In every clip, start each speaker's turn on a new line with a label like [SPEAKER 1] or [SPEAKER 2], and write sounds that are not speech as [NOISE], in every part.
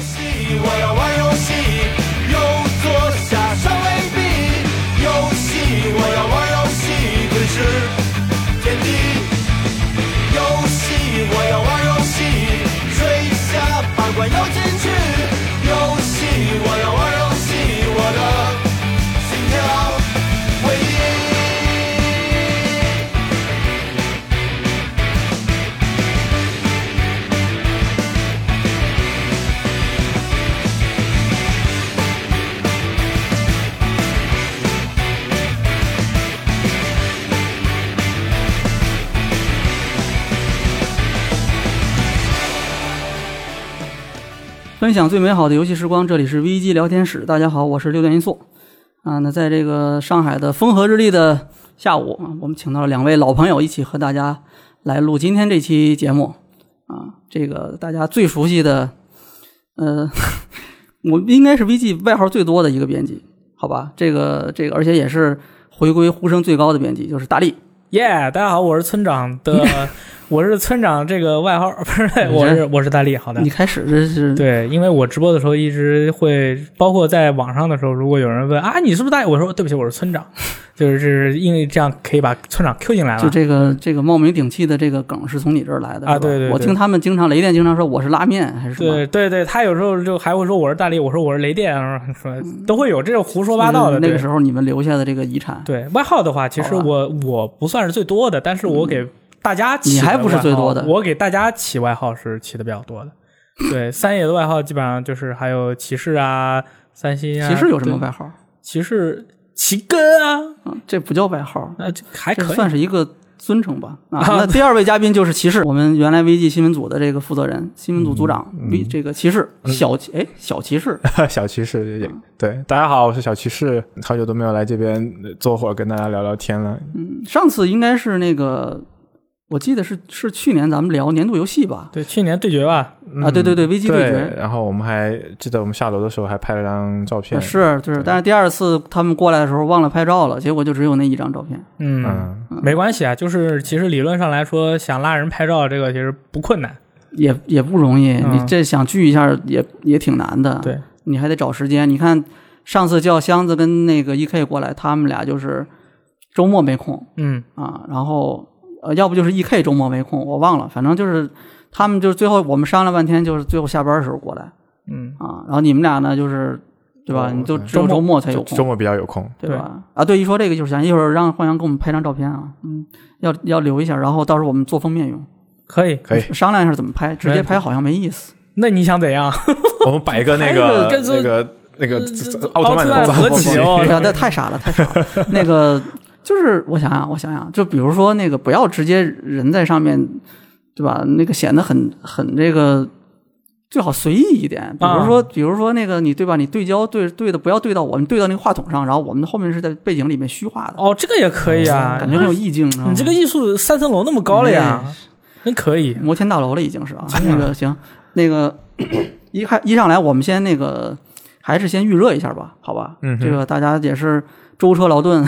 [SPEAKER 1] 戏，我要玩游戏，右左下上 A B，游戏我要玩游戏，吞噬天地，游戏我要玩游戏，水下八关要进去，游戏我要玩游戏，我的心跳回忆。
[SPEAKER 2] 分享最美好的游戏时光，这里是 VG 聊天室。大家好，我是六点一速。啊，那在这个上海的风和日丽的下午，啊我们请到了两位老朋友一起和大家来录今天这期节目。啊，这个大家最熟悉的，呃， [LAUGHS] 我应该是 VG 外号最多的一个编辑，好吧？这个这个，而且也是回归呼声最高的编辑，就是大力。
[SPEAKER 3] 耶大家好，我是村长
[SPEAKER 2] [LAUGHS]
[SPEAKER 3] 的，我是村长这个外号， [LAUGHS] 不是，我是我是大力，好的
[SPEAKER 2] 你。开始这是
[SPEAKER 3] 对，因为我直播的时候一直会，包括在网上的时候，如果有人问啊，你是不是大力？我说对不起，我是村
[SPEAKER 2] [LAUGHS]
[SPEAKER 3] 长，就是因为这样可以把村长 Q 进来了。
[SPEAKER 2] 就这个这个冒名顶替的这个梗是从你这儿来的
[SPEAKER 3] 啊
[SPEAKER 2] 是吧
[SPEAKER 3] 对对对
[SPEAKER 2] 我听他们经常雷电经常说我是拉面还是什么，
[SPEAKER 3] 对对对，他有时候就还会说我是大力，我说我是雷电，说都会有这种胡说八道的。
[SPEAKER 2] 嗯那
[SPEAKER 3] 对
[SPEAKER 2] 个时候你们留下的这个遗产，
[SPEAKER 3] 对外号的话，其实
[SPEAKER 2] 好吧嗯
[SPEAKER 3] 我我不算是最多的，但是我给大家起、
[SPEAKER 2] 你还不是最多的
[SPEAKER 3] 我给大家起外号是起的比较
[SPEAKER 2] [LAUGHS]
[SPEAKER 3] 多的。对，三爷的外号基本上就是还有骑士啊、三星啊。
[SPEAKER 2] 骑士有什么
[SPEAKER 3] 对？
[SPEAKER 2] 外号？
[SPEAKER 3] 骑士齐根啊，
[SPEAKER 2] 嗯，这不叫外号，
[SPEAKER 3] 那就还
[SPEAKER 2] 这
[SPEAKER 3] 可以。
[SPEAKER 2] 算是一个尊称吧。啊，
[SPEAKER 3] 啊
[SPEAKER 2] 那第二位嘉宾就是骑士，我们原来 VG 新闻组的这个负责人，新闻组组长
[SPEAKER 3] 嗯
[SPEAKER 2] V 这个骑士小骑哎小骑士，
[SPEAKER 4] [LAUGHS] 小骑士也对，大家好，我是小骑士，好久都没有来这边坐会儿跟大家聊聊天了。
[SPEAKER 2] 嗯上次应该是那个。我记得是是去年咱们聊年度游戏吧？
[SPEAKER 3] 对，去年对决吧，
[SPEAKER 2] 啊，对对对，危机对决，
[SPEAKER 4] 然后我们还记得我们下楼的时候还拍了张照片，
[SPEAKER 2] 啊是就是，但是第二次他们过来的时候忘了拍照了，结果就只有那一张照片。
[SPEAKER 3] 嗯，
[SPEAKER 4] 嗯，
[SPEAKER 3] 没关系啊，就是其实理论上来说，想拉人拍照这个其实不困难。
[SPEAKER 2] 也也不容易，
[SPEAKER 3] 嗯
[SPEAKER 2] 你这想聚一下也也挺难的，
[SPEAKER 3] 对，
[SPEAKER 2] 你还得找时间。你看上次叫箱子跟那个 E K 过来，他们俩就是周末没空
[SPEAKER 3] 嗯，
[SPEAKER 2] 啊，然后呃，要不就是 E K 周末没空，我忘了，反正就是他们就是最后我们商量半天，就是最后下班的时候过来
[SPEAKER 3] 嗯，
[SPEAKER 2] 啊，然后你们俩呢就是对吧？
[SPEAKER 4] 哦
[SPEAKER 2] 你就
[SPEAKER 4] 对
[SPEAKER 2] 只有周末才有
[SPEAKER 4] 就周
[SPEAKER 2] 空。
[SPEAKER 4] 末比较有空。
[SPEAKER 2] 对吧？啊，对，一说这个就是想一会儿让焕阳给我们拍张照片啊，嗯，要要留一下，然后到时候我们做封面用，
[SPEAKER 3] 可以。
[SPEAKER 4] 可以， [LAUGHS]
[SPEAKER 2] 商量一下怎么拍，直接拍好像没意思。
[SPEAKER 3] 那你想怎样？
[SPEAKER 4] 我们摆一个那
[SPEAKER 3] 拍
[SPEAKER 4] 个
[SPEAKER 3] 一个跟呃
[SPEAKER 4] 那个那个奥特
[SPEAKER 3] 奥
[SPEAKER 4] 曼
[SPEAKER 3] 特曼
[SPEAKER 4] 的
[SPEAKER 3] 合
[SPEAKER 4] [LAUGHS]
[SPEAKER 3] 体
[SPEAKER 4] 哦，
[SPEAKER 3] 哦
[SPEAKER 2] 对，啊，那太傻了，太傻了。那个就是我想想，啊我想想，就比如说那个，不要直接人在上面，对吧？那个显得很很这个，最好随意一点。比如
[SPEAKER 3] 啊
[SPEAKER 2] 说，比如说那个你对吧？你对焦对对的，不要对到我们对到那个话筒上，然后我们的后面是在背景里面虚化的，
[SPEAKER 3] 哦，这个也可以啊，
[SPEAKER 2] 嗯感觉很有意境。
[SPEAKER 3] 你这个艺术三层楼那么高了呀，真嗯可以。
[SPEAKER 2] 摩天大楼了，已经是啊。那个行，那
[SPEAKER 3] [CLEARS THROAT]
[SPEAKER 2] 个一开一上来，我们先那个还是先预热一下吧，好吧？
[SPEAKER 4] 嗯哼
[SPEAKER 2] 这个大家也是舟车劳
[SPEAKER 3] [LAUGHS]
[SPEAKER 2] 顿，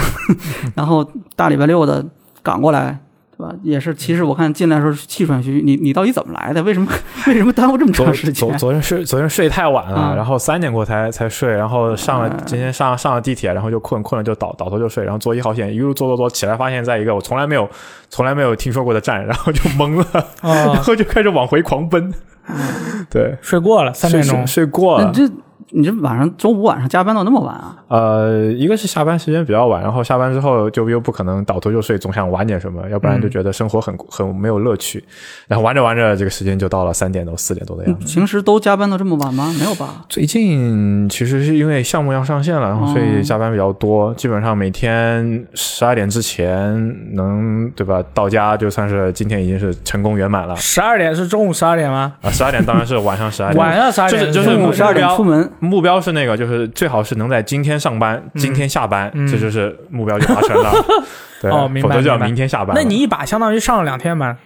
[SPEAKER 2] 然后大礼拜六的赶过来，对吧？也是，其实我看进来的时候气喘吁吁，你你到底怎么来的？
[SPEAKER 3] [LAUGHS]
[SPEAKER 2] 为什么为什么耽误这么
[SPEAKER 4] 昨
[SPEAKER 2] 长时
[SPEAKER 4] 昨
[SPEAKER 2] 间？
[SPEAKER 4] 昨天睡昨天睡太晚了，
[SPEAKER 2] 嗯
[SPEAKER 4] 然后三点过才才睡，然后上了
[SPEAKER 2] 嗯
[SPEAKER 4] 今天上上了地铁，然后就困，困了就倒倒头就睡，然后坐一号线一路坐坐坐起来，发现在一个我从来没有从来没有听说过的站，然后就懵了，然
[SPEAKER 3] 哦，嗯
[SPEAKER 4] 后 [LAUGHS] 就开始往回狂奔。对，
[SPEAKER 3] 睡过了，三
[SPEAKER 4] 睡
[SPEAKER 3] 点钟
[SPEAKER 4] 睡。睡过
[SPEAKER 2] 那
[SPEAKER 3] 啊嗯
[SPEAKER 4] 了。
[SPEAKER 2] 这你这晚上周五晚上加班到那么晚啊？
[SPEAKER 4] 呃，一个是下班时间比较晚，然后下班之后就又不可能倒头就睡，总想玩点什么，要不
[SPEAKER 3] 嗯
[SPEAKER 4] 然就觉得生活很很没有乐趣。然后玩着玩着，这个时间就到了三点多四点多
[SPEAKER 3] 嗯
[SPEAKER 4] 的样子。
[SPEAKER 2] 平时都加班到这么晚吗？没有吧？
[SPEAKER 4] 最近其实是因为项目要上线了，然后所
[SPEAKER 3] 哦
[SPEAKER 4] 以加班比较多，基本上每天十二点之前能对吧到家，就算是今天已经是成功圆满了
[SPEAKER 3] 十二点是中午十二点吗？
[SPEAKER 4] 啊！十二点当然是晚上十二点，
[SPEAKER 3] 晚上十二点
[SPEAKER 4] 就是
[SPEAKER 2] 中午
[SPEAKER 4] 目
[SPEAKER 2] 十二点
[SPEAKER 4] 标
[SPEAKER 2] 出门，
[SPEAKER 4] 目标是那个，就是最好是能在今天上班，今天下班，
[SPEAKER 3] 嗯
[SPEAKER 4] 这就是目标就达成了。
[SPEAKER 3] [LAUGHS]
[SPEAKER 4] 对，
[SPEAKER 3] 哦明白
[SPEAKER 4] 否则就要
[SPEAKER 3] 明白
[SPEAKER 4] 明天下班了。
[SPEAKER 3] 那你一把相当于上了两天班，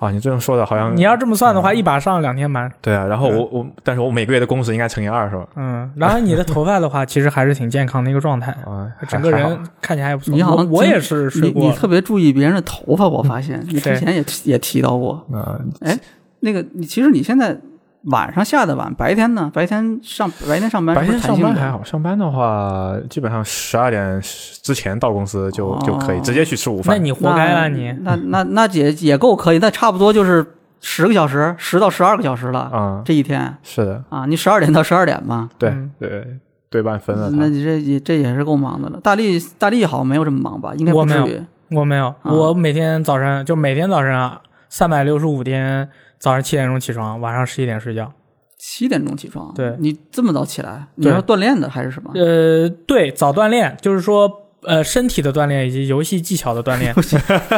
[SPEAKER 4] 啊，你这样说的好像
[SPEAKER 3] 你要这么嗯算的话，一把上了两天班。
[SPEAKER 4] 对啊。然后我我，但是我每个月的工资应该乘以二是吧？
[SPEAKER 3] 嗯，然后你的头发的话，其实还是挺健康的一个状态，
[SPEAKER 4] 啊，还
[SPEAKER 3] 整个
[SPEAKER 4] 还好
[SPEAKER 3] 人看起来还不错。
[SPEAKER 2] 你好像
[SPEAKER 3] 我我
[SPEAKER 2] 今
[SPEAKER 3] 也是
[SPEAKER 2] 你
[SPEAKER 3] 睡
[SPEAKER 2] 你
[SPEAKER 3] 过了。
[SPEAKER 2] 特别注意别人的头发，我发现你之
[SPEAKER 3] [LAUGHS] 对
[SPEAKER 2] 前也提也提到过。
[SPEAKER 4] 啊，
[SPEAKER 2] 那个，你其实你现在晚上下的晚，白天呢？白天上白天上班
[SPEAKER 4] 白
[SPEAKER 2] 是不
[SPEAKER 4] 天
[SPEAKER 2] 是
[SPEAKER 4] 上
[SPEAKER 2] 弹性
[SPEAKER 4] 班
[SPEAKER 2] 的
[SPEAKER 4] 还好，上班的话基本上十二点之前到公司就、就可以
[SPEAKER 2] 哦
[SPEAKER 4] 直接去吃午
[SPEAKER 3] 那
[SPEAKER 4] 饭。
[SPEAKER 3] 你活该了你。
[SPEAKER 2] 那那那也也够可以，那差不多就是十个小时，十到十二个小时了。
[SPEAKER 4] 啊、
[SPEAKER 2] 这一天
[SPEAKER 4] 是的，
[SPEAKER 2] 啊，你十二点到十二点
[SPEAKER 3] [LAUGHS]
[SPEAKER 2] 嘛，
[SPEAKER 4] 对、
[SPEAKER 3] 嗯
[SPEAKER 4] 对，对半分了它。
[SPEAKER 2] 那你这也这也是够忙的了。大力大力好像没有这么忙吧？应该
[SPEAKER 3] 我
[SPEAKER 2] 不
[SPEAKER 3] 没
[SPEAKER 2] 至
[SPEAKER 3] 有
[SPEAKER 2] 于。
[SPEAKER 3] 我没有，我每天早上就每天早上啊三百六十五天早上七点钟起床，晚上十一点睡觉。
[SPEAKER 2] 七点钟起床，
[SPEAKER 3] 对
[SPEAKER 2] 你这么早起来，你
[SPEAKER 3] 对
[SPEAKER 2] 要锻炼的还是什么？
[SPEAKER 3] 呃，对，早锻炼就是说呃身体的锻炼以及游戏技巧的锻炼。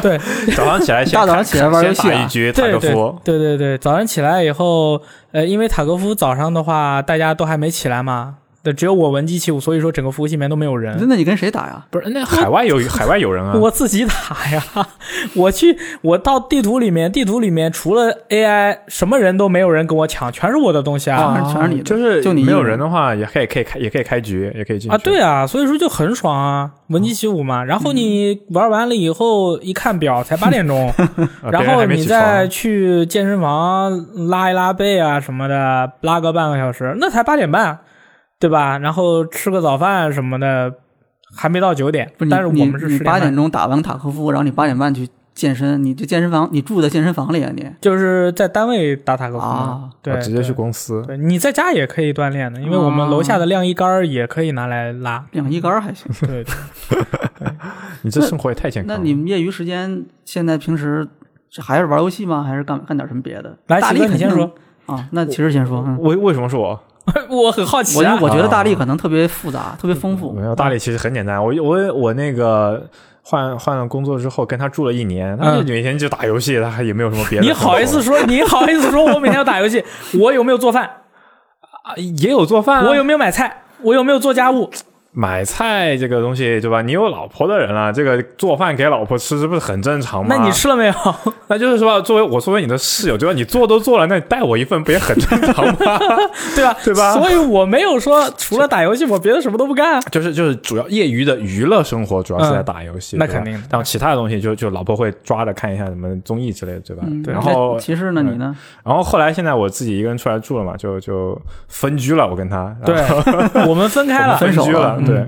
[SPEAKER 3] 对，
[SPEAKER 4] 早上起
[SPEAKER 3] [LAUGHS]
[SPEAKER 4] 来先
[SPEAKER 2] 大早上
[SPEAKER 4] 看
[SPEAKER 2] 起来玩游戏啊
[SPEAKER 4] 先打一局塔科夫，
[SPEAKER 3] 对对对，早上起来以后，呃，因为塔科夫早上的话，大家都还没起来嘛，对，只有我闻鸡起舞，所以说整个服务器里面都没有人。
[SPEAKER 2] 那你跟谁打呀？
[SPEAKER 3] 不是那
[SPEAKER 4] 海外有海外有人啊，
[SPEAKER 3] 我自己打呀， [LAUGHS] 我去，我到地图里面，地图里面除了 AI，什么人都没有人跟我抢，全是我的东西啊
[SPEAKER 2] 全是你的
[SPEAKER 4] 就是
[SPEAKER 2] 就你一
[SPEAKER 4] 没有
[SPEAKER 2] 个人
[SPEAKER 4] 人的话，也可以可以开也可以开局，也可以进
[SPEAKER 3] 啊，
[SPEAKER 4] 去
[SPEAKER 3] 对啊，所以说就很爽啊，闻鸡起舞嘛。然后你
[SPEAKER 4] 嗯
[SPEAKER 3] 玩完了以后，一看表才八点钟，
[SPEAKER 4] 啊别
[SPEAKER 3] 然
[SPEAKER 4] 人
[SPEAKER 3] 后
[SPEAKER 4] 还没
[SPEAKER 3] 你
[SPEAKER 4] 起床
[SPEAKER 3] 再去健身房拉一拉背啊什么的，拉个半个小时，那才八点半，对吧？然后吃个早饭什么的，还没到九点
[SPEAKER 2] 不，
[SPEAKER 3] 但是
[SPEAKER 2] 你
[SPEAKER 3] 我们是
[SPEAKER 2] 你
[SPEAKER 3] 十
[SPEAKER 2] 你八点
[SPEAKER 3] 半，
[SPEAKER 2] 钟打完塔科夫，然后你八点半去健身，你这健身房你住在健身房里啊你？
[SPEAKER 3] 就是在单位打塔克服嘛，
[SPEAKER 2] 啊
[SPEAKER 3] 对
[SPEAKER 4] 我，哦直接去
[SPEAKER 3] 对。
[SPEAKER 4] 公司。
[SPEAKER 3] 对，你在家也可以锻炼的，因为我们楼下的晾衣杆儿也可以拿来拉。
[SPEAKER 2] 两一杆儿还行。[LAUGHS]
[SPEAKER 3] 对，对
[SPEAKER 4] 你这生活也太健康
[SPEAKER 2] 那
[SPEAKER 4] 了。
[SPEAKER 2] 你们业余时间现在平时是还是玩游戏吗？还是干干点什么别的？
[SPEAKER 3] 来
[SPEAKER 2] 大
[SPEAKER 3] 启
[SPEAKER 2] 力
[SPEAKER 3] 哥
[SPEAKER 2] 肯
[SPEAKER 3] 你先
[SPEAKER 2] 定 [LAUGHS]
[SPEAKER 3] 说
[SPEAKER 2] 啊。那其实先说，嗯，
[SPEAKER 4] 为为什么是我？
[SPEAKER 3] 我很好奇
[SPEAKER 2] 我因
[SPEAKER 3] 啊
[SPEAKER 2] 为我觉得大力可能特别复杂，特别丰富
[SPEAKER 4] 没。有大理其实很简单，我我我那个换换了工作之后，跟他住了一年，他
[SPEAKER 3] 嗯
[SPEAKER 4] 每天就打游戏，他也没有什么别的。
[SPEAKER 3] 你好意思？说？你好意思说？我每天要打游戏，我有没有
[SPEAKER 2] [LAUGHS]
[SPEAKER 3] 做饭？
[SPEAKER 4] 也有做饭、啊，
[SPEAKER 3] 我有没有买菜？我有没有做家务？
[SPEAKER 4] 买菜这个东西，对吧？你有老婆的人了、啊这个做饭给老婆吃，这不是很正常吗？
[SPEAKER 3] 那你吃了没有？
[SPEAKER 4] 那就是说，作为我作为你的室友，对吧？你做都做了，那你带我一份不也很正常吗？
[SPEAKER 3] [LAUGHS] 对吧？
[SPEAKER 4] 对吧
[SPEAKER 3] 所以我没有说除了打游戏，我别的什么都不干。啊
[SPEAKER 4] 就是就是主要业余的娱乐生活主要是在
[SPEAKER 3] 嗯
[SPEAKER 4] 打游戏，
[SPEAKER 3] 那
[SPEAKER 4] 对吧
[SPEAKER 3] 肯定的
[SPEAKER 4] 然后其他的东西就就老婆会抓着看一下什么综艺之类的，对吧？
[SPEAKER 2] 嗯，
[SPEAKER 4] 然后
[SPEAKER 2] 那其实呢，
[SPEAKER 4] 嗯
[SPEAKER 2] 你呢？
[SPEAKER 4] 然后后来现在我自己一个人出来住了嘛，就就分居了，我跟他
[SPEAKER 3] 对
[SPEAKER 4] 然后， [LAUGHS]
[SPEAKER 3] 我们分开
[SPEAKER 4] 啊我
[SPEAKER 3] 了
[SPEAKER 4] 们，分居了，
[SPEAKER 3] 嗯
[SPEAKER 4] 对。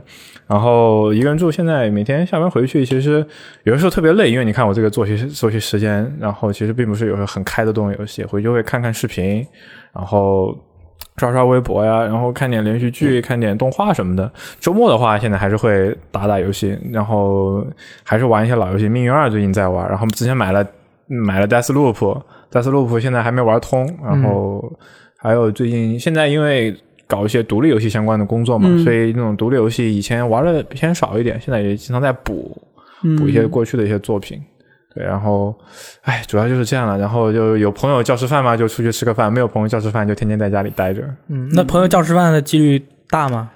[SPEAKER 4] 然后一个人住，现在每天下班回去，其实有的时候特别累，因为你看我这个作息作息时间，然后其实并不是有时候很开的动游戏，回去会看看视频，然后刷刷微博呀，然后看点连续剧、看点动画什么的。周末的话，现在还是会打打游戏，然后还是玩一些老游戏，《命运二》最近在玩，然后之前买了买了 Death Loop。Death Loop 现在还没玩通，然后
[SPEAKER 3] 嗯
[SPEAKER 4] 还有最近现在因为搞一些独立游戏相关的工作嘛，
[SPEAKER 2] 嗯
[SPEAKER 4] 所以那种独立游戏以前玩的偏少一点，现在也经常在补
[SPEAKER 2] 嗯
[SPEAKER 4] 补一些过去的一些作品。对，然后，哎，主要就是这样了。然后就有朋友叫吃饭嘛，就出去吃个饭；没有朋友叫吃饭，就天天在家里待着。
[SPEAKER 3] 嗯，那朋友叫吃饭的几率大吗？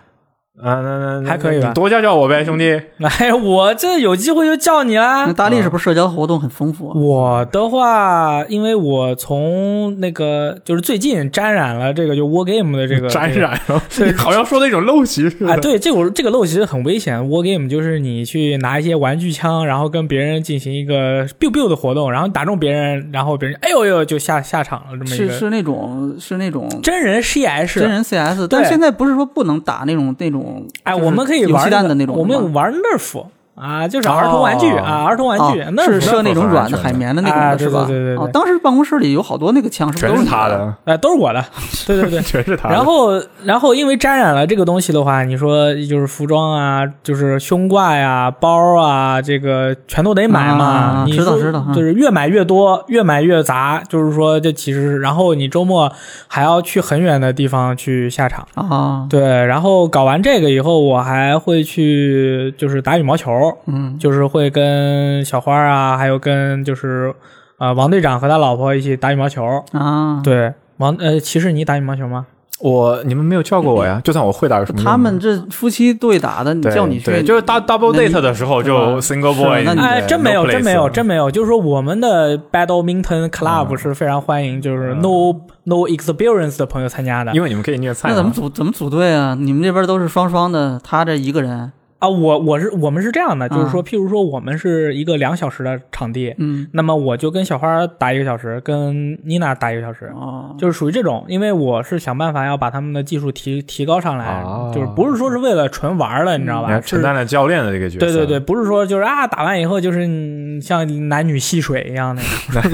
[SPEAKER 4] 啊，那那那
[SPEAKER 3] 还可以吧
[SPEAKER 4] 你多叫叫我呗，兄弟。
[SPEAKER 3] 哎，我这有机会就叫你
[SPEAKER 2] 那
[SPEAKER 3] 啦。
[SPEAKER 2] 大力是不是社交活动很丰富啊？
[SPEAKER 3] 啊我的话，因为我从那个就是最近沾染了这个就 War Game 的这个
[SPEAKER 4] [LAUGHS] 沾染了，
[SPEAKER 3] 对
[SPEAKER 4] 你 [LAUGHS] 好像说的一种陋习似的。
[SPEAKER 3] 啊，对，这个这个漏其实很危险。War game 就是你去拿一些玩具枪，然后跟别人进行一个 biu biu 的活动，然后打中别人，然后别人哎呦呦就下下场了，这么一
[SPEAKER 2] 是
[SPEAKER 3] 个
[SPEAKER 2] 是那种是那种
[SPEAKER 3] 真人 CS。
[SPEAKER 2] 真人 CS，但
[SPEAKER 3] 对
[SPEAKER 2] 现在不是说不能打那种那种，
[SPEAKER 3] 哎，
[SPEAKER 2] 就是
[SPEAKER 3] 我们可以
[SPEAKER 2] 游戏
[SPEAKER 3] 玩
[SPEAKER 2] 弹的
[SPEAKER 3] 那个
[SPEAKER 2] 那种
[SPEAKER 3] 我
[SPEAKER 2] 是吗，
[SPEAKER 3] 们玩 nerf 啊，就是儿童玩具、
[SPEAKER 4] 哦
[SPEAKER 3] 啊，儿童玩具、
[SPEAKER 2] 啊
[SPEAKER 3] nerf
[SPEAKER 2] 是
[SPEAKER 4] 是
[SPEAKER 2] 射那种
[SPEAKER 4] 很
[SPEAKER 2] 软的
[SPEAKER 4] 安全的
[SPEAKER 2] 海绵的那种
[SPEAKER 3] 啊
[SPEAKER 2] 的
[SPEAKER 3] 对
[SPEAKER 2] 是吧？
[SPEAKER 3] 对对对对
[SPEAKER 2] 哦，当时办公室里有好多那个枪，是不
[SPEAKER 4] 全
[SPEAKER 2] 是都
[SPEAKER 4] 是
[SPEAKER 2] 你
[SPEAKER 4] 他
[SPEAKER 2] 的？
[SPEAKER 4] 的，
[SPEAKER 3] 哎，都是我
[SPEAKER 2] [LAUGHS]
[SPEAKER 3] 的，对对对，
[SPEAKER 4] [LAUGHS] 全是他的。
[SPEAKER 3] 然后，然后因为沾染了这个东西的话，你说就是服装啊，就是胸挂呀、包啊，这个全都得买嘛。
[SPEAKER 2] 啊
[SPEAKER 3] 你
[SPEAKER 2] 知道
[SPEAKER 3] 说
[SPEAKER 2] 知道嗯
[SPEAKER 3] 就是越买越多，越买越杂。就是说，这其实是，然后你周末还要去很远的地方去下场。
[SPEAKER 2] 啊，
[SPEAKER 3] 对，然后搞完这个以后，我还会去就是打羽毛球，
[SPEAKER 2] 嗯，
[SPEAKER 3] 就是会跟小花啊，还有跟就是呃王队长和他老婆一起打羽毛球。
[SPEAKER 2] 啊，
[SPEAKER 3] 对，王呃，骑士你打羽毛球吗？
[SPEAKER 4] 我你们没有叫过我呀，就算我会打有什么用呢？
[SPEAKER 2] 他们这夫妻对打的，你
[SPEAKER 4] 对
[SPEAKER 2] 叫你去
[SPEAKER 4] 对，，就是 dou- double
[SPEAKER 2] 那你
[SPEAKER 4] date 的时候就 single
[SPEAKER 2] 是啊
[SPEAKER 4] boy，
[SPEAKER 2] 那你
[SPEAKER 3] 哎，
[SPEAKER 4] 对
[SPEAKER 3] 真没有，
[SPEAKER 4] no place 啊
[SPEAKER 3] 真没有，真没有。就是说，我们的 Badminton
[SPEAKER 4] 嗯
[SPEAKER 3] Club 是非常欢迎，就是 no no experience 的朋友参加的。
[SPEAKER 4] 因为你们可以虐菜嘛。
[SPEAKER 2] 那怎么组怎么组队啊？你们这边都是双双的，他这一个人
[SPEAKER 3] 啊，我我是我们是这样的，就是说，
[SPEAKER 2] 啊
[SPEAKER 3] 譬如说我们是一个两小时的场地，
[SPEAKER 2] 嗯，
[SPEAKER 3] 那么我就跟小花打一个小时，跟妮娜打一个小时，
[SPEAKER 2] 哦，
[SPEAKER 3] 就是属于这种，因为我是想办法要把他们的技术提提高上来
[SPEAKER 4] 哦，
[SPEAKER 3] 就是不是说是为了纯玩儿了，你知道吧？
[SPEAKER 4] 你还
[SPEAKER 3] 是
[SPEAKER 4] 承担了教练的这个角色，
[SPEAKER 3] 对对对，，不是说就是啊，打完以后就是嗯像男女戏水一样的，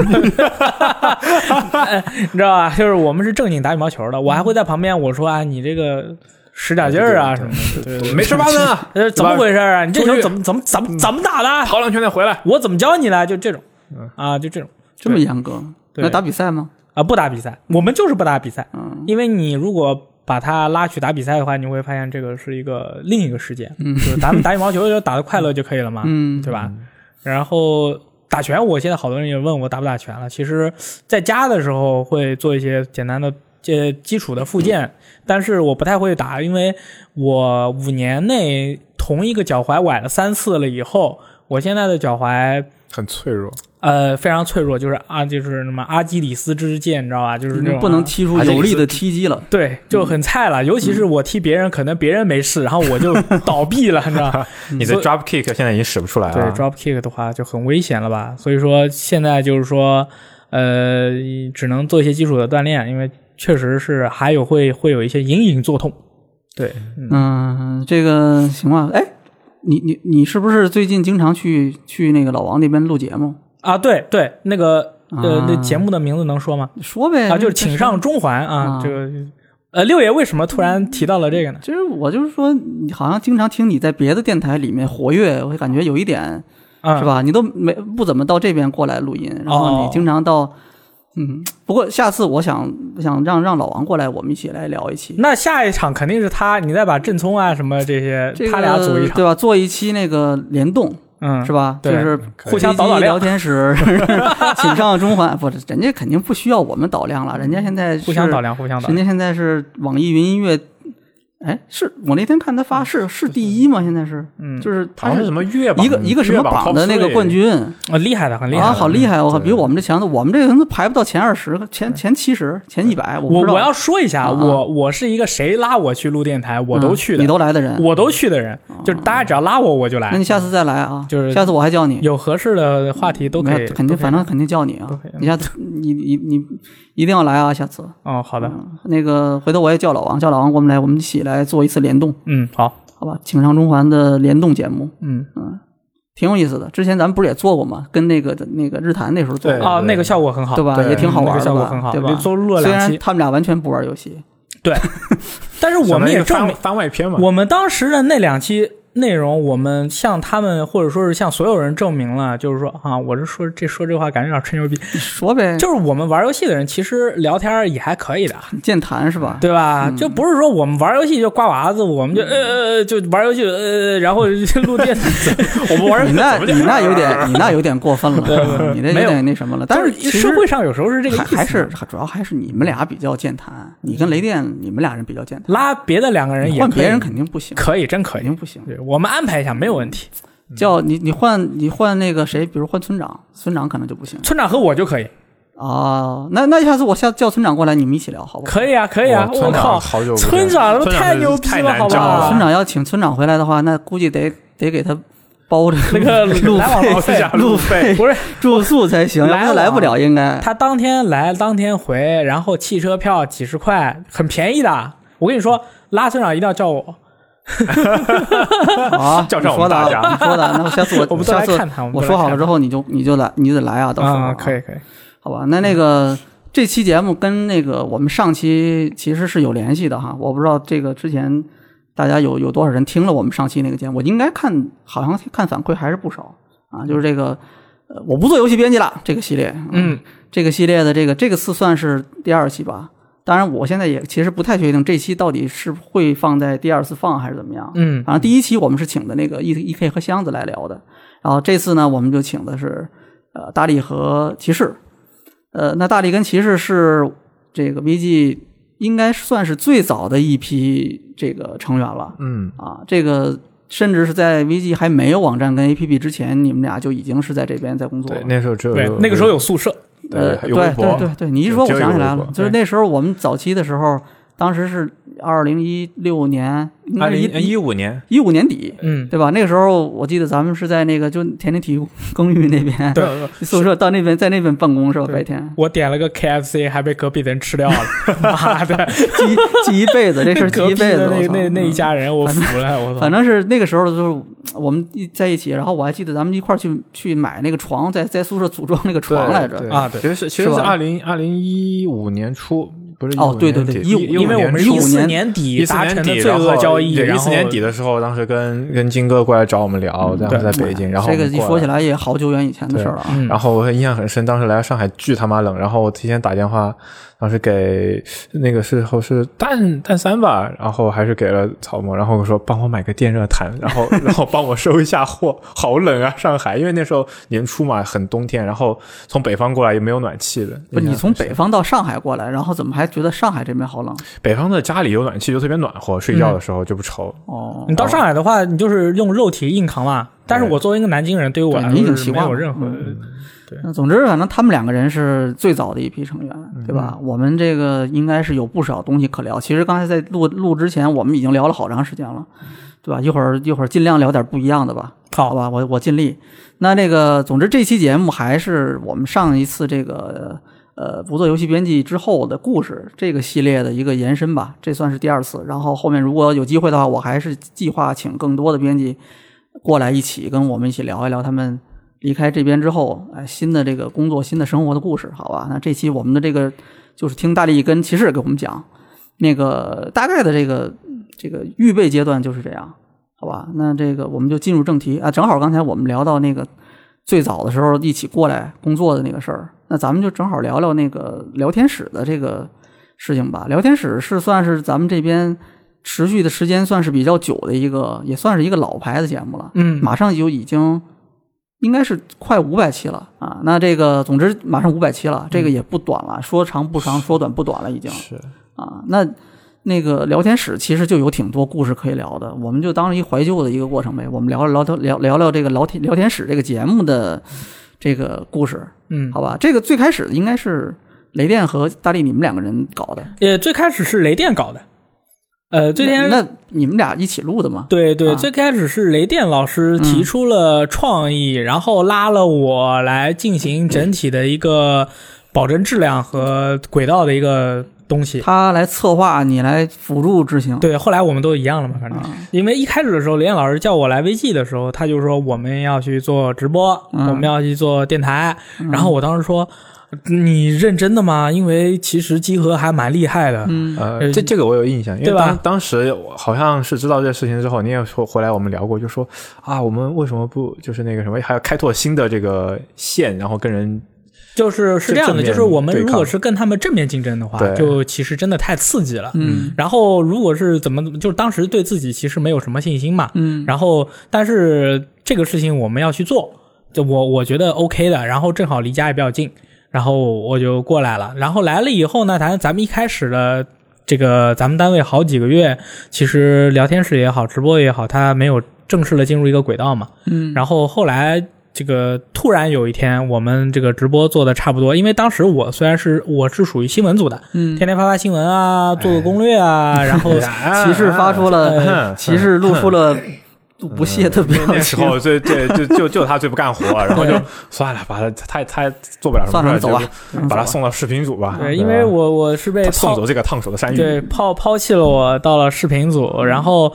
[SPEAKER 3] 你 [LAUGHS] 知道吧？就是我们是正经打羽毛球的，我还会在旁边我说啊，你这个使点劲儿啊什么的，对对
[SPEAKER 4] 没事八分
[SPEAKER 2] [LAUGHS]
[SPEAKER 4] 啊，
[SPEAKER 3] 呃，怎么回事啊？你这
[SPEAKER 4] 出
[SPEAKER 3] 球
[SPEAKER 4] 去嗯
[SPEAKER 3] 怎么怎么怎么怎么打的？
[SPEAKER 4] 跑两嗯圈再回来。
[SPEAKER 3] 我怎么教你的？就这种啊，就这种
[SPEAKER 2] 这么严格？
[SPEAKER 3] 对
[SPEAKER 2] 那打比赛吗？
[SPEAKER 3] 啊，不打比赛，我们就是不打比赛，
[SPEAKER 2] 嗯
[SPEAKER 3] 因为你如果把他拉去打比赛的话，你会发现这个是一个另一个世界，
[SPEAKER 2] 嗯
[SPEAKER 3] 就
[SPEAKER 2] [LAUGHS]
[SPEAKER 3] 是咱们打羽毛球就打得快乐就可以了嘛，
[SPEAKER 2] 嗯，
[SPEAKER 3] 对吧？然后打拳，我现在好多人也问我打不打拳了。其实，在家的时候会做一些简单的、这基础的复健，但是我不太会打，因为我五年内同一个脚踝崴了三次了以后，我现在的脚踝
[SPEAKER 4] 很脆弱，
[SPEAKER 3] 呃非常脆弱，就是啊，就是什么阿基里斯之腱，你知道吧？就是啊那
[SPEAKER 2] 你
[SPEAKER 3] 种
[SPEAKER 2] 不能踢出有力的踢击了。
[SPEAKER 3] 对，就很菜
[SPEAKER 2] 嗯
[SPEAKER 3] 了。尤其是我踢别人，可能别人没事，然后我就
[SPEAKER 2] [LAUGHS]
[SPEAKER 3] 倒闭了，你知道吧？
[SPEAKER 2] 嗯
[SPEAKER 4] 你的 drop kick 现在已经使不出
[SPEAKER 2] 啊
[SPEAKER 4] 来
[SPEAKER 3] 对
[SPEAKER 4] 了。
[SPEAKER 3] drop kick 的话就很危险了吧？所以说现在就是说，呃，只能做一些基础的锻炼，因为确实是还有会会有一些隐隐作痛。对，嗯，
[SPEAKER 2] 嗯，这个行吧。哎，你你你是不是最近经常去去那个老王那边录节目？
[SPEAKER 3] 啊，对对，那个呃，那
[SPEAKER 2] 啊
[SPEAKER 3] 节目的名字能说吗？
[SPEAKER 2] 说呗，
[SPEAKER 3] 啊，就是请上中环啊
[SPEAKER 2] 啊，
[SPEAKER 3] 这个呃，六爷为什么突然提到了这个呢？
[SPEAKER 2] 其实我就是说，你好像经常听你在别的电台里面活跃，我会感觉有一点、
[SPEAKER 3] 啊，
[SPEAKER 2] 是？吧？你都没不怎么到这边过来录音，然后
[SPEAKER 3] 哦
[SPEAKER 2] 你经常到，嗯。不过下次我想我想让让老王过来，我们一起来聊一期。
[SPEAKER 3] 那下一场肯定是他，你再把郑聪啊什么这些，
[SPEAKER 2] 这个
[SPEAKER 3] 他俩组一场，
[SPEAKER 2] 对吧？做一期那个联动
[SPEAKER 3] 嗯，
[SPEAKER 2] 是？吧？就
[SPEAKER 3] 对
[SPEAKER 2] 是
[SPEAKER 4] 可以
[SPEAKER 3] 互相导导量
[SPEAKER 2] 聊天室， [LAUGHS] 请上中环，不，人家肯定不需要我们导量了，人家现在
[SPEAKER 3] 互相
[SPEAKER 2] 是
[SPEAKER 3] 导量，互相导
[SPEAKER 2] 人
[SPEAKER 3] 量。
[SPEAKER 2] 家现在是网易云音乐，哎，是我那天看他发是是第一吗？现在是，
[SPEAKER 3] 嗯
[SPEAKER 2] 就是
[SPEAKER 4] 好
[SPEAKER 2] 他
[SPEAKER 4] 像
[SPEAKER 2] 是
[SPEAKER 4] 是什么月榜
[SPEAKER 2] 一个一个什么榜的那个冠，军
[SPEAKER 3] 啊，厉害的，很厉害的。
[SPEAKER 2] 啊，好厉害！我靠，
[SPEAKER 4] 对
[SPEAKER 2] 比我们这强的，我们这个人都排不到前二十、前前七十、前一百，我不
[SPEAKER 3] 我
[SPEAKER 2] 知道
[SPEAKER 3] 我要说一下，
[SPEAKER 2] 啊
[SPEAKER 3] 我我是一个谁拉我去录电台，我
[SPEAKER 2] 嗯
[SPEAKER 3] 都去的，
[SPEAKER 2] 你都来的人，
[SPEAKER 3] 我都去的人，就是大家只要拉我，我就来
[SPEAKER 2] 那。你下次再来啊，
[SPEAKER 3] 就是
[SPEAKER 2] 下次我还叫你，
[SPEAKER 3] 有合适的话题都可
[SPEAKER 2] 没
[SPEAKER 3] 以，
[SPEAKER 2] 有肯定
[SPEAKER 3] 都可以
[SPEAKER 2] 反正肯定叫你啊
[SPEAKER 3] 可以，
[SPEAKER 2] 你下次你你你一定要来啊，下次。
[SPEAKER 3] 哦，好的，
[SPEAKER 2] 那个，回头我也叫老王，叫老王，我们来，我们一起来做一次联动，
[SPEAKER 3] 嗯，好，
[SPEAKER 2] 好吧？请上中环的联动节目，
[SPEAKER 3] 嗯，
[SPEAKER 2] 挺有意思的。之前咱们不是也做过吗？跟那个那个日坛那时候做
[SPEAKER 4] 对
[SPEAKER 2] 过，
[SPEAKER 3] 哦，
[SPEAKER 4] 对
[SPEAKER 3] 那个效果很好，
[SPEAKER 2] 对吧？
[SPEAKER 4] 对
[SPEAKER 2] 也挺好玩的吧，
[SPEAKER 3] 那个效果很好
[SPEAKER 2] 对吧？
[SPEAKER 3] 就录了
[SPEAKER 2] 虽
[SPEAKER 3] 两期
[SPEAKER 2] 然他们俩完全不玩游戏， [LAUGHS]
[SPEAKER 3] 但是我
[SPEAKER 4] 我
[SPEAKER 3] 们也证
[SPEAKER 4] 翻
[SPEAKER 3] 明，
[SPEAKER 4] 番外篇嘛。
[SPEAKER 3] 我们当时的那两期内容，我们向他们或者说是向所有人证明了，就是说啊，我是说这说这话感觉有点吹牛逼，
[SPEAKER 2] 你说呗，
[SPEAKER 3] 就是我们玩游戏的人其实聊天也还可以的，
[SPEAKER 2] 健谈是吧？
[SPEAKER 3] 对吧？就不是说我们玩游戏就瓜娃子，我们就呃呃呃就玩游戏呃，然后就录电台，我们玩
[SPEAKER 2] 你那你那有点你那有点过分了， [LAUGHS] 你这有
[SPEAKER 3] 啊没有
[SPEAKER 2] 点那什么了。但
[SPEAKER 3] 但
[SPEAKER 2] 是
[SPEAKER 3] 是
[SPEAKER 2] 其实
[SPEAKER 3] 社会上有时候是这个
[SPEAKER 2] 还
[SPEAKER 3] 意思，
[SPEAKER 2] 还
[SPEAKER 3] 啊
[SPEAKER 2] 是主要还是你们俩比较健谈，你跟雷电你们俩人比较健谈，
[SPEAKER 3] 拉别的两个人也
[SPEAKER 2] 换
[SPEAKER 3] 可以
[SPEAKER 2] 别人肯定嗯不行，
[SPEAKER 3] 可以，真可
[SPEAKER 2] 肯
[SPEAKER 3] 以
[SPEAKER 2] 定。不行。
[SPEAKER 3] 对，我们安排一下，没有问题。
[SPEAKER 2] 叫你你换你换那个谁，比如换村长，村长可能就不行
[SPEAKER 3] 村长和我就可以，
[SPEAKER 2] 啊。那那下次我下叫村长过来，你们一起聊好不好？
[SPEAKER 3] 可以啊，可以啊！
[SPEAKER 4] 哇
[SPEAKER 3] 我
[SPEAKER 4] 村长
[SPEAKER 3] 靠，
[SPEAKER 4] 好久不见
[SPEAKER 3] 村长
[SPEAKER 4] 村长
[SPEAKER 3] 太
[SPEAKER 4] 是
[SPEAKER 3] 牛逼
[SPEAKER 4] 太
[SPEAKER 3] 了，
[SPEAKER 4] 难
[SPEAKER 3] 好
[SPEAKER 4] 找
[SPEAKER 3] 吧？
[SPEAKER 4] 了
[SPEAKER 2] 啊村长要请村长回来的话，那估计得得给他包着
[SPEAKER 3] 那个
[SPEAKER 2] 路
[SPEAKER 3] 来往
[SPEAKER 2] 费
[SPEAKER 3] 路费啊
[SPEAKER 2] [LAUGHS] 路费、
[SPEAKER 3] 不是
[SPEAKER 2] 住宿才行，要
[SPEAKER 3] 来
[SPEAKER 2] 不他来不了应该。
[SPEAKER 3] 他当天来，当天回，然后汽车票几十块，很便宜的。我跟你说，拉村长一定要叫我，
[SPEAKER 2] 啊，
[SPEAKER 4] 叫
[SPEAKER 2] 你
[SPEAKER 4] 上我
[SPEAKER 2] 说
[SPEAKER 4] 们
[SPEAKER 2] 的啊，
[SPEAKER 4] 大家
[SPEAKER 2] 你说的，那下
[SPEAKER 3] [LAUGHS]
[SPEAKER 2] 次
[SPEAKER 3] 我
[SPEAKER 2] 我
[SPEAKER 3] 们都来
[SPEAKER 2] 下次
[SPEAKER 3] 看看我们都
[SPEAKER 2] 我
[SPEAKER 3] 来
[SPEAKER 2] 说好
[SPEAKER 3] 看
[SPEAKER 2] 了
[SPEAKER 3] 看
[SPEAKER 2] 之后，你就你就来你得来啊，到时候
[SPEAKER 3] 啊，
[SPEAKER 2] 啊
[SPEAKER 3] 可以可以，
[SPEAKER 2] 好吧？那那个这期节目跟那个我们上期其实是有联系的哈，我不知道这个之前大家有有多少人听了我们上期那个节目，我应该看好像看反馈还是不少啊，就是这个。呃，我不做游戏编辑了，这个系列，
[SPEAKER 3] 嗯，
[SPEAKER 2] 这个系列的这个这个次算是第二期吧。当然，我现在也其实不太确定这期到底是会放在第二次放还是怎么样。
[SPEAKER 3] 嗯
[SPEAKER 2] 反正第一期我们是请的那个 E E K 和箱子来聊的，然后这次呢，我们就请的是呃大力和骑士。呃，那大力跟骑士是这个 VG 应该算是最早的一批这个成员了。
[SPEAKER 4] 嗯，
[SPEAKER 2] 啊，这个甚至是在 VG 还没有网站跟 APP 之前，你们俩就已经是在这边在工作
[SPEAKER 4] 对
[SPEAKER 2] 了，。
[SPEAKER 4] 那时候只有
[SPEAKER 3] 对，那个时候有宿舍，
[SPEAKER 2] 呃，
[SPEAKER 4] 对
[SPEAKER 2] 对
[SPEAKER 4] 有微博
[SPEAKER 2] 对对对，你一说我
[SPEAKER 4] 就有
[SPEAKER 2] 想起
[SPEAKER 4] 微
[SPEAKER 2] 来
[SPEAKER 4] 博哎
[SPEAKER 2] 了，就是那时候我们早期的时候，当时是二零一六年，应该
[SPEAKER 4] 二
[SPEAKER 2] 是
[SPEAKER 4] 零
[SPEAKER 2] 一
[SPEAKER 4] 一五年，
[SPEAKER 2] 一五年底，
[SPEAKER 3] 嗯，
[SPEAKER 2] 对吧？那个时候我记得咱们是在那个就田田体育公寓那边，
[SPEAKER 3] 对，
[SPEAKER 2] 宿舍到那边在那边办公是吧？
[SPEAKER 3] 对
[SPEAKER 2] 白天
[SPEAKER 3] 我点了个 KFC，还被隔壁的人吃
[SPEAKER 2] [LAUGHS]
[SPEAKER 3] 掉了，妈的！
[SPEAKER 2] 记记一辈子，这事
[SPEAKER 4] [LAUGHS]
[SPEAKER 2] 儿记
[SPEAKER 3] 隔
[SPEAKER 2] 一
[SPEAKER 3] 壁
[SPEAKER 2] 辈
[SPEAKER 3] 的
[SPEAKER 2] 子。我
[SPEAKER 3] 那
[SPEAKER 2] 操
[SPEAKER 3] 那那一，家人，我
[SPEAKER 2] 反正
[SPEAKER 3] 服了，我
[SPEAKER 2] 嗯
[SPEAKER 3] 操！
[SPEAKER 2] 反正是那个时候就是我们一在一起，然后我还记得咱们一块儿去去买那个床，在在宿舍组装那个床来着。
[SPEAKER 3] 啊对
[SPEAKER 4] 其实是其实
[SPEAKER 2] 是
[SPEAKER 4] 是
[SPEAKER 2] 吧
[SPEAKER 4] 二零二零一五年初，不是
[SPEAKER 2] 哦
[SPEAKER 4] 15
[SPEAKER 2] 对对
[SPEAKER 4] 年
[SPEAKER 2] 对
[SPEAKER 4] 底
[SPEAKER 2] 15
[SPEAKER 3] 因为我们是
[SPEAKER 2] 15
[SPEAKER 3] 一四
[SPEAKER 2] 年
[SPEAKER 3] 年底
[SPEAKER 4] 一四
[SPEAKER 3] 达成
[SPEAKER 4] 年
[SPEAKER 3] 的
[SPEAKER 4] 底
[SPEAKER 3] 罪恶交易，
[SPEAKER 4] 一
[SPEAKER 3] 然
[SPEAKER 4] 四
[SPEAKER 3] 后
[SPEAKER 4] 年底的时候，当时跟跟金哥过来找我们聊，然后在北京，然后
[SPEAKER 2] 这个一说起
[SPEAKER 4] 来，
[SPEAKER 2] 来也好久远以前的事儿了啊。
[SPEAKER 3] 嗯
[SPEAKER 4] 然后我印象很深，当时来上海巨他妈冷，然后我提前打电话，当时给那个时候是蛋蛋三吧，然后还是给了草蜢，然后我说帮我买个电热毯，然后然后帮我收一下货，好冷啊上海，因为那时候年初嘛，很冬天，然后从北方过来也没有暖气的，
[SPEAKER 2] 不，
[SPEAKER 4] 印象
[SPEAKER 2] 你从
[SPEAKER 4] 很深
[SPEAKER 2] 北方到上海过来，然后怎么还觉得上海这边好冷？
[SPEAKER 4] 北方的家里有暖气就特别暖和，睡
[SPEAKER 2] 嗯
[SPEAKER 4] 觉的时候就不愁。
[SPEAKER 2] 哦
[SPEAKER 3] 你，到上海的话，你就是用肉体硬扛嘛。但是
[SPEAKER 4] 对
[SPEAKER 3] 我作为一个南京人，对于我
[SPEAKER 2] 对
[SPEAKER 3] 来
[SPEAKER 2] 你已经
[SPEAKER 3] 说
[SPEAKER 2] 习
[SPEAKER 3] 是没
[SPEAKER 2] 惯
[SPEAKER 3] 有
[SPEAKER 2] 了
[SPEAKER 3] 任何
[SPEAKER 2] 嗯那总之，反正他们两个人是最早的一批成员，对吧？我们这个应该是有不少东西可聊。其实刚才在录录之前，我们已经聊了好长时间了，对吧？一会儿一会儿尽量聊点不一样的吧，好
[SPEAKER 3] 好。
[SPEAKER 2] 吧？我我尽力。那那个，总之这期节目还是我们上一次这个呃不做游戏编辑之后的故事这个系列的一个延伸吧，这算是第二次。然后后面如果有机会的话，我还是计划请更多的编辑过来一起跟我们一起聊一聊他们离开这边之后，哎，新的这个工作、新的生活的故事，好吧？那这期我们的这个就是听大力跟骑士给我们讲那个大概的这个这个预备阶段就是这样，好吧？那这个我们就进入正题啊，正好刚才我们聊到那个最早的时候一起过来工作的那个事儿，那咱们就正好聊聊那个聊天室的这个事情吧。聊天室是算是咱们这边持续的时间算是比较久的一个，也算是一个老牌的节目了。
[SPEAKER 3] 嗯
[SPEAKER 2] 马上就已经应该是快五百期了啊。那这个总之马上五百期了，这个也不短了，说长不长，说短不短了，已经
[SPEAKER 4] 是
[SPEAKER 2] 啊。那那个聊天室其实就有挺多故事可以聊的，我们就当一怀旧的一个过程呗。我们聊聊聊聊聊聊这个聊天聊天室这个节目的这个故事，
[SPEAKER 3] 嗯，
[SPEAKER 2] 好吧？这个最开始应该是雷电和大力你们两个人搞的，
[SPEAKER 3] 呃，最开始是雷电搞的，呃，最先
[SPEAKER 2] 那那你们俩一起录的吗？
[SPEAKER 3] 对对，
[SPEAKER 2] 啊
[SPEAKER 3] 最开始是雷电老师提出了创
[SPEAKER 4] 嗯
[SPEAKER 3] 意，然后拉了我来进行整体的一个保证质量和轨道的一个东西。
[SPEAKER 2] 他来策划，你来辅助执行。
[SPEAKER 3] 对，后来我们都一样了嘛，反正
[SPEAKER 2] 啊
[SPEAKER 4] 嗯
[SPEAKER 3] 因为一开始的时候，雷电老师叫我来 VG 的时候，他就说我们要去做直播，
[SPEAKER 2] 嗯
[SPEAKER 3] 我们要去做电台。
[SPEAKER 4] 嗯
[SPEAKER 3] 然后我当时说：“你认真的吗？因为其实集合还蛮厉害的。
[SPEAKER 2] 嗯，
[SPEAKER 4] 呃，
[SPEAKER 3] 呃
[SPEAKER 4] 这这个我有印象，因为
[SPEAKER 3] 对吧
[SPEAKER 4] 当当时我好像是知道这事情之后，你也说回来我们聊过，就说啊，我们为什么不就是那个什么，还要开拓新的这个线，然后跟人
[SPEAKER 3] 就是是这样的，
[SPEAKER 4] 是正面
[SPEAKER 3] 就是我们
[SPEAKER 4] 对
[SPEAKER 3] 如
[SPEAKER 4] 抗
[SPEAKER 3] 果是跟他们正面竞争的话，
[SPEAKER 4] 对
[SPEAKER 3] 就其实真的太刺激了。
[SPEAKER 2] 嗯
[SPEAKER 3] 然后如果是怎么，就是当时对自己其实没有什么信心嘛。
[SPEAKER 2] 嗯，
[SPEAKER 3] 然后，但是这个事情我们要去做，就我我觉得 OK 的。然后正好离家也比较近，然后我就过来了。然后来了以后呢，咱咱们一开始的这个咱们单位好几个月，其实聊天室也好，直播也好，它没有正式的进入一个轨道嘛。
[SPEAKER 2] 嗯
[SPEAKER 3] 然后后来这个突然有一天，我们这个直播做的差不多，因为当时我虽然是我是属于新闻组的，
[SPEAKER 2] 嗯
[SPEAKER 3] 天天发发新闻啊，做
[SPEAKER 4] 哎
[SPEAKER 3] 做攻略啊，然
[SPEAKER 4] [LAUGHS]
[SPEAKER 3] 后
[SPEAKER 2] 骑士发出了，
[SPEAKER 4] 嗯
[SPEAKER 2] 骑士露出了不屑的表
[SPEAKER 4] 那时
[SPEAKER 2] 情。
[SPEAKER 4] 候最最就就就他最不干活，然 [LAUGHS] 后就算了，把他他他做不了什么
[SPEAKER 2] 算
[SPEAKER 4] 事
[SPEAKER 2] 了
[SPEAKER 4] 儿，
[SPEAKER 2] 走吧
[SPEAKER 4] 就把他送到视频组吧。
[SPEAKER 3] 对，因为
[SPEAKER 4] 吧
[SPEAKER 3] 我我是被
[SPEAKER 4] 他送
[SPEAKER 3] 抛
[SPEAKER 4] 走这个烫手的山芋，
[SPEAKER 3] 对抛抛弃了我，到了视频组，然后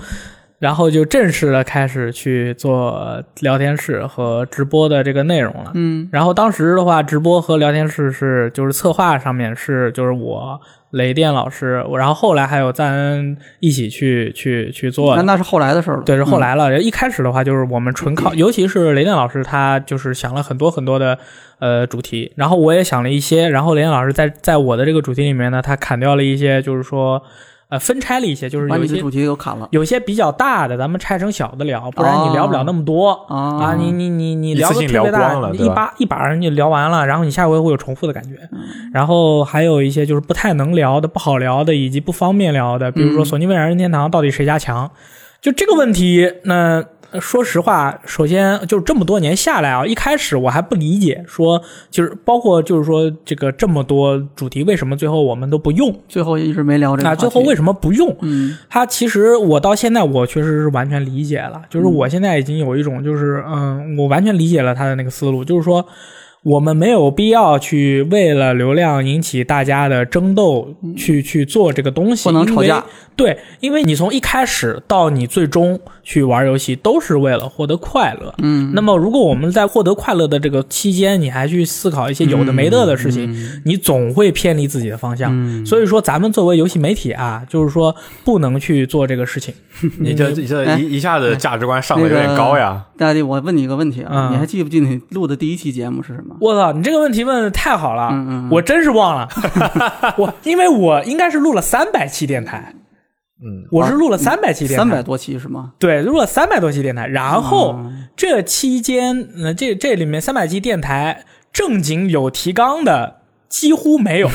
[SPEAKER 3] 然后就正式的开始去做聊天室和直播的这个内容了。
[SPEAKER 2] 嗯
[SPEAKER 3] 然后当时的话，直播和聊天室是就是策划上面是就是我雷电老师，我然后后来还有赞恩一起去去去做
[SPEAKER 2] 那
[SPEAKER 3] 的。
[SPEAKER 2] 那是后来的事儿了。
[SPEAKER 3] 对，是后来了。一开始的话，就是我们纯靠，尤其是雷电老师，他就是想了很多很多的呃主题，然后我也想了一些，然后雷电老师在在我的这个主题里面呢，他砍掉了一些，就是说呃分拆了一些，就是
[SPEAKER 2] 嗯把
[SPEAKER 3] 有
[SPEAKER 2] 你
[SPEAKER 3] 一
[SPEAKER 2] 的
[SPEAKER 3] 些
[SPEAKER 2] 主题给我砍了
[SPEAKER 3] 有一些比较大的，咱们拆成小的聊，不然你聊不了那么多。啊，
[SPEAKER 2] 啊！
[SPEAKER 3] 你你你你
[SPEAKER 4] 一次
[SPEAKER 3] 聊的
[SPEAKER 4] 性
[SPEAKER 3] 特别
[SPEAKER 4] 聊
[SPEAKER 3] 大，
[SPEAKER 4] 光了
[SPEAKER 3] 你
[SPEAKER 4] 对
[SPEAKER 3] 一
[SPEAKER 4] 吧
[SPEAKER 3] 把一把人就聊完了，然后你下回会有重复的感觉。
[SPEAKER 2] 嗯
[SPEAKER 3] 然后还有一些就是不太能聊的、不好聊的，以及不方便聊的，比如说
[SPEAKER 2] 嗯
[SPEAKER 3] 索尼蔚然任天堂到底谁家强，就这个问题，那呃说实话，首先就是这么多年下来啊，一开始我还不理解，说就是包括就是说这个这么多主题，为什么最后我们都不用？
[SPEAKER 2] 最后一直没聊这个
[SPEAKER 3] 那
[SPEAKER 2] 话题。
[SPEAKER 3] 啊最后为什么不用？
[SPEAKER 2] 嗯
[SPEAKER 3] 它其实我到现在我确实是完全理解了，就是
[SPEAKER 2] 嗯
[SPEAKER 3] 我现在已经有一种就是嗯，我完全理解了他的那个思路，就是说我们没有必要去为了流量引起大家的争斗去去做这个东西，
[SPEAKER 2] 嗯不能吵架
[SPEAKER 3] 因为。对，因为你从一开始到你最终去玩游戏，都是为了获得快乐。
[SPEAKER 2] 嗯，
[SPEAKER 3] 那么，如果我们在获得快乐的这个期间，你还去思考一些有的没的的事情，
[SPEAKER 2] 嗯
[SPEAKER 3] 你总会偏离自己的方向。所以说，咱们作为游戏媒体啊，就是说不能去做这个事情。
[SPEAKER 4] 你这你这
[SPEAKER 2] 哎
[SPEAKER 4] 一一下子价值观上
[SPEAKER 2] 那
[SPEAKER 4] 的有
[SPEAKER 2] 个
[SPEAKER 4] 点高呀。
[SPEAKER 2] 大弟，我问你一个问题啊，
[SPEAKER 3] 嗯
[SPEAKER 2] 你还记不记得你录的第一期节目是什么？
[SPEAKER 3] 我操，你这个问题问的太好了，
[SPEAKER 2] 嗯嗯嗯
[SPEAKER 3] 我真是
[SPEAKER 2] [LAUGHS]
[SPEAKER 3] 忘了。我因为我应该是录了三百期电台，
[SPEAKER 4] 嗯，
[SPEAKER 3] 我是录了三百期电台，
[SPEAKER 2] 哦三百多期是吗？
[SPEAKER 3] 对，录了三百多期电台，然后
[SPEAKER 2] 嗯
[SPEAKER 3] 这期间，呃，这这里面三百期电台正经有提纲的几乎没有，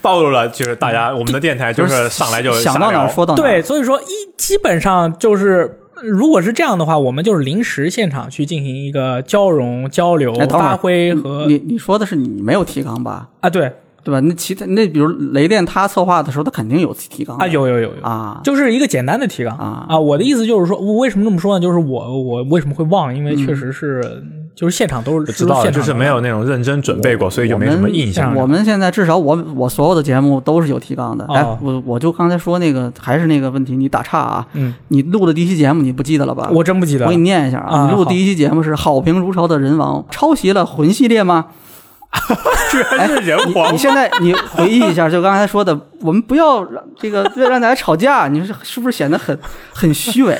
[SPEAKER 4] 暴露了就是大家我们的电台就是上来就
[SPEAKER 2] 想到哪儿说到哪儿。哎
[SPEAKER 3] 对，，所以说一基本上就是。如果是这样的话，我们就是临时现场去进行一个交融、交流、
[SPEAKER 2] 哎等会儿
[SPEAKER 3] 发挥和
[SPEAKER 2] 你嗯你说的是你没有提纲吧？
[SPEAKER 3] 啊，对
[SPEAKER 2] 对吧？那其他那比如雷电他策划的时候，他肯定有提纲的
[SPEAKER 3] 啊，有有有有，
[SPEAKER 2] 啊，
[SPEAKER 3] 就是一个简单的提纲
[SPEAKER 2] 啊
[SPEAKER 3] 我的意思就是说，我为什么这么说呢？就是我我为什么会忘？因为确实是、就是现场都是
[SPEAKER 4] 知道了，
[SPEAKER 3] 现场
[SPEAKER 4] 就是
[SPEAKER 3] 的
[SPEAKER 4] 没有那种认真准备过，所以就没什么印象。
[SPEAKER 2] 我们我们现在至少我我所有的节目都是有提纲的。
[SPEAKER 3] 哦
[SPEAKER 2] 哎，我我就刚才说那个还是那个问题，你打岔啊。
[SPEAKER 3] 嗯，
[SPEAKER 2] 你录的第一期节目你不记得了吧？
[SPEAKER 3] 我真不记得
[SPEAKER 2] 我
[SPEAKER 3] 了
[SPEAKER 2] 给你念一下
[SPEAKER 3] 啊
[SPEAKER 2] 你录的第一期节目是好评如潮的人王，抄袭了魂系列
[SPEAKER 3] [LAUGHS]
[SPEAKER 2] 吗？
[SPEAKER 4] 居然是人
[SPEAKER 2] 哎你
[SPEAKER 4] 皇
[SPEAKER 2] 你，现在你回忆一下，就刚才说的，我们不要让这个为了让大家吵架，你是是不是显得很很虚伪，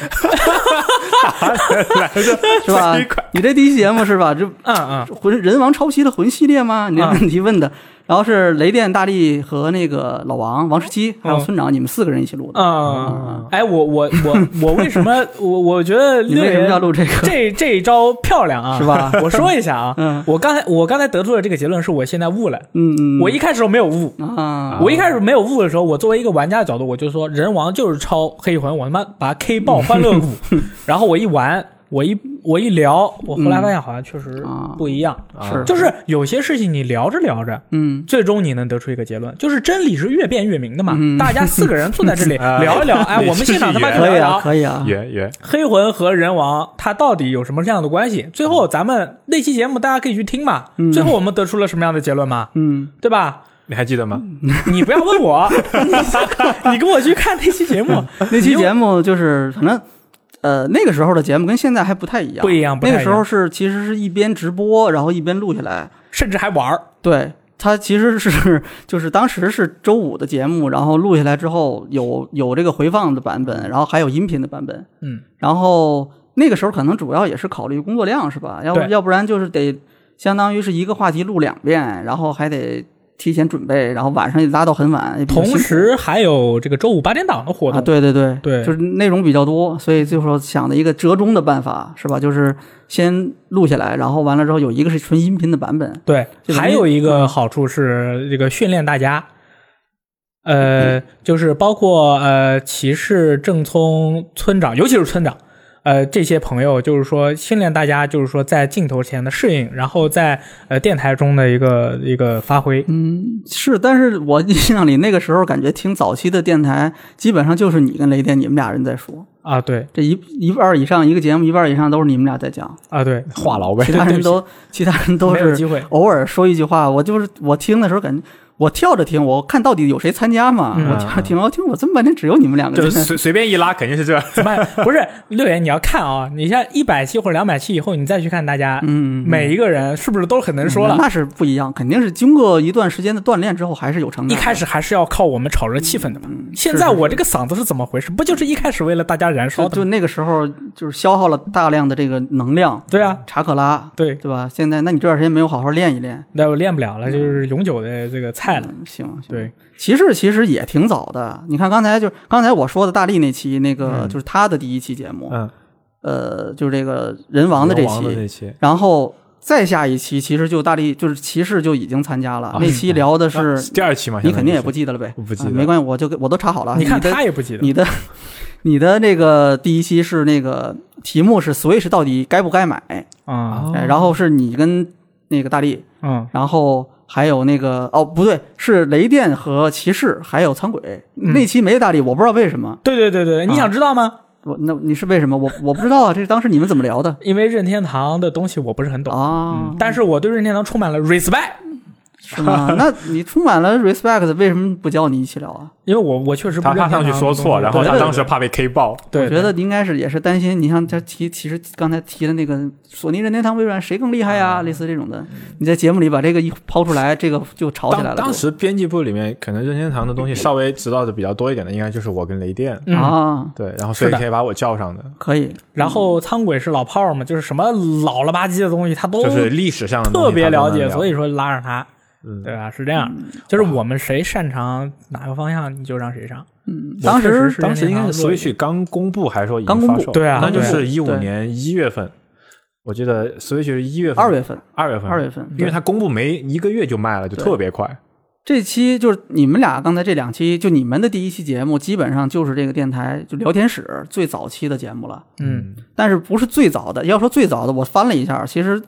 [SPEAKER 4] 来的
[SPEAKER 2] 是吧
[SPEAKER 3] [LAUGHS]
[SPEAKER 4] [LAUGHS] 这一款？
[SPEAKER 2] 你这第一期节目是吧？这
[SPEAKER 3] 嗯嗯，
[SPEAKER 2] 魂人王抄袭了魂系列吗？ [LAUGHS] 你这
[SPEAKER 3] 啊
[SPEAKER 2] 问题问的，然后是雷电、大力和那个老王、王十七还有
[SPEAKER 3] 嗯
[SPEAKER 2] 村长，你们四个人一起录的。
[SPEAKER 3] 啊、哎，我我我我为什么 [LAUGHS] 我我觉得
[SPEAKER 2] 你
[SPEAKER 3] 六
[SPEAKER 2] 为什么
[SPEAKER 3] 爷
[SPEAKER 2] 要录这个？
[SPEAKER 3] 这这一招漂亮啊，
[SPEAKER 2] 是吧？
[SPEAKER 3] [LAUGHS] 我说一下啊，
[SPEAKER 2] [LAUGHS] 嗯
[SPEAKER 3] 我刚才我刚才得出的这个结论是我现在悟了，
[SPEAKER 2] 嗯，
[SPEAKER 3] 我一开始都没有悟。
[SPEAKER 2] 啊，
[SPEAKER 3] 我一开始没有悟的时候，我作为一个玩家的角度，我就说人王就是抄黑魂，我他妈把 K 爆欢乐谷，
[SPEAKER 2] 嗯 [LAUGHS]
[SPEAKER 3] 然后我一玩，我一我一聊，我后来发现好像确实
[SPEAKER 2] 啊
[SPEAKER 3] 不一样，
[SPEAKER 2] 是
[SPEAKER 3] 就是有些事情你聊着聊着，
[SPEAKER 2] 嗯
[SPEAKER 3] 最终你能得出一个结论，就是真理是越辩越明的嘛。
[SPEAKER 2] 嗯
[SPEAKER 3] 大家四个人坐在这
[SPEAKER 2] [LAUGHS]
[SPEAKER 3] 里
[SPEAKER 4] 啊
[SPEAKER 3] 聊一聊，哎，
[SPEAKER 4] 理
[SPEAKER 3] 我们现场他妈
[SPEAKER 4] 智
[SPEAKER 2] 可
[SPEAKER 3] 聊一
[SPEAKER 2] 以啊，
[SPEAKER 3] 聊。
[SPEAKER 2] 可以啊，
[SPEAKER 4] 也也
[SPEAKER 3] 黑魂和人王，它到底有什么这样的关系？最后咱们那期节目大家可以去听嘛。最后我们得出了什么样的结论嘛？
[SPEAKER 2] 嗯，
[SPEAKER 3] 对吧？
[SPEAKER 4] 你还记得吗？
[SPEAKER 3] 你不要问我， [LAUGHS] 你你跟我去看那期节目。
[SPEAKER 2] 那期节目就是反正。呃，那个时候的节目跟现在还不太一样，
[SPEAKER 3] 不一样不太
[SPEAKER 2] 那个
[SPEAKER 3] 一样
[SPEAKER 2] 时候是其实是一边直播，然后一边录下来。
[SPEAKER 3] 甚至还玩儿，
[SPEAKER 2] 对，它其实是 [LAUGHS] 就是当时是周五的节目，然后录下来之后有有这个回放的版本，然后还有音频的版本。
[SPEAKER 3] 嗯，
[SPEAKER 2] 然后那个时候可能主要也是考虑工作量是吧？要不
[SPEAKER 3] 对
[SPEAKER 2] 要不然就是得相当于是一个话题录两遍，然后还得提前准备，然后晚上也拉到很晚。也比较辛苦
[SPEAKER 3] 同时还有这个周五八点档的活
[SPEAKER 2] 啊，
[SPEAKER 3] 动。
[SPEAKER 2] 对对对
[SPEAKER 3] 对
[SPEAKER 2] 就是内容比较多，所以最后想的一个折中的办法是吧？就是先录下来，然后完了之后有一个是纯音频的版本，
[SPEAKER 3] 对，
[SPEAKER 2] 这个嗯
[SPEAKER 3] 还有一个好处是这个训练大家，呃，
[SPEAKER 2] 嗯
[SPEAKER 3] 就是包括呃骑士、正聪、村长，尤其是村长。呃，这些朋友就是说训练大家，就是说在镜头前的适应，然后在呃电台中的一个一个发挥。
[SPEAKER 2] 嗯，是，但是我印象里那个时候感觉听早期的电台，基本上就是你跟雷电你们俩人在说，
[SPEAKER 3] 啊，对
[SPEAKER 2] 这一一半儿以上一个节目一半儿以上都是你们俩在讲，
[SPEAKER 3] 啊，对，
[SPEAKER 4] 话痨呗
[SPEAKER 2] [LAUGHS] 其他人都其他人都
[SPEAKER 3] 没有机
[SPEAKER 2] 是
[SPEAKER 3] 会。
[SPEAKER 2] 偶尔说一句话，我就是我听的时候感觉。我跳着听，我看到底有谁参加嘛？
[SPEAKER 3] 嗯
[SPEAKER 2] 我跳着听，我听我这么半天只有你们两个
[SPEAKER 4] [LAUGHS] 就
[SPEAKER 2] 人
[SPEAKER 4] 是，随随便一拉，肯定是这。
[SPEAKER 3] 怎么办 [LAUGHS] 不是六爷，你要看啊，你像一百期或者两百期以后，你再去看大家、
[SPEAKER 2] 嗯，
[SPEAKER 3] 每一个人是不是都很能说了。
[SPEAKER 2] 那是不一样，肯定是经过一段时间的锻炼之后，还是有成
[SPEAKER 3] 一
[SPEAKER 2] 长。
[SPEAKER 3] 开始还是要靠我们炒热气氛的
[SPEAKER 2] 嗯
[SPEAKER 3] 嘛。现在我这个嗓子是怎么回事？不就是一开始为了大家燃烧
[SPEAKER 2] 就
[SPEAKER 3] 的
[SPEAKER 2] 就
[SPEAKER 3] 吗？
[SPEAKER 2] 那个时候，就是消耗了大量的这个能量，
[SPEAKER 3] 对啊，
[SPEAKER 2] 查克拉，
[SPEAKER 3] 对，
[SPEAKER 2] 对吧？现在，那你这段时间没有好好练一练，
[SPEAKER 3] 那我练不了了，就是永久的这个菜
[SPEAKER 2] 嗯
[SPEAKER 3] 了。
[SPEAKER 2] 行，行。
[SPEAKER 3] 对，
[SPEAKER 2] 骑士其实也挺早的，你看刚才就是刚才我说的大力那期，那
[SPEAKER 3] 嗯
[SPEAKER 2] 个就是他的第一期节
[SPEAKER 4] [LAUGHS]
[SPEAKER 2] 目，
[SPEAKER 4] 嗯，
[SPEAKER 2] 呃，就是这个人王的这
[SPEAKER 4] 王的
[SPEAKER 2] 期，
[SPEAKER 4] 那期
[SPEAKER 2] 然后再下一期其实就大力就是骑士就已经参加了，
[SPEAKER 4] 啊
[SPEAKER 2] 那期聊的是
[SPEAKER 4] [LAUGHS] 第二期嘛，
[SPEAKER 2] 你肯定也不
[SPEAKER 4] 记
[SPEAKER 2] 记得了呗，
[SPEAKER 4] 我不记
[SPEAKER 2] 啊
[SPEAKER 4] 得
[SPEAKER 2] 没关系，我就给我都查好了，
[SPEAKER 3] 你看
[SPEAKER 2] 的
[SPEAKER 3] 他也不记得，
[SPEAKER 2] 你的你的这个第一期是那个题目是 Switch 到底该不该买，
[SPEAKER 3] 啊，
[SPEAKER 2] 哎然后是你跟那个大力，
[SPEAKER 3] 嗯，
[SPEAKER 2] 然后还有那个哦不对，是雷电和骑士，还有苍鬼、那期没大力，我不知道为什么，
[SPEAKER 3] 对对对对，
[SPEAKER 2] 啊
[SPEAKER 3] 你想知道吗？
[SPEAKER 2] 我那你是为什么？我我不知道啊，这是当时你们怎么聊的
[SPEAKER 3] 因为任天堂的东西我不是很懂，
[SPEAKER 2] 啊？
[SPEAKER 3] 但是我对任天堂充满了 respect， [LAUGHS]
[SPEAKER 2] 是吗？那你充满了 respect，为什么不叫你一起聊啊？
[SPEAKER 3] 因为我我确实不
[SPEAKER 4] 他
[SPEAKER 3] 是任
[SPEAKER 4] 怕
[SPEAKER 3] 天堂
[SPEAKER 4] 上去说错，
[SPEAKER 3] 的
[SPEAKER 4] 然后
[SPEAKER 3] 东西
[SPEAKER 4] 他当时怕被 K 爆。
[SPEAKER 3] 对，
[SPEAKER 2] 我
[SPEAKER 3] 对
[SPEAKER 2] 觉得应该是也是担心，你像他提，其实刚才提的那个索尼、任天堂、微软谁更厉害呀、
[SPEAKER 3] 啊
[SPEAKER 2] 类似这种的，你在节目里把这个一抛出来，这个就吵起来
[SPEAKER 4] 当
[SPEAKER 2] 了。
[SPEAKER 4] 当时编辑部里面，可能任天堂的东西稍微知道的比较多一点的，应该就是我跟雷电。
[SPEAKER 2] 就
[SPEAKER 3] 嗯
[SPEAKER 2] 啊，
[SPEAKER 4] 对，然后所
[SPEAKER 3] 是
[SPEAKER 4] 以
[SPEAKER 3] 的
[SPEAKER 4] 可以把我叫上的，
[SPEAKER 2] 可以，
[SPEAKER 3] 然后苍鬼是老炮儿嘛，就是什么老了吧唧的东西，他都
[SPEAKER 4] 就是历史上的东西
[SPEAKER 3] 特别
[SPEAKER 4] 他都
[SPEAKER 3] 了
[SPEAKER 4] 能
[SPEAKER 3] 解，
[SPEAKER 4] 聊
[SPEAKER 3] 所以说拉上他，
[SPEAKER 4] 嗯
[SPEAKER 3] 对啊吧？是这样，就是我们谁擅长哪个方向，你就让谁上。
[SPEAKER 2] 嗯，
[SPEAKER 3] 我
[SPEAKER 2] 当
[SPEAKER 3] 确实
[SPEAKER 2] 时
[SPEAKER 3] 是
[SPEAKER 4] 当时应该是
[SPEAKER 3] 任天堂的
[SPEAKER 4] Switch 刚公布还是说已
[SPEAKER 2] 刚
[SPEAKER 4] 经
[SPEAKER 2] 公布
[SPEAKER 4] 发售？
[SPEAKER 3] 对啊
[SPEAKER 4] 那就
[SPEAKER 2] 对
[SPEAKER 4] 是一五
[SPEAKER 2] 对
[SPEAKER 4] 年一月份，我记得 Switch 是一月份、
[SPEAKER 2] 二月份，
[SPEAKER 4] 二月份、
[SPEAKER 2] 二月份
[SPEAKER 4] 因为它公布没一个月就卖了，就
[SPEAKER 2] 对
[SPEAKER 4] 特别快。
[SPEAKER 2] 这期就是你们俩刚才这两期，就你们的第一期节目，基本上就是这个电台就聊天室最早期的节目了。
[SPEAKER 3] 嗯，
[SPEAKER 2] 但是不是最早的？要说最早的，我翻了一下，其实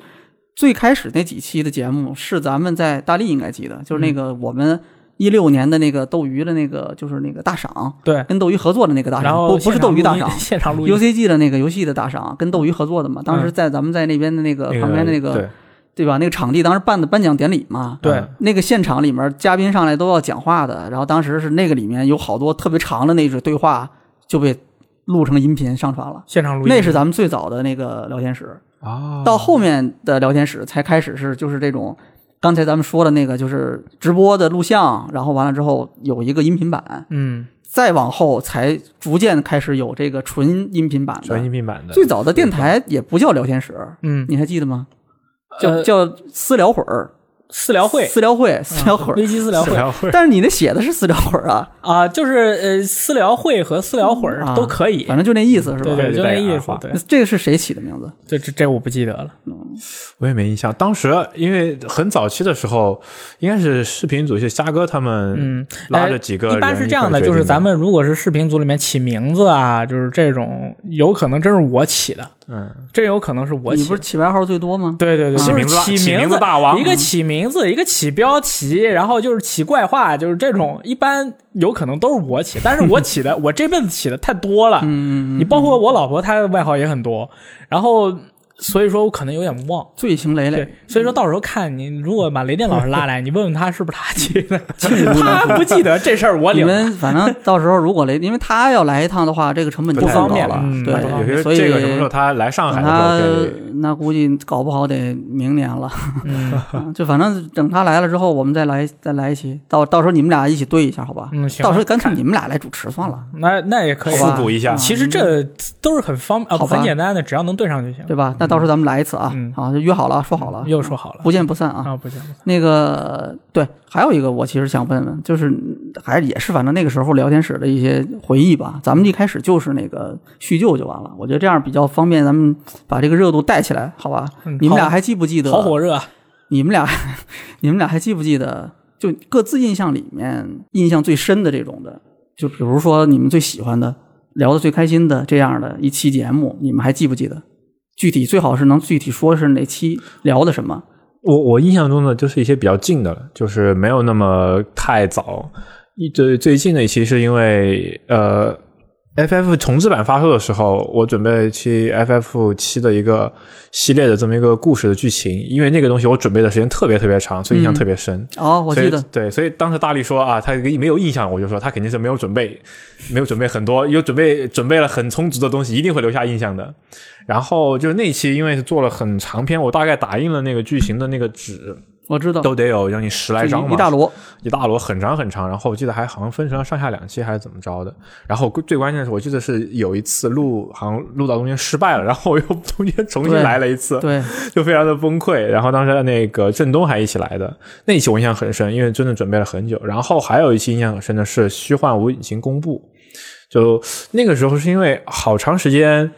[SPEAKER 2] 最开始那几期的节目是咱们在大力应该记得，就是那
[SPEAKER 3] 嗯
[SPEAKER 2] 个我们一六年的那个斗鱼的那个，就是那个大赏，
[SPEAKER 3] 对。
[SPEAKER 2] 跟斗鱼合作的那个大
[SPEAKER 3] 然
[SPEAKER 2] 赏，
[SPEAKER 3] 后
[SPEAKER 2] 不不是
[SPEAKER 3] 现
[SPEAKER 2] 斗
[SPEAKER 3] 场
[SPEAKER 2] 鱼大
[SPEAKER 3] 录音
[SPEAKER 2] 赏
[SPEAKER 3] 现场录音，嗯
[SPEAKER 2] ，UCG 的那个游戏的大赏，跟斗鱼合作的嘛。当时在咱们在那边的那个
[SPEAKER 4] 那个
[SPEAKER 2] 呃旁边的那个、
[SPEAKER 4] 对
[SPEAKER 2] 对吧？那个场地当时办的颁奖典礼嘛。
[SPEAKER 3] 对
[SPEAKER 4] 嗯
[SPEAKER 2] 那个现场里面，嘉宾上来都要讲话的，然后当时是那个里面有好多特别长的那种对话就被录成音频上传了。
[SPEAKER 3] 现场录音，哦
[SPEAKER 2] 那是咱们最早的那个聊天室，
[SPEAKER 4] 啊，
[SPEAKER 2] 到后面的聊天室才开始是就是这种，刚才咱们说的那个就是直播的录像，然后完了之后有一个音频版，
[SPEAKER 3] 嗯，
[SPEAKER 2] 再往后才逐渐开始有这个纯音频版
[SPEAKER 4] 全音
[SPEAKER 2] 的。
[SPEAKER 4] 频版的
[SPEAKER 2] 最早的电台也不叫聊天室，
[SPEAKER 3] 嗯
[SPEAKER 2] 你还记得吗？叫
[SPEAKER 3] 呃
[SPEAKER 2] 叫私聊会儿，
[SPEAKER 3] 私聊会，嗯
[SPEAKER 2] 私聊会，私聊会儿。
[SPEAKER 3] 危机私聊会
[SPEAKER 2] [LAUGHS]
[SPEAKER 4] 聊会
[SPEAKER 2] 但是你那写的是私聊会儿啊，
[SPEAKER 3] 啊，就是呃私聊会和私聊会儿
[SPEAKER 2] 啊
[SPEAKER 3] 都可以，
[SPEAKER 2] 反正就那意思是
[SPEAKER 3] 对
[SPEAKER 2] 吧？
[SPEAKER 3] 对，
[SPEAKER 4] 对
[SPEAKER 3] 就那
[SPEAKER 4] 戴个
[SPEAKER 3] 意
[SPEAKER 4] 耳
[SPEAKER 3] 思
[SPEAKER 4] 环，
[SPEAKER 3] 对，
[SPEAKER 2] 这个是谁起的名字？
[SPEAKER 3] 这这这我不记得了，
[SPEAKER 4] 我也没印象。当时因为很早期的时候，应该是视频组是虾哥他们
[SPEAKER 3] 嗯，
[SPEAKER 4] 拉
[SPEAKER 3] 哎
[SPEAKER 4] 着几个人
[SPEAKER 3] 一般是这样
[SPEAKER 4] 块
[SPEAKER 3] 的，
[SPEAKER 4] 决
[SPEAKER 3] 就是
[SPEAKER 4] 定
[SPEAKER 3] 咱们如果是视频组里面起名字啊，就是这种，有可能真是我起的，
[SPEAKER 4] 嗯，
[SPEAKER 3] 真有可能是我
[SPEAKER 2] 你
[SPEAKER 3] 起
[SPEAKER 2] 不是
[SPEAKER 3] 的。
[SPEAKER 2] 起外号最多吗？
[SPEAKER 3] 对对对，
[SPEAKER 4] 起
[SPEAKER 3] 就是
[SPEAKER 4] 名字大
[SPEAKER 3] 起
[SPEAKER 4] 起名
[SPEAKER 3] 名
[SPEAKER 4] 字大王
[SPEAKER 3] 一个起名字，一个起标题，然后就是起怪话，就是这种，一般有可能都是我起，但是我起的， [LAUGHS] 我这辈子起的太多了，
[SPEAKER 2] 嗯，嗯嗯
[SPEAKER 3] 你包括我老婆，她的外号也很多，然后所以说我可能有点忘。
[SPEAKER 2] 罪行
[SPEAKER 4] 哎
[SPEAKER 2] 累累
[SPEAKER 3] 对。，所以说到时候看你，如果把雷电老师拉来，你问问他是不是他记
[SPEAKER 4] [LAUGHS]
[SPEAKER 3] 得，
[SPEAKER 2] 不能
[SPEAKER 3] 他不记得这事儿，我
[SPEAKER 2] 你
[SPEAKER 3] 领了。
[SPEAKER 2] 们反正到时候如果雷，因为他要来一趟的话，这个成本就
[SPEAKER 4] 不太
[SPEAKER 2] 更
[SPEAKER 4] 方
[SPEAKER 2] 高
[SPEAKER 4] 便
[SPEAKER 2] 了
[SPEAKER 3] 了嗯，不太方
[SPEAKER 4] 有
[SPEAKER 2] 对，啊
[SPEAKER 4] 些
[SPEAKER 2] 所以
[SPEAKER 4] 这个什么时候他来上海
[SPEAKER 2] 等
[SPEAKER 4] 的
[SPEAKER 2] 他
[SPEAKER 4] 时候可以
[SPEAKER 2] 那估计搞不好得明年了，
[SPEAKER 3] 嗯
[SPEAKER 2] 嗯就反正等他来了之后，我们再来再来一期，到到时候你们俩一起对一下，好吧？
[SPEAKER 3] 嗯，行
[SPEAKER 2] 到时候干脆你们俩来主持算了，
[SPEAKER 3] 那那也可以
[SPEAKER 2] 好吧
[SPEAKER 4] 复古一下
[SPEAKER 2] 嗯
[SPEAKER 3] 其实这都是很方啊，
[SPEAKER 2] 好吧
[SPEAKER 3] 很简单的，只要能对上就行。
[SPEAKER 2] 对吧？那到时候咱们来一次啊
[SPEAKER 3] 嗯，
[SPEAKER 2] 好，就约好了，说好了，
[SPEAKER 4] 嗯
[SPEAKER 3] 又说好了
[SPEAKER 2] 不见不散啊。
[SPEAKER 3] 啊，不行，不行
[SPEAKER 2] 那个对，还有一个我其实想问问，就是还是也是反正那个时候聊天室的一些回忆吧。咱们一开始就是那个叙旧就完了，我觉得这样比较方便，咱们把这个热度带起来，好吧？
[SPEAKER 3] 嗯
[SPEAKER 2] 你们俩
[SPEAKER 3] 好
[SPEAKER 2] 还记不记得？
[SPEAKER 3] 好火热啊，
[SPEAKER 2] 你们俩，你们俩还记不记得？就各自印象里面印象最深的这种的，就比如说你们最喜欢的、聊的最开心的这样的一期节目，你们还记不记得？具体最好是能具体说是哪期聊的什么。
[SPEAKER 4] 我我印象中的就是一些比较近的了，就是没有那么太早。一最最近的一期是因为呃，FF 重制版发售的时候，我准备去 FF 七的一个系列的这么一个故事的剧情，因为那个东西我准备的时间特别特别长，所以印象特别深。
[SPEAKER 2] 哦，我
[SPEAKER 4] 所
[SPEAKER 2] 记
[SPEAKER 4] 以
[SPEAKER 2] 得
[SPEAKER 4] 对，所以当时大力说啊，他没有印象，我就说他肯定是没有准备，没有准备很多，有准备准备了很充足的东西，一定会留下印象的。然后就是那期，因为是做了很长篇，我大概打印了那个剧情的那个纸，
[SPEAKER 2] 我知道，
[SPEAKER 4] 都得有将近十来张
[SPEAKER 2] 就
[SPEAKER 4] 吧，
[SPEAKER 2] 一一大摞。
[SPEAKER 4] 一大摞很长很长。然后我记得还好像分成了上下两期还是怎么着的。然后最关键的是，我记得是有一次录，好像录到中间失败了，然后我又中间重新
[SPEAKER 2] 对
[SPEAKER 4] 来了一次，
[SPEAKER 2] 对，
[SPEAKER 4] 就非常的崩溃。然后当时那个振东还一起来的那一期我印象很深，因为真的准备了很久。然后还有一期印象很深的是虚幻五引擎公布，就那个时候是因为好长时间。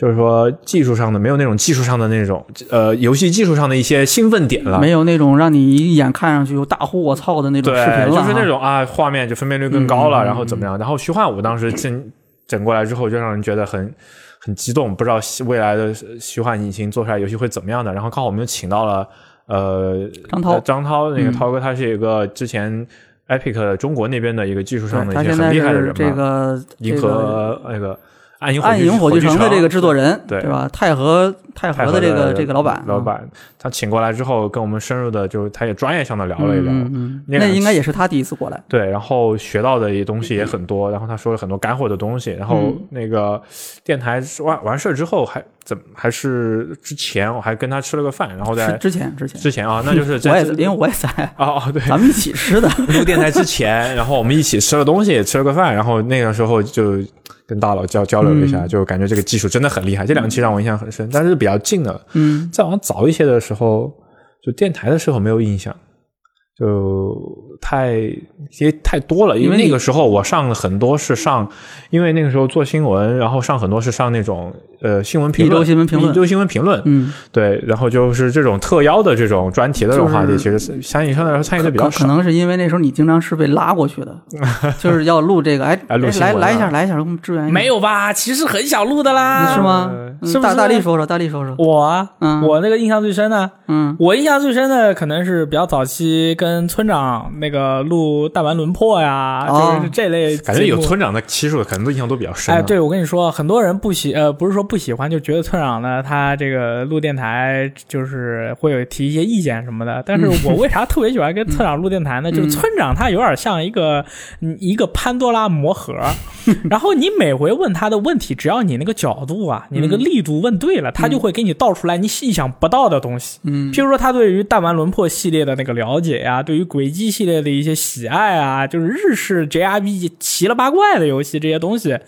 [SPEAKER 4] 就是说，技术上的没有那种技术上的那种，呃，游戏技术上的一些兴奋点了，
[SPEAKER 2] 没有那种让你一眼看上去有大呼我操的那种
[SPEAKER 4] 对，
[SPEAKER 2] 视频了啊，嗯
[SPEAKER 4] 就是那种啊，画面就分辨率更高了，然后怎么样？然后虚幻五当时进整过来之后，就让人觉得很很激动，不知道西未来的虚幻引擎做出来游戏会怎么样的。然后刚好我们就请到了呃
[SPEAKER 2] 张涛
[SPEAKER 4] 呃张涛那个
[SPEAKER 2] 嗯
[SPEAKER 4] 涛哥，他是一个之前 Epic 中国那边的一个技术上的
[SPEAKER 2] 对他
[SPEAKER 4] 一些
[SPEAKER 2] 现
[SPEAKER 4] 很
[SPEAKER 2] 在
[SPEAKER 4] 厉害的
[SPEAKER 2] 是
[SPEAKER 4] 人
[SPEAKER 2] 这
[SPEAKER 4] 嘛，
[SPEAKER 2] 个这
[SPEAKER 4] 银
[SPEAKER 2] 个
[SPEAKER 4] 河那个暗影
[SPEAKER 2] 暗影
[SPEAKER 4] 火
[SPEAKER 2] 火炬城的这个制作人，
[SPEAKER 4] 对
[SPEAKER 2] 吧？太和太
[SPEAKER 4] 太
[SPEAKER 2] 和
[SPEAKER 4] 和
[SPEAKER 2] 的这个这个老板，嗯
[SPEAKER 4] 老板他请过来之后，跟我们深入的就是他也专业上的聊
[SPEAKER 2] 嗯
[SPEAKER 4] 了一聊，
[SPEAKER 2] 嗯嗯，
[SPEAKER 4] 那
[SPEAKER 2] 那
[SPEAKER 4] 个
[SPEAKER 2] 应该也是他第一次过来，
[SPEAKER 4] 对，然后学到的也东西也很多，然后他说了很多干货的东西，然后
[SPEAKER 2] 嗯
[SPEAKER 4] 那个电台完完事儿之后还怎么还是之前我还跟他吃了个饭，然后
[SPEAKER 2] 是
[SPEAKER 4] 在
[SPEAKER 2] 之前之前，
[SPEAKER 4] 之前啊，那就是
[SPEAKER 2] 我
[SPEAKER 4] 在
[SPEAKER 2] 也在因为我也在，
[SPEAKER 4] 哦哦对，
[SPEAKER 2] 咱们一起吃
[SPEAKER 4] [LAUGHS]
[SPEAKER 2] 的，
[SPEAKER 4] 录电台之前，然后我们一起吃了东西，吃了个饭，然后那个时候就跟大佬交交流了一下，
[SPEAKER 2] 嗯
[SPEAKER 4] 就感觉这个技术真的很厉害。这两期让我印象很深，但是比较近的，
[SPEAKER 2] 嗯，
[SPEAKER 4] 再往早一些的时候，就电台的时候没有印象，就太也太多了。因
[SPEAKER 2] 因为
[SPEAKER 4] 为
[SPEAKER 2] 你
[SPEAKER 4] 那个时候我上了很多是上，因为那个时候做新闻，然后上很多是上那种呃新闻评论、
[SPEAKER 2] 一周新闻评论
[SPEAKER 4] 一周新闻评论。
[SPEAKER 2] 嗯，
[SPEAKER 4] 对，然后就是这种特邀的这种专题的这种话题，
[SPEAKER 2] 就是
[SPEAKER 4] 其实相应相对来说参与的
[SPEAKER 2] 可
[SPEAKER 4] 比较
[SPEAKER 2] 可
[SPEAKER 4] 少。
[SPEAKER 2] 能是因为那时候你经常是被拉过去
[SPEAKER 4] [LAUGHS]
[SPEAKER 2] 的，就是要录这个，哎，
[SPEAKER 4] 哎录
[SPEAKER 2] 哎
[SPEAKER 4] 新
[SPEAKER 2] 来
[SPEAKER 4] 闻
[SPEAKER 2] 来一
[SPEAKER 4] 啊
[SPEAKER 2] 下，来一下，给我们支援一下，
[SPEAKER 3] 没有啊吧？其实很想录的啦，
[SPEAKER 2] 嗯是？吗？
[SPEAKER 3] 是
[SPEAKER 2] 嗯
[SPEAKER 3] 不
[SPEAKER 2] 大
[SPEAKER 3] 是
[SPEAKER 2] 大力说说，大力说说，
[SPEAKER 3] 我啊，
[SPEAKER 2] 嗯
[SPEAKER 3] 我那个印象最深的，
[SPEAKER 2] 嗯
[SPEAKER 3] 我印象最深的可能是比较早期跟村长那个录弹丸轮破呀，
[SPEAKER 2] 哦
[SPEAKER 3] 就是这类节目啊
[SPEAKER 4] 感觉有。村长的期数，可能都印象都比较深、啊。
[SPEAKER 3] 哎，对，我跟你说，很多人不喜呃，不是说不喜欢，就觉得村长呢，他这个录电台就是会有提一些意见什么的。但是我为啥特别喜欢跟村长录电台呢？就是村长他有点像一个嗯一个潘多拉魔盒，然后你每回问他的问题，只要你那个角度啊，你那个力度问对了，他就会给你倒出来你意想不到的东西。
[SPEAKER 2] 嗯
[SPEAKER 3] 譬如说他对于弹丸轮破系列的那个了解呀、对于轨迹系列的一些喜爱啊，就是日式 JRPG 奇了八怪的游戏这些东西，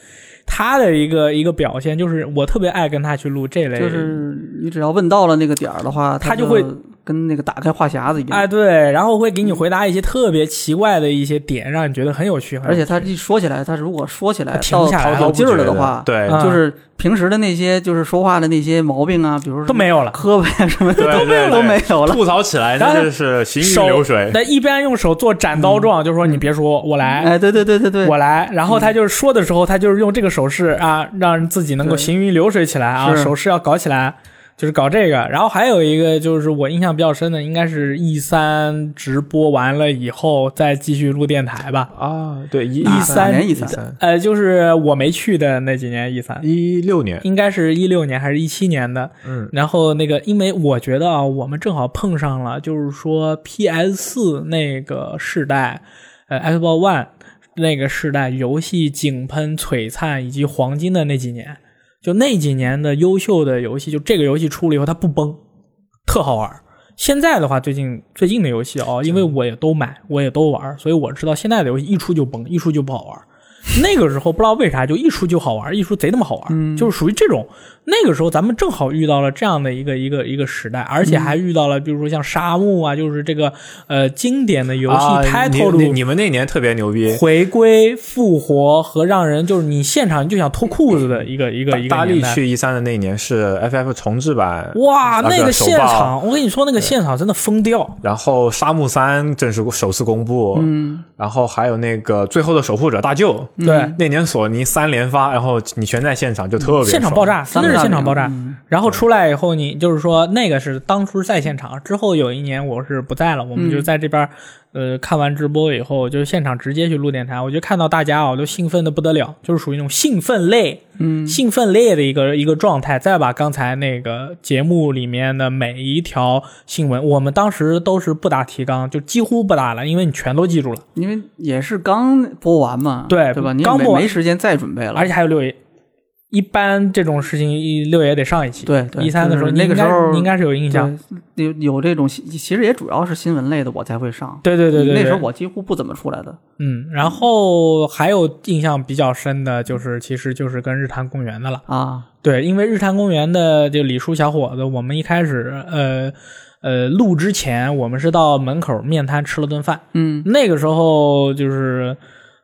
[SPEAKER 3] 他的一个一个表现就是我特别爱跟他去录这类，
[SPEAKER 2] 就是你只要问到了那个点儿的话，
[SPEAKER 3] 他
[SPEAKER 2] 就
[SPEAKER 3] 就会
[SPEAKER 2] 跟那个打开话匣子一样，
[SPEAKER 3] 哎对，然后会给你回答一些特别奇怪的一些点，让你觉得很有趣，很有
[SPEAKER 2] 而且
[SPEAKER 3] 趣
[SPEAKER 2] 他一说起来，他如果说起来
[SPEAKER 3] 他停
[SPEAKER 2] 到
[SPEAKER 3] 不下来
[SPEAKER 2] 有劲儿了的话，
[SPEAKER 4] 对
[SPEAKER 3] 啊
[SPEAKER 2] 就是平时的那些就是说话的那些毛病啊，比如说
[SPEAKER 3] 都没有了。
[SPEAKER 2] 磕巴呀什么的
[SPEAKER 4] 对
[SPEAKER 2] 都没
[SPEAKER 4] 对
[SPEAKER 2] 有
[SPEAKER 4] 对
[SPEAKER 2] 都没有了。
[SPEAKER 4] 吐槽起来
[SPEAKER 3] 然
[SPEAKER 4] 那
[SPEAKER 3] 后
[SPEAKER 4] 就是行
[SPEAKER 3] 手
[SPEAKER 4] 云流水。
[SPEAKER 3] 那一边用手做斩
[SPEAKER 2] 嗯
[SPEAKER 3] 刀状，就说你别说，我来，
[SPEAKER 2] 哎，对对对对对，
[SPEAKER 3] 我来。然后他就是说的时候，他就是用这个手势啊，让自己能够
[SPEAKER 2] 对
[SPEAKER 3] 行云流水起来啊，
[SPEAKER 2] 是
[SPEAKER 3] 手势要搞起来，就是搞这个。然后还有一个就是我印象比较深的，应该是 E 三直播完了以后再继续录电台吧。
[SPEAKER 4] 啊，对一
[SPEAKER 2] 哪
[SPEAKER 3] 一三
[SPEAKER 2] 哪年一三
[SPEAKER 4] 三
[SPEAKER 3] 呃，就是我没去的那几年 E 三。
[SPEAKER 4] 一六年，
[SPEAKER 3] 应该是一六年还是一七年的，
[SPEAKER 4] 嗯，
[SPEAKER 3] 然后那个，因为我觉得啊，我们正好碰上了，就是说 PS 四那个世代，呃，Xbox One 那个世代游戏井喷、璀璨以及黄金的那几年，就那几年的优秀的游戏，就这个游戏出了以后它不崩，特好玩儿。现在的话，最近最近的游戏哦，因为我也都买，我也都玩儿，所以我知道现在的游戏一出就崩，一出就不好玩儿。那个时候不知道为啥就一出就好玩，一出贼他妈好玩，
[SPEAKER 4] 嗯
[SPEAKER 3] 就是属于这种。那个时候咱们正好遇到了这样的一个一个一个时代，而且还
[SPEAKER 4] 嗯
[SPEAKER 3] 遇到了比如说像沙漠啊，就是这个呃经典的游戏
[SPEAKER 4] 啊你你
[SPEAKER 3] title
[SPEAKER 4] 你们那年特别牛逼，
[SPEAKER 3] 回归、复活和让人就是你现场就想脱裤子的一个一个一
[SPEAKER 4] 大
[SPEAKER 3] 个
[SPEAKER 4] 力
[SPEAKER 3] 年代。
[SPEAKER 4] 去一三的那一年是 FF 重置版，
[SPEAKER 3] 哇，
[SPEAKER 4] 那个
[SPEAKER 3] 那个现
[SPEAKER 4] 手爆
[SPEAKER 3] 场，我跟你说，那个现场真的疯掉。
[SPEAKER 4] 然后《沙漠三》正式首次公布，嗯，然后还有那个《最后的守护者》大舅，
[SPEAKER 3] 对，
[SPEAKER 4] 那年索尼三连发，然后你全在现场，就特别
[SPEAKER 3] 现场
[SPEAKER 4] 爽
[SPEAKER 3] 爆，炸，真
[SPEAKER 2] 三
[SPEAKER 3] 的
[SPEAKER 2] 个
[SPEAKER 3] 是
[SPEAKER 2] 大
[SPEAKER 3] 现场
[SPEAKER 2] 屏
[SPEAKER 3] 爆炸。
[SPEAKER 2] 嗯
[SPEAKER 3] 然后出来以后，你就是说那个是当初在现场，之后有一年我是不在了，我
[SPEAKER 2] 嗯
[SPEAKER 3] 们就在这边，呃，看完直播以后，就现场直接去录电台，我就看到大家啊，我都兴奋的不得了，就是属于那种兴奋类，嗯，兴奋类的一个一个状态。再把刚才那个节目里面的每一条新闻，我们当时都是不打提纲，就几乎不打了，因为你全都记住了，
[SPEAKER 2] 因为也是刚播完嘛，
[SPEAKER 3] 对
[SPEAKER 2] 对吧？你也
[SPEAKER 3] 刚
[SPEAKER 2] 没
[SPEAKER 3] 播完
[SPEAKER 2] 没时间再准备了，
[SPEAKER 3] 而且还有六爷。一般这种事情，一六爷得上一期。
[SPEAKER 2] 对对
[SPEAKER 3] 一三的时候，
[SPEAKER 2] 就是那个
[SPEAKER 3] 你应该
[SPEAKER 2] 时候
[SPEAKER 3] 你应该是有印象。
[SPEAKER 2] 对有有这种，其实也主要是新闻类的我才会上。
[SPEAKER 3] 对对对对，
[SPEAKER 2] 那时候
[SPEAKER 3] 对
[SPEAKER 2] 我几乎不怎么出来的，
[SPEAKER 3] 嗯，然后还有印象比较深的就是，其实就是跟日坛公园的了。
[SPEAKER 2] 啊，
[SPEAKER 3] 对，因为日坛公园的这个李叔小伙子，我们一开始呃呃录之前，我们是到门口面摊吃了顿饭。
[SPEAKER 2] 嗯
[SPEAKER 3] 那个时候就是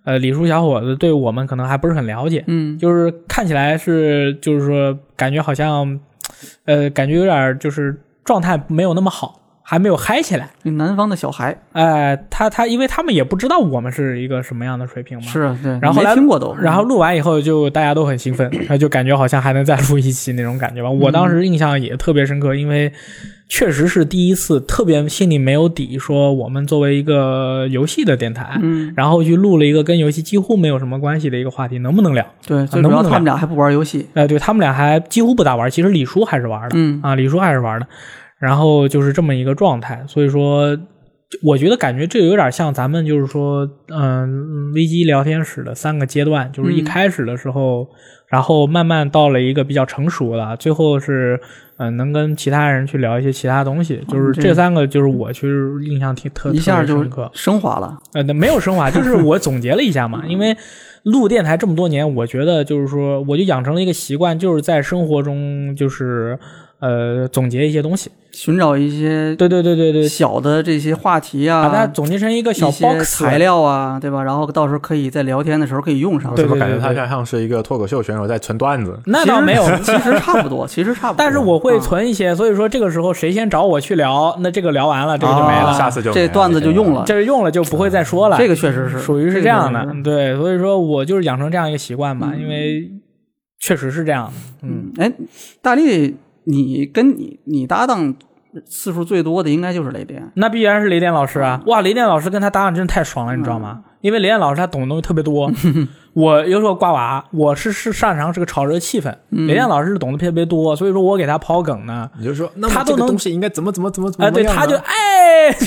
[SPEAKER 3] 呃李叔小伙子对我们可能还不是很了解，
[SPEAKER 2] 嗯，
[SPEAKER 3] 就是看起来是就是说感觉好像呃感觉有点就是状态没有那么好。还没有嗨起来。
[SPEAKER 2] 南方的小孩
[SPEAKER 3] 哎，他他，因为他们也不知道我们是一个什么样的水平嘛。
[SPEAKER 2] 是啊，对，
[SPEAKER 3] 嗯然后
[SPEAKER 2] 没
[SPEAKER 3] 来
[SPEAKER 2] 听过都，嗯
[SPEAKER 3] 然后录完以后就大家都很兴奋，然后就感觉好像还能再录一期那种感觉吧。我当
[SPEAKER 2] 嗯
[SPEAKER 3] 时印象也特别深刻，因为确实是第一次，特别心里没有底，说我们作为一个游戏的电台，
[SPEAKER 2] 嗯，
[SPEAKER 3] 然后去录了一个跟游戏几乎没有什么关系的一个话题，能不能聊？
[SPEAKER 2] 对，最
[SPEAKER 3] 能
[SPEAKER 2] 主要
[SPEAKER 3] 不啊能
[SPEAKER 2] 他们俩还不玩游戏，
[SPEAKER 3] 哎，对他们俩还几乎不咋玩，其实李叔还是玩的，
[SPEAKER 2] 嗯
[SPEAKER 3] 啊，李叔还是玩的，然后就是这么一个状态，所以说。我觉得感觉这有点像咱们就是说，嗯危机聊天室的三个阶段，就是一
[SPEAKER 2] 嗯
[SPEAKER 3] 开始的时候，然后慢慢到了一个比较成熟了，最后是，嗯、能跟其他人去聊一些其他东西，就是
[SPEAKER 2] 这
[SPEAKER 3] 这三个就是我其实印象挺特
[SPEAKER 2] 哦一下
[SPEAKER 3] 特别
[SPEAKER 2] 就
[SPEAKER 3] 深刻，
[SPEAKER 2] 升华了，
[SPEAKER 3] 呃，那没有
[SPEAKER 2] [LAUGHS]
[SPEAKER 3] 升华，就是我总结了一下嘛，因为录电台这么多年，我觉得就是说，我就养成了一个习惯，就是在生活中就是呃总结一些东西。
[SPEAKER 2] 寻找一些
[SPEAKER 3] 对对对对对，
[SPEAKER 2] 小的这些话题
[SPEAKER 3] 把它
[SPEAKER 2] 啊，
[SPEAKER 3] 总结成一个小
[SPEAKER 2] 一些
[SPEAKER 3] box
[SPEAKER 2] 材。料啊，对吧？然后到时候可以在聊天的时候可以用上
[SPEAKER 4] 我。
[SPEAKER 3] 对
[SPEAKER 4] 怎么感觉他
[SPEAKER 3] 对
[SPEAKER 4] 像像是一个脱口秀选手在存段子？
[SPEAKER 3] 那倒没有，
[SPEAKER 2] [LAUGHS] 其实差不多，其实差不多。
[SPEAKER 3] [LAUGHS] 但是我会
[SPEAKER 2] 嗯
[SPEAKER 3] 存一些，所以说这个时候谁先找我去聊，那这个聊完了，这个就没了，
[SPEAKER 2] 啊
[SPEAKER 4] 下次就没
[SPEAKER 2] 这
[SPEAKER 4] 了
[SPEAKER 2] 段子就用了。
[SPEAKER 3] 这个用了就不会再说了。
[SPEAKER 2] 啊这个确实是
[SPEAKER 3] 属
[SPEAKER 2] 这
[SPEAKER 3] 于是
[SPEAKER 2] 个
[SPEAKER 3] 这样的
[SPEAKER 2] 确实，是
[SPEAKER 3] 对，所以说我就是养成这样一个习惯吧，因为确实是这样的，
[SPEAKER 2] 嗯，
[SPEAKER 3] 嗯。
[SPEAKER 2] 哎，大力，你跟你你搭档次数最多的应该就是雷电，
[SPEAKER 3] 那必然是雷电老师
[SPEAKER 4] 嗯
[SPEAKER 3] 啊！哇，雷电老师跟他搭档真的太爽了，你知道吗？因为雷电老师他懂的东西特别
[SPEAKER 4] [LAUGHS]
[SPEAKER 3] 多。我有时候挂娃，我是是擅长这个炒热气氛，
[SPEAKER 4] 嗯
[SPEAKER 3] 雷电老师是懂得特别多，所以说我给他抛梗呢，
[SPEAKER 4] 你就说，那
[SPEAKER 3] 他
[SPEAKER 4] 么
[SPEAKER 3] 都
[SPEAKER 4] 这个
[SPEAKER 3] 能
[SPEAKER 4] 东西应该怎么怎么怎么怎么
[SPEAKER 3] 哎，
[SPEAKER 4] 样
[SPEAKER 3] 对，他
[SPEAKER 4] 呢？
[SPEAKER 3] 就哎， [LAUGHS]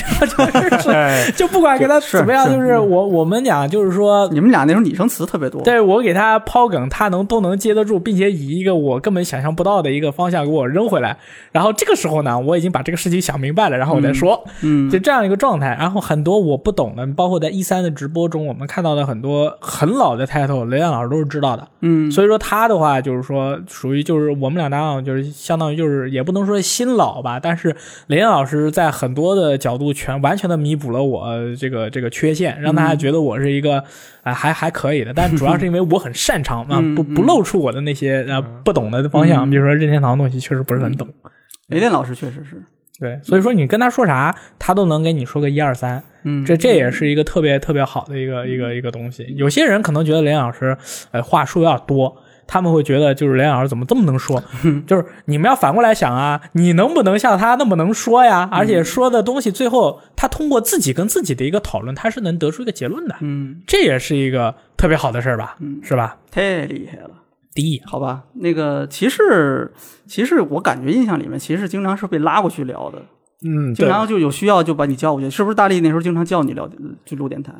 [SPEAKER 3] 就就是
[SPEAKER 4] [LAUGHS] 哎嗯
[SPEAKER 3] 就不管给他怎么样，
[SPEAKER 2] 是
[SPEAKER 3] 就是我我们讲就是说。
[SPEAKER 2] 你们俩那时候拟声词特别多。
[SPEAKER 3] 对我给他抛梗，他能都能接得住，并且以一个我根本想象不到的一个方向给我扔回来。然后这个时候呢，我已经把这个事情想明白了，然后我再说。
[SPEAKER 2] 嗯
[SPEAKER 3] 就这样一个状态。然后很多我不懂的，包括在一三的直播中，我们看到的很多很老的 title，雷亮老师都是知道的。
[SPEAKER 2] 嗯，
[SPEAKER 3] 所以说他的话就是说，属于就是我们俩搭档，就是相当于就是也不能说新老吧，但是雷亮老师在很多的角度全完全的弥补了我呃这个这个缺陷，让大家觉得我是一个啊、呃还还可以的。但主要是因为我很擅长嘛，
[SPEAKER 2] 嗯
[SPEAKER 3] 不不露出我的那些呃不懂的方向，比如说任天堂的东西确实不是很懂。
[SPEAKER 2] 嗯雷电老师确实是，
[SPEAKER 3] 对，所以说你跟他说啥，他都能跟你说个一二三，
[SPEAKER 2] 嗯，
[SPEAKER 3] 这这也是一个特别特别好的一个一个一个东西。有些人可能觉得雷老师，呃，话术有点多，他们会觉得就是雷老师怎么这么能
[SPEAKER 4] [LAUGHS]
[SPEAKER 3] 说？就是你们要反过来想啊，你能不能像他那么能说呀？而
[SPEAKER 4] 嗯
[SPEAKER 3] 且说的东西最后他通过自己跟自己的一个讨论，他是能得出一个结论的，
[SPEAKER 2] 嗯
[SPEAKER 3] 这也是一个特别好的事儿吧？
[SPEAKER 4] 嗯
[SPEAKER 3] 是吧？
[SPEAKER 2] 太厉害了。
[SPEAKER 3] 第一，
[SPEAKER 2] 好吧，那个骑士，骑士，我感觉印象里面骑士经常是被拉过去聊的，
[SPEAKER 4] 嗯，
[SPEAKER 2] 经
[SPEAKER 4] 对。
[SPEAKER 2] 常就有需要就把你叫过去，是不是？大力那时候经常叫你聊去录电台，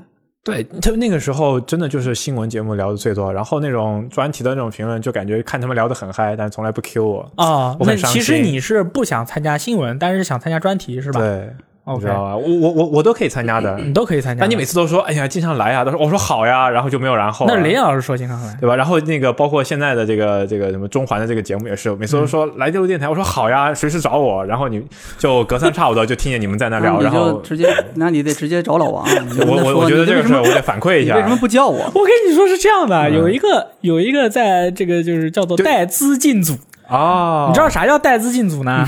[SPEAKER 4] 对他们那个时候真的就是新闻节目聊的最多，然后那种专题的那种评论，就感觉看他们聊得很嗨，但从来不 Q 我，
[SPEAKER 3] 啊、
[SPEAKER 4] 我
[SPEAKER 3] 那
[SPEAKER 4] 很伤
[SPEAKER 3] 其实
[SPEAKER 4] 心
[SPEAKER 3] 你是不想参加新闻，但是想参加专题是吧？
[SPEAKER 4] 对你
[SPEAKER 3] OK
[SPEAKER 4] 知道吧？我我我我都可以参加的，
[SPEAKER 3] 你都可以参加。
[SPEAKER 4] 嗯但你每次都说哎呀经常来啊，都说我说好呀，然后就没有然后了。
[SPEAKER 3] 那雷老师说经常
[SPEAKER 4] [LAUGHS]
[SPEAKER 3] 来，
[SPEAKER 4] 对吧？然后那个包括现在的这个这个什么中环的这个节目也是，每
[SPEAKER 2] 嗯
[SPEAKER 4] 次都说来这录电台，我说好呀，随时找我。然后你就隔三差五的就听见你们在那
[SPEAKER 2] 然
[SPEAKER 4] 聊，
[SPEAKER 2] 后啊你
[SPEAKER 4] 然
[SPEAKER 2] 就
[SPEAKER 4] 后
[SPEAKER 2] 直接，那你得直接找老
[SPEAKER 4] [LAUGHS]
[SPEAKER 2] 王，你
[SPEAKER 4] 我
[SPEAKER 2] 跟他
[SPEAKER 4] 我
[SPEAKER 2] 说
[SPEAKER 4] 我觉得
[SPEAKER 2] 你
[SPEAKER 4] 这
[SPEAKER 2] 为什
[SPEAKER 4] 个事儿
[SPEAKER 2] 么
[SPEAKER 4] 我得反馈一
[SPEAKER 2] 你
[SPEAKER 4] 下，啊
[SPEAKER 2] 为什么不叫我？ [LAUGHS]
[SPEAKER 3] 我跟你说是这样的，
[SPEAKER 4] 嗯
[SPEAKER 3] 有一个有一个在这个就是叫做
[SPEAKER 4] 就
[SPEAKER 3] 带资进组，
[SPEAKER 4] 啊？
[SPEAKER 3] 你知道啥叫带资进组
[SPEAKER 4] [LAUGHS]
[SPEAKER 3] 呢？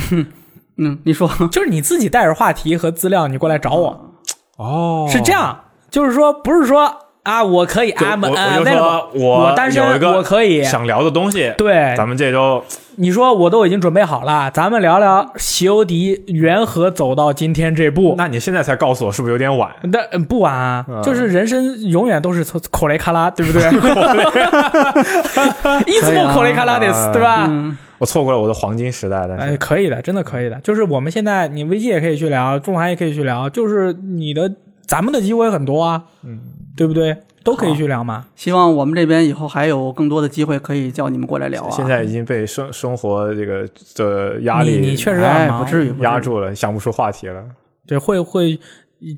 [SPEAKER 2] 嗯，你说，
[SPEAKER 3] 就是你自己带着话题和资料你过来找我，
[SPEAKER 4] 哦，
[SPEAKER 3] 是这。样，就是说不是说啊我可以
[SPEAKER 4] 就
[SPEAKER 3] 啊
[SPEAKER 4] 我我就
[SPEAKER 3] v a i l
[SPEAKER 4] 说
[SPEAKER 3] a，
[SPEAKER 4] 我
[SPEAKER 3] 我单身
[SPEAKER 4] 有一个
[SPEAKER 3] 我可以
[SPEAKER 4] 想聊的东西，
[SPEAKER 3] 对，
[SPEAKER 4] 咱们这周
[SPEAKER 3] 你说我都已经准备好了，咱们聊聊席欧迪缘何走到今天这步。
[SPEAKER 4] 那你现在才告诉我，是不是有点晚？
[SPEAKER 3] 那嗯不晚啊，
[SPEAKER 4] 嗯
[SPEAKER 3] 就是人生永远都是从口雷卡拉，对
[SPEAKER 4] [LAUGHS]
[SPEAKER 3] 不对？ [LAUGHS] 一直
[SPEAKER 2] 可以啊
[SPEAKER 3] 口雷卡拉
[SPEAKER 4] [LAUGHS]
[SPEAKER 3] 的，对吧？
[SPEAKER 2] 嗯，
[SPEAKER 4] 我错过了我的黄金时代，但
[SPEAKER 3] 哎，
[SPEAKER 4] 是
[SPEAKER 3] 可以的，真的可以的。就是我们现在，你微机也可以去聊，中韩也可以去聊，就是你的咱们的机会很多啊，
[SPEAKER 4] 嗯，
[SPEAKER 3] 对不对？都可以去聊嘛。
[SPEAKER 2] 希望我们这边以后还有更多的机会可以叫你们过来聊啊。
[SPEAKER 4] 现在已经被生生活这个的压力
[SPEAKER 3] 你你确实有点
[SPEAKER 2] 哎，
[SPEAKER 3] 忙，
[SPEAKER 2] 不至于，不至于
[SPEAKER 4] 压，住了，想不出话题了。
[SPEAKER 3] 对，会会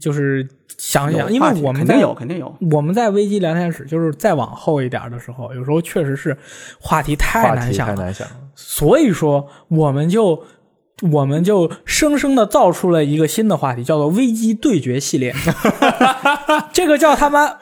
[SPEAKER 3] 就是想一
[SPEAKER 2] 有
[SPEAKER 3] 想，哎因
[SPEAKER 2] 话
[SPEAKER 3] 为
[SPEAKER 2] 题
[SPEAKER 3] 我们
[SPEAKER 2] 肯
[SPEAKER 3] 在
[SPEAKER 2] 定有，肯定有。
[SPEAKER 3] 我们在危机聊天室，就是再往后一点的时候，有时候确实是话题太
[SPEAKER 4] 话
[SPEAKER 3] 难
[SPEAKER 4] 题
[SPEAKER 3] 想
[SPEAKER 4] 太
[SPEAKER 3] 了，
[SPEAKER 4] 难想了。
[SPEAKER 3] 所以说我们就我们就生生的造出了一个新的话题，叫做“危机对决”系列。这个叫他妈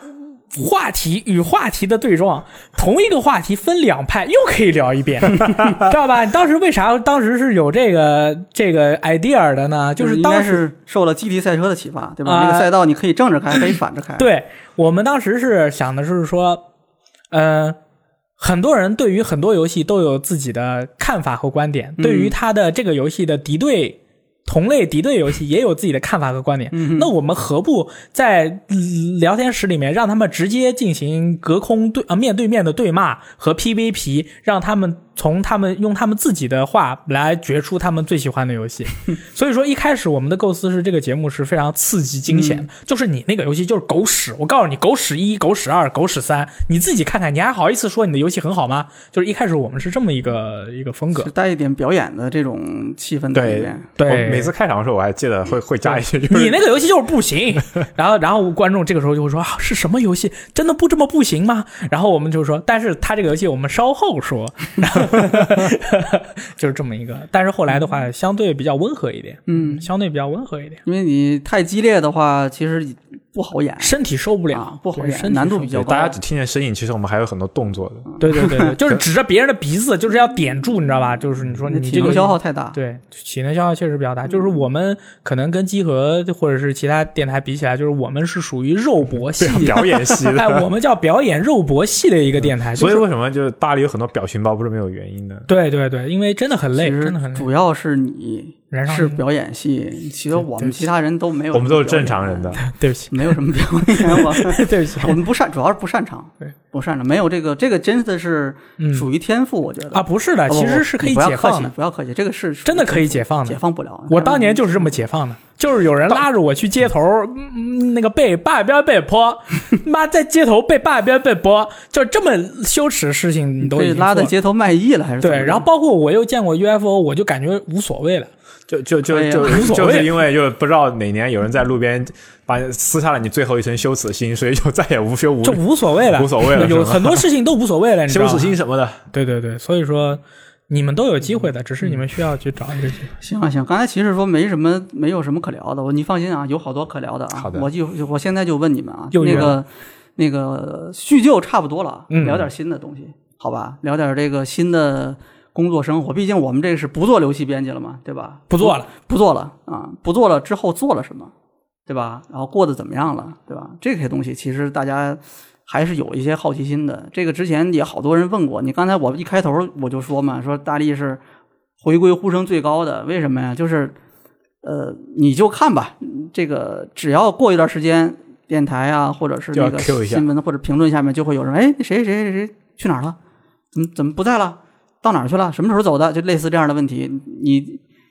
[SPEAKER 3] 话题与话题的对撞，同一个话题分两派，又可以聊一遍，知道吧？你当时为啥当时是有这个这个 idea 的呢？就是
[SPEAKER 2] 应
[SPEAKER 3] 当
[SPEAKER 2] 该
[SPEAKER 3] 时
[SPEAKER 2] 是受了基地赛车的启发，对吧？
[SPEAKER 3] 啊
[SPEAKER 2] 那个赛道你可以正着开，可以反着
[SPEAKER 3] [LAUGHS]
[SPEAKER 2] 开。，
[SPEAKER 3] 对我们当时是想的是说，呃，很多人对于很多游戏都有自己的看法和观点，对于他的这个游戏的敌对。同类敌对游戏也有自己的看法和观点，那我们何不在嗯聊天室里面让他们直接进行隔空对啊、面对面的对骂和 PVP，让他们从他们用他们自己的话来决出他们最喜欢的游戏。所以说一开始我们的构思是这个节目是非常刺激惊
[SPEAKER 2] 嗯
[SPEAKER 3] 险的，就是你那个游戏就是狗屎，我告诉你狗屎一、狗屎二、狗屎三，你自己看看，你还好意思说你的游戏很好吗？就是一开始我们是这么一个一个风格
[SPEAKER 2] 是，带一点表演的这种气氛在里
[SPEAKER 4] 对
[SPEAKER 2] 面。
[SPEAKER 3] 对
[SPEAKER 4] 我每次开场的时候我还记得会会加一句，就是
[SPEAKER 3] 你那个游戏就是不行。 [LAUGHS] 然后，然后观众这个时候就会说啊，是什么游戏？真的不这么不行吗？然后我们就说，但是他这个游戏我们稍后说， [LAUGHS] 然后就是这么一个。但是后来的话，相对比较温和一点，
[SPEAKER 2] 嗯，
[SPEAKER 3] 相对比较温和一点，
[SPEAKER 2] 因为你太激烈的话，其实不好演，
[SPEAKER 3] 身体受不了，
[SPEAKER 2] 啊不好
[SPEAKER 3] 对
[SPEAKER 2] 演，
[SPEAKER 3] 身体
[SPEAKER 2] 难度
[SPEAKER 3] 受不
[SPEAKER 2] 比
[SPEAKER 3] 了
[SPEAKER 2] 较
[SPEAKER 4] 对
[SPEAKER 2] 高。
[SPEAKER 4] 大家只听见声音，其实我们还有很多动作的。
[SPEAKER 3] 对对
[SPEAKER 2] [LAUGHS]
[SPEAKER 3] 对对，就是指着别人的鼻子，就是要点住，你知道吧？就是你说
[SPEAKER 2] 你
[SPEAKER 3] 你
[SPEAKER 2] 的嗯体
[SPEAKER 3] 这个
[SPEAKER 2] 能消耗太大。
[SPEAKER 3] 对，体能消耗确实比较大。就是我们可能跟集合或者是其他电台比起来，就是我们是属于肉搏系列
[SPEAKER 4] 啊表演系的
[SPEAKER 3] 哎，我们叫表演肉搏系的一个
[SPEAKER 2] [LAUGHS]
[SPEAKER 3] 电台，
[SPEAKER 4] [LAUGHS] 所以
[SPEAKER 3] 就是
[SPEAKER 4] 为什么就是大理有很多表情包不是没有原因的？
[SPEAKER 3] 对对对，因为真的很累，
[SPEAKER 2] 其实
[SPEAKER 3] 真的很累。
[SPEAKER 2] 主要是你
[SPEAKER 3] 燃烧
[SPEAKER 2] 是
[SPEAKER 3] 你
[SPEAKER 2] 表演系，其实我
[SPEAKER 3] 对
[SPEAKER 2] 们其他人都没有，
[SPEAKER 4] 我们都是正常人的，，
[SPEAKER 3] [LAUGHS] 对不起，
[SPEAKER 2] 没有什么表演，
[SPEAKER 4] [LAUGHS]
[SPEAKER 2] 我们
[SPEAKER 3] 对不起
[SPEAKER 2] 我们不擅，主要是不擅长，
[SPEAKER 3] 对，
[SPEAKER 2] 不擅长，没有这个，这个真的是
[SPEAKER 3] 嗯
[SPEAKER 2] 属于天赋，我觉得
[SPEAKER 3] 啊，不是的，
[SPEAKER 2] 不
[SPEAKER 3] 其
[SPEAKER 2] 不
[SPEAKER 3] 实是可以
[SPEAKER 2] 你不
[SPEAKER 3] 解
[SPEAKER 2] 要客
[SPEAKER 3] 放
[SPEAKER 2] 气，
[SPEAKER 3] 的，
[SPEAKER 2] 不要客气，这个是
[SPEAKER 3] 真的可以解放
[SPEAKER 2] 解
[SPEAKER 3] 的。
[SPEAKER 2] 放不了。
[SPEAKER 3] 我当年就是这么解放的，就是有人拉着我去街头，嗯、那个被霸标被泼，妈在街头被霸标被泼，就这么羞耻的事情你都已
[SPEAKER 2] 被
[SPEAKER 3] 经
[SPEAKER 2] 拉
[SPEAKER 3] 做
[SPEAKER 2] 在
[SPEAKER 3] 了
[SPEAKER 2] 街头卖嗯艺了，还是怎么
[SPEAKER 3] 对，
[SPEAKER 2] 着
[SPEAKER 3] 然后包括我又见过 UFO，我就感觉无所谓了。
[SPEAKER 4] 就就就
[SPEAKER 2] 哎呀 [LAUGHS]
[SPEAKER 4] 就
[SPEAKER 2] 无
[SPEAKER 3] 所
[SPEAKER 4] 就
[SPEAKER 3] 谓
[SPEAKER 4] 是因为就是不知道哪年有人在路边把撕下了你最后一层羞耻心，所以就再也无羞无
[SPEAKER 3] 就无所谓了，
[SPEAKER 4] 无所谓了
[SPEAKER 3] 有
[SPEAKER 4] 是吧
[SPEAKER 3] 很多事情都无所谓了，你知道
[SPEAKER 4] 羞
[SPEAKER 3] 吗
[SPEAKER 4] 耻心什么的。
[SPEAKER 3] 对对对，所以说你们都有机会的，只是你们需要去找这个机会。
[SPEAKER 2] 行啊行，刚才其实说没什么，没有什么可聊的，我你放心啊，有好多可聊的啊。
[SPEAKER 4] 好的
[SPEAKER 2] 我就我现在就问你们啊，
[SPEAKER 3] 又
[SPEAKER 2] 那
[SPEAKER 3] 约
[SPEAKER 2] 个那个叙旧差不多了啊，
[SPEAKER 3] 嗯
[SPEAKER 2] 聊点新的东西，好吧？聊点这个新的工作生活，毕竟我们这个是不做游戏编辑了嘛，对吧？
[SPEAKER 3] 不做了，
[SPEAKER 2] 不做了啊，不做了之后做了什么，对吧？然后过得怎么样了，对吧？这些东西其实大家还是有一些好奇心的。这个之前也好多人问过你，刚才我一开头我就说嘛，说大力是回归呼声最高的，为什么呀？就是呃，你就看吧，嗯这个只要过一段时间，电台啊，或者是那个
[SPEAKER 4] 就要 cue 一下
[SPEAKER 2] 新闻或者评论下面就会有人，哎，谁谁谁谁谁去哪儿了？怎么怎么不在了？到哪儿去了？什么时候走的？就类似这样的问题，你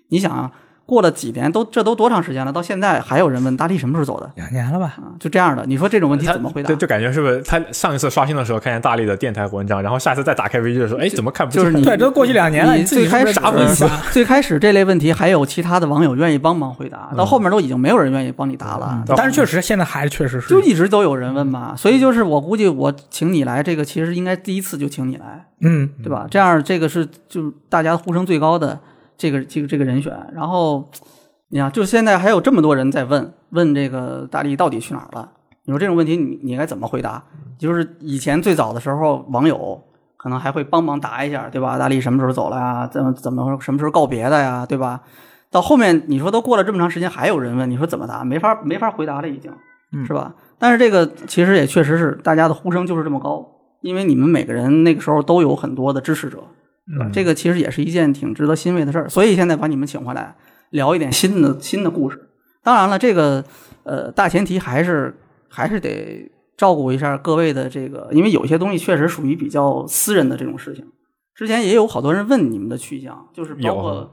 [SPEAKER 2] 你想啊，过了几年都这都多长时间了，到现在还有人问大力什么时候走的
[SPEAKER 3] 两年了吧？
[SPEAKER 2] 啊？就这样的，你说这种问题怎么回答
[SPEAKER 4] 就？就感觉是不是他上一次刷新的时候看见大力的电台文章，然后下次再打开 VG 的时候，哎，怎么看不
[SPEAKER 2] 就是你
[SPEAKER 3] 对，都过去两年了，
[SPEAKER 2] 你
[SPEAKER 3] 自己
[SPEAKER 2] 最开
[SPEAKER 3] 是不是
[SPEAKER 2] 始呃
[SPEAKER 3] 啥问题啊？
[SPEAKER 2] [LAUGHS] 最开始这类问题还有其他的网友愿意帮忙回
[SPEAKER 3] 嗯
[SPEAKER 2] 答，到后面都已经没有人愿意帮你答了，
[SPEAKER 4] 到
[SPEAKER 3] 但是确实现在还确实是
[SPEAKER 2] 就，一直都有人问嘛。所以就是我估计我请你来，这个其实应该第一次就请你来，
[SPEAKER 3] 嗯，
[SPEAKER 2] 对吧？这样这个是就是大家呼声最高的这个这个这个人选。然后你看，就现在还有这么多人在问问这个大力到底去哪儿了？你说这种问题你你该怎么回答？就是以前最早的时候，网友可能还会帮忙答一下，对吧？大力什么时候走了呀？怎么怎么什么时候告别的呀？对吧？到后面你说都过了这么长时间，还有人问，你说怎么答？没法没法回答了，已经，是吧？但是这个其实也确实是大家的呼声就是这么高，因为你们每个人那个时候都有很多的支持者，是吧这个其实也是一件挺值得欣慰的事儿。所以现在把你们请回来，聊一点新的新的故事。当然了，这个呃大前提还是还是得照顾一下各位的这个，因为有些东西确实属于比较私人的这种事情。之前也有好多人问你们的去向，就是包
[SPEAKER 4] 有
[SPEAKER 2] 括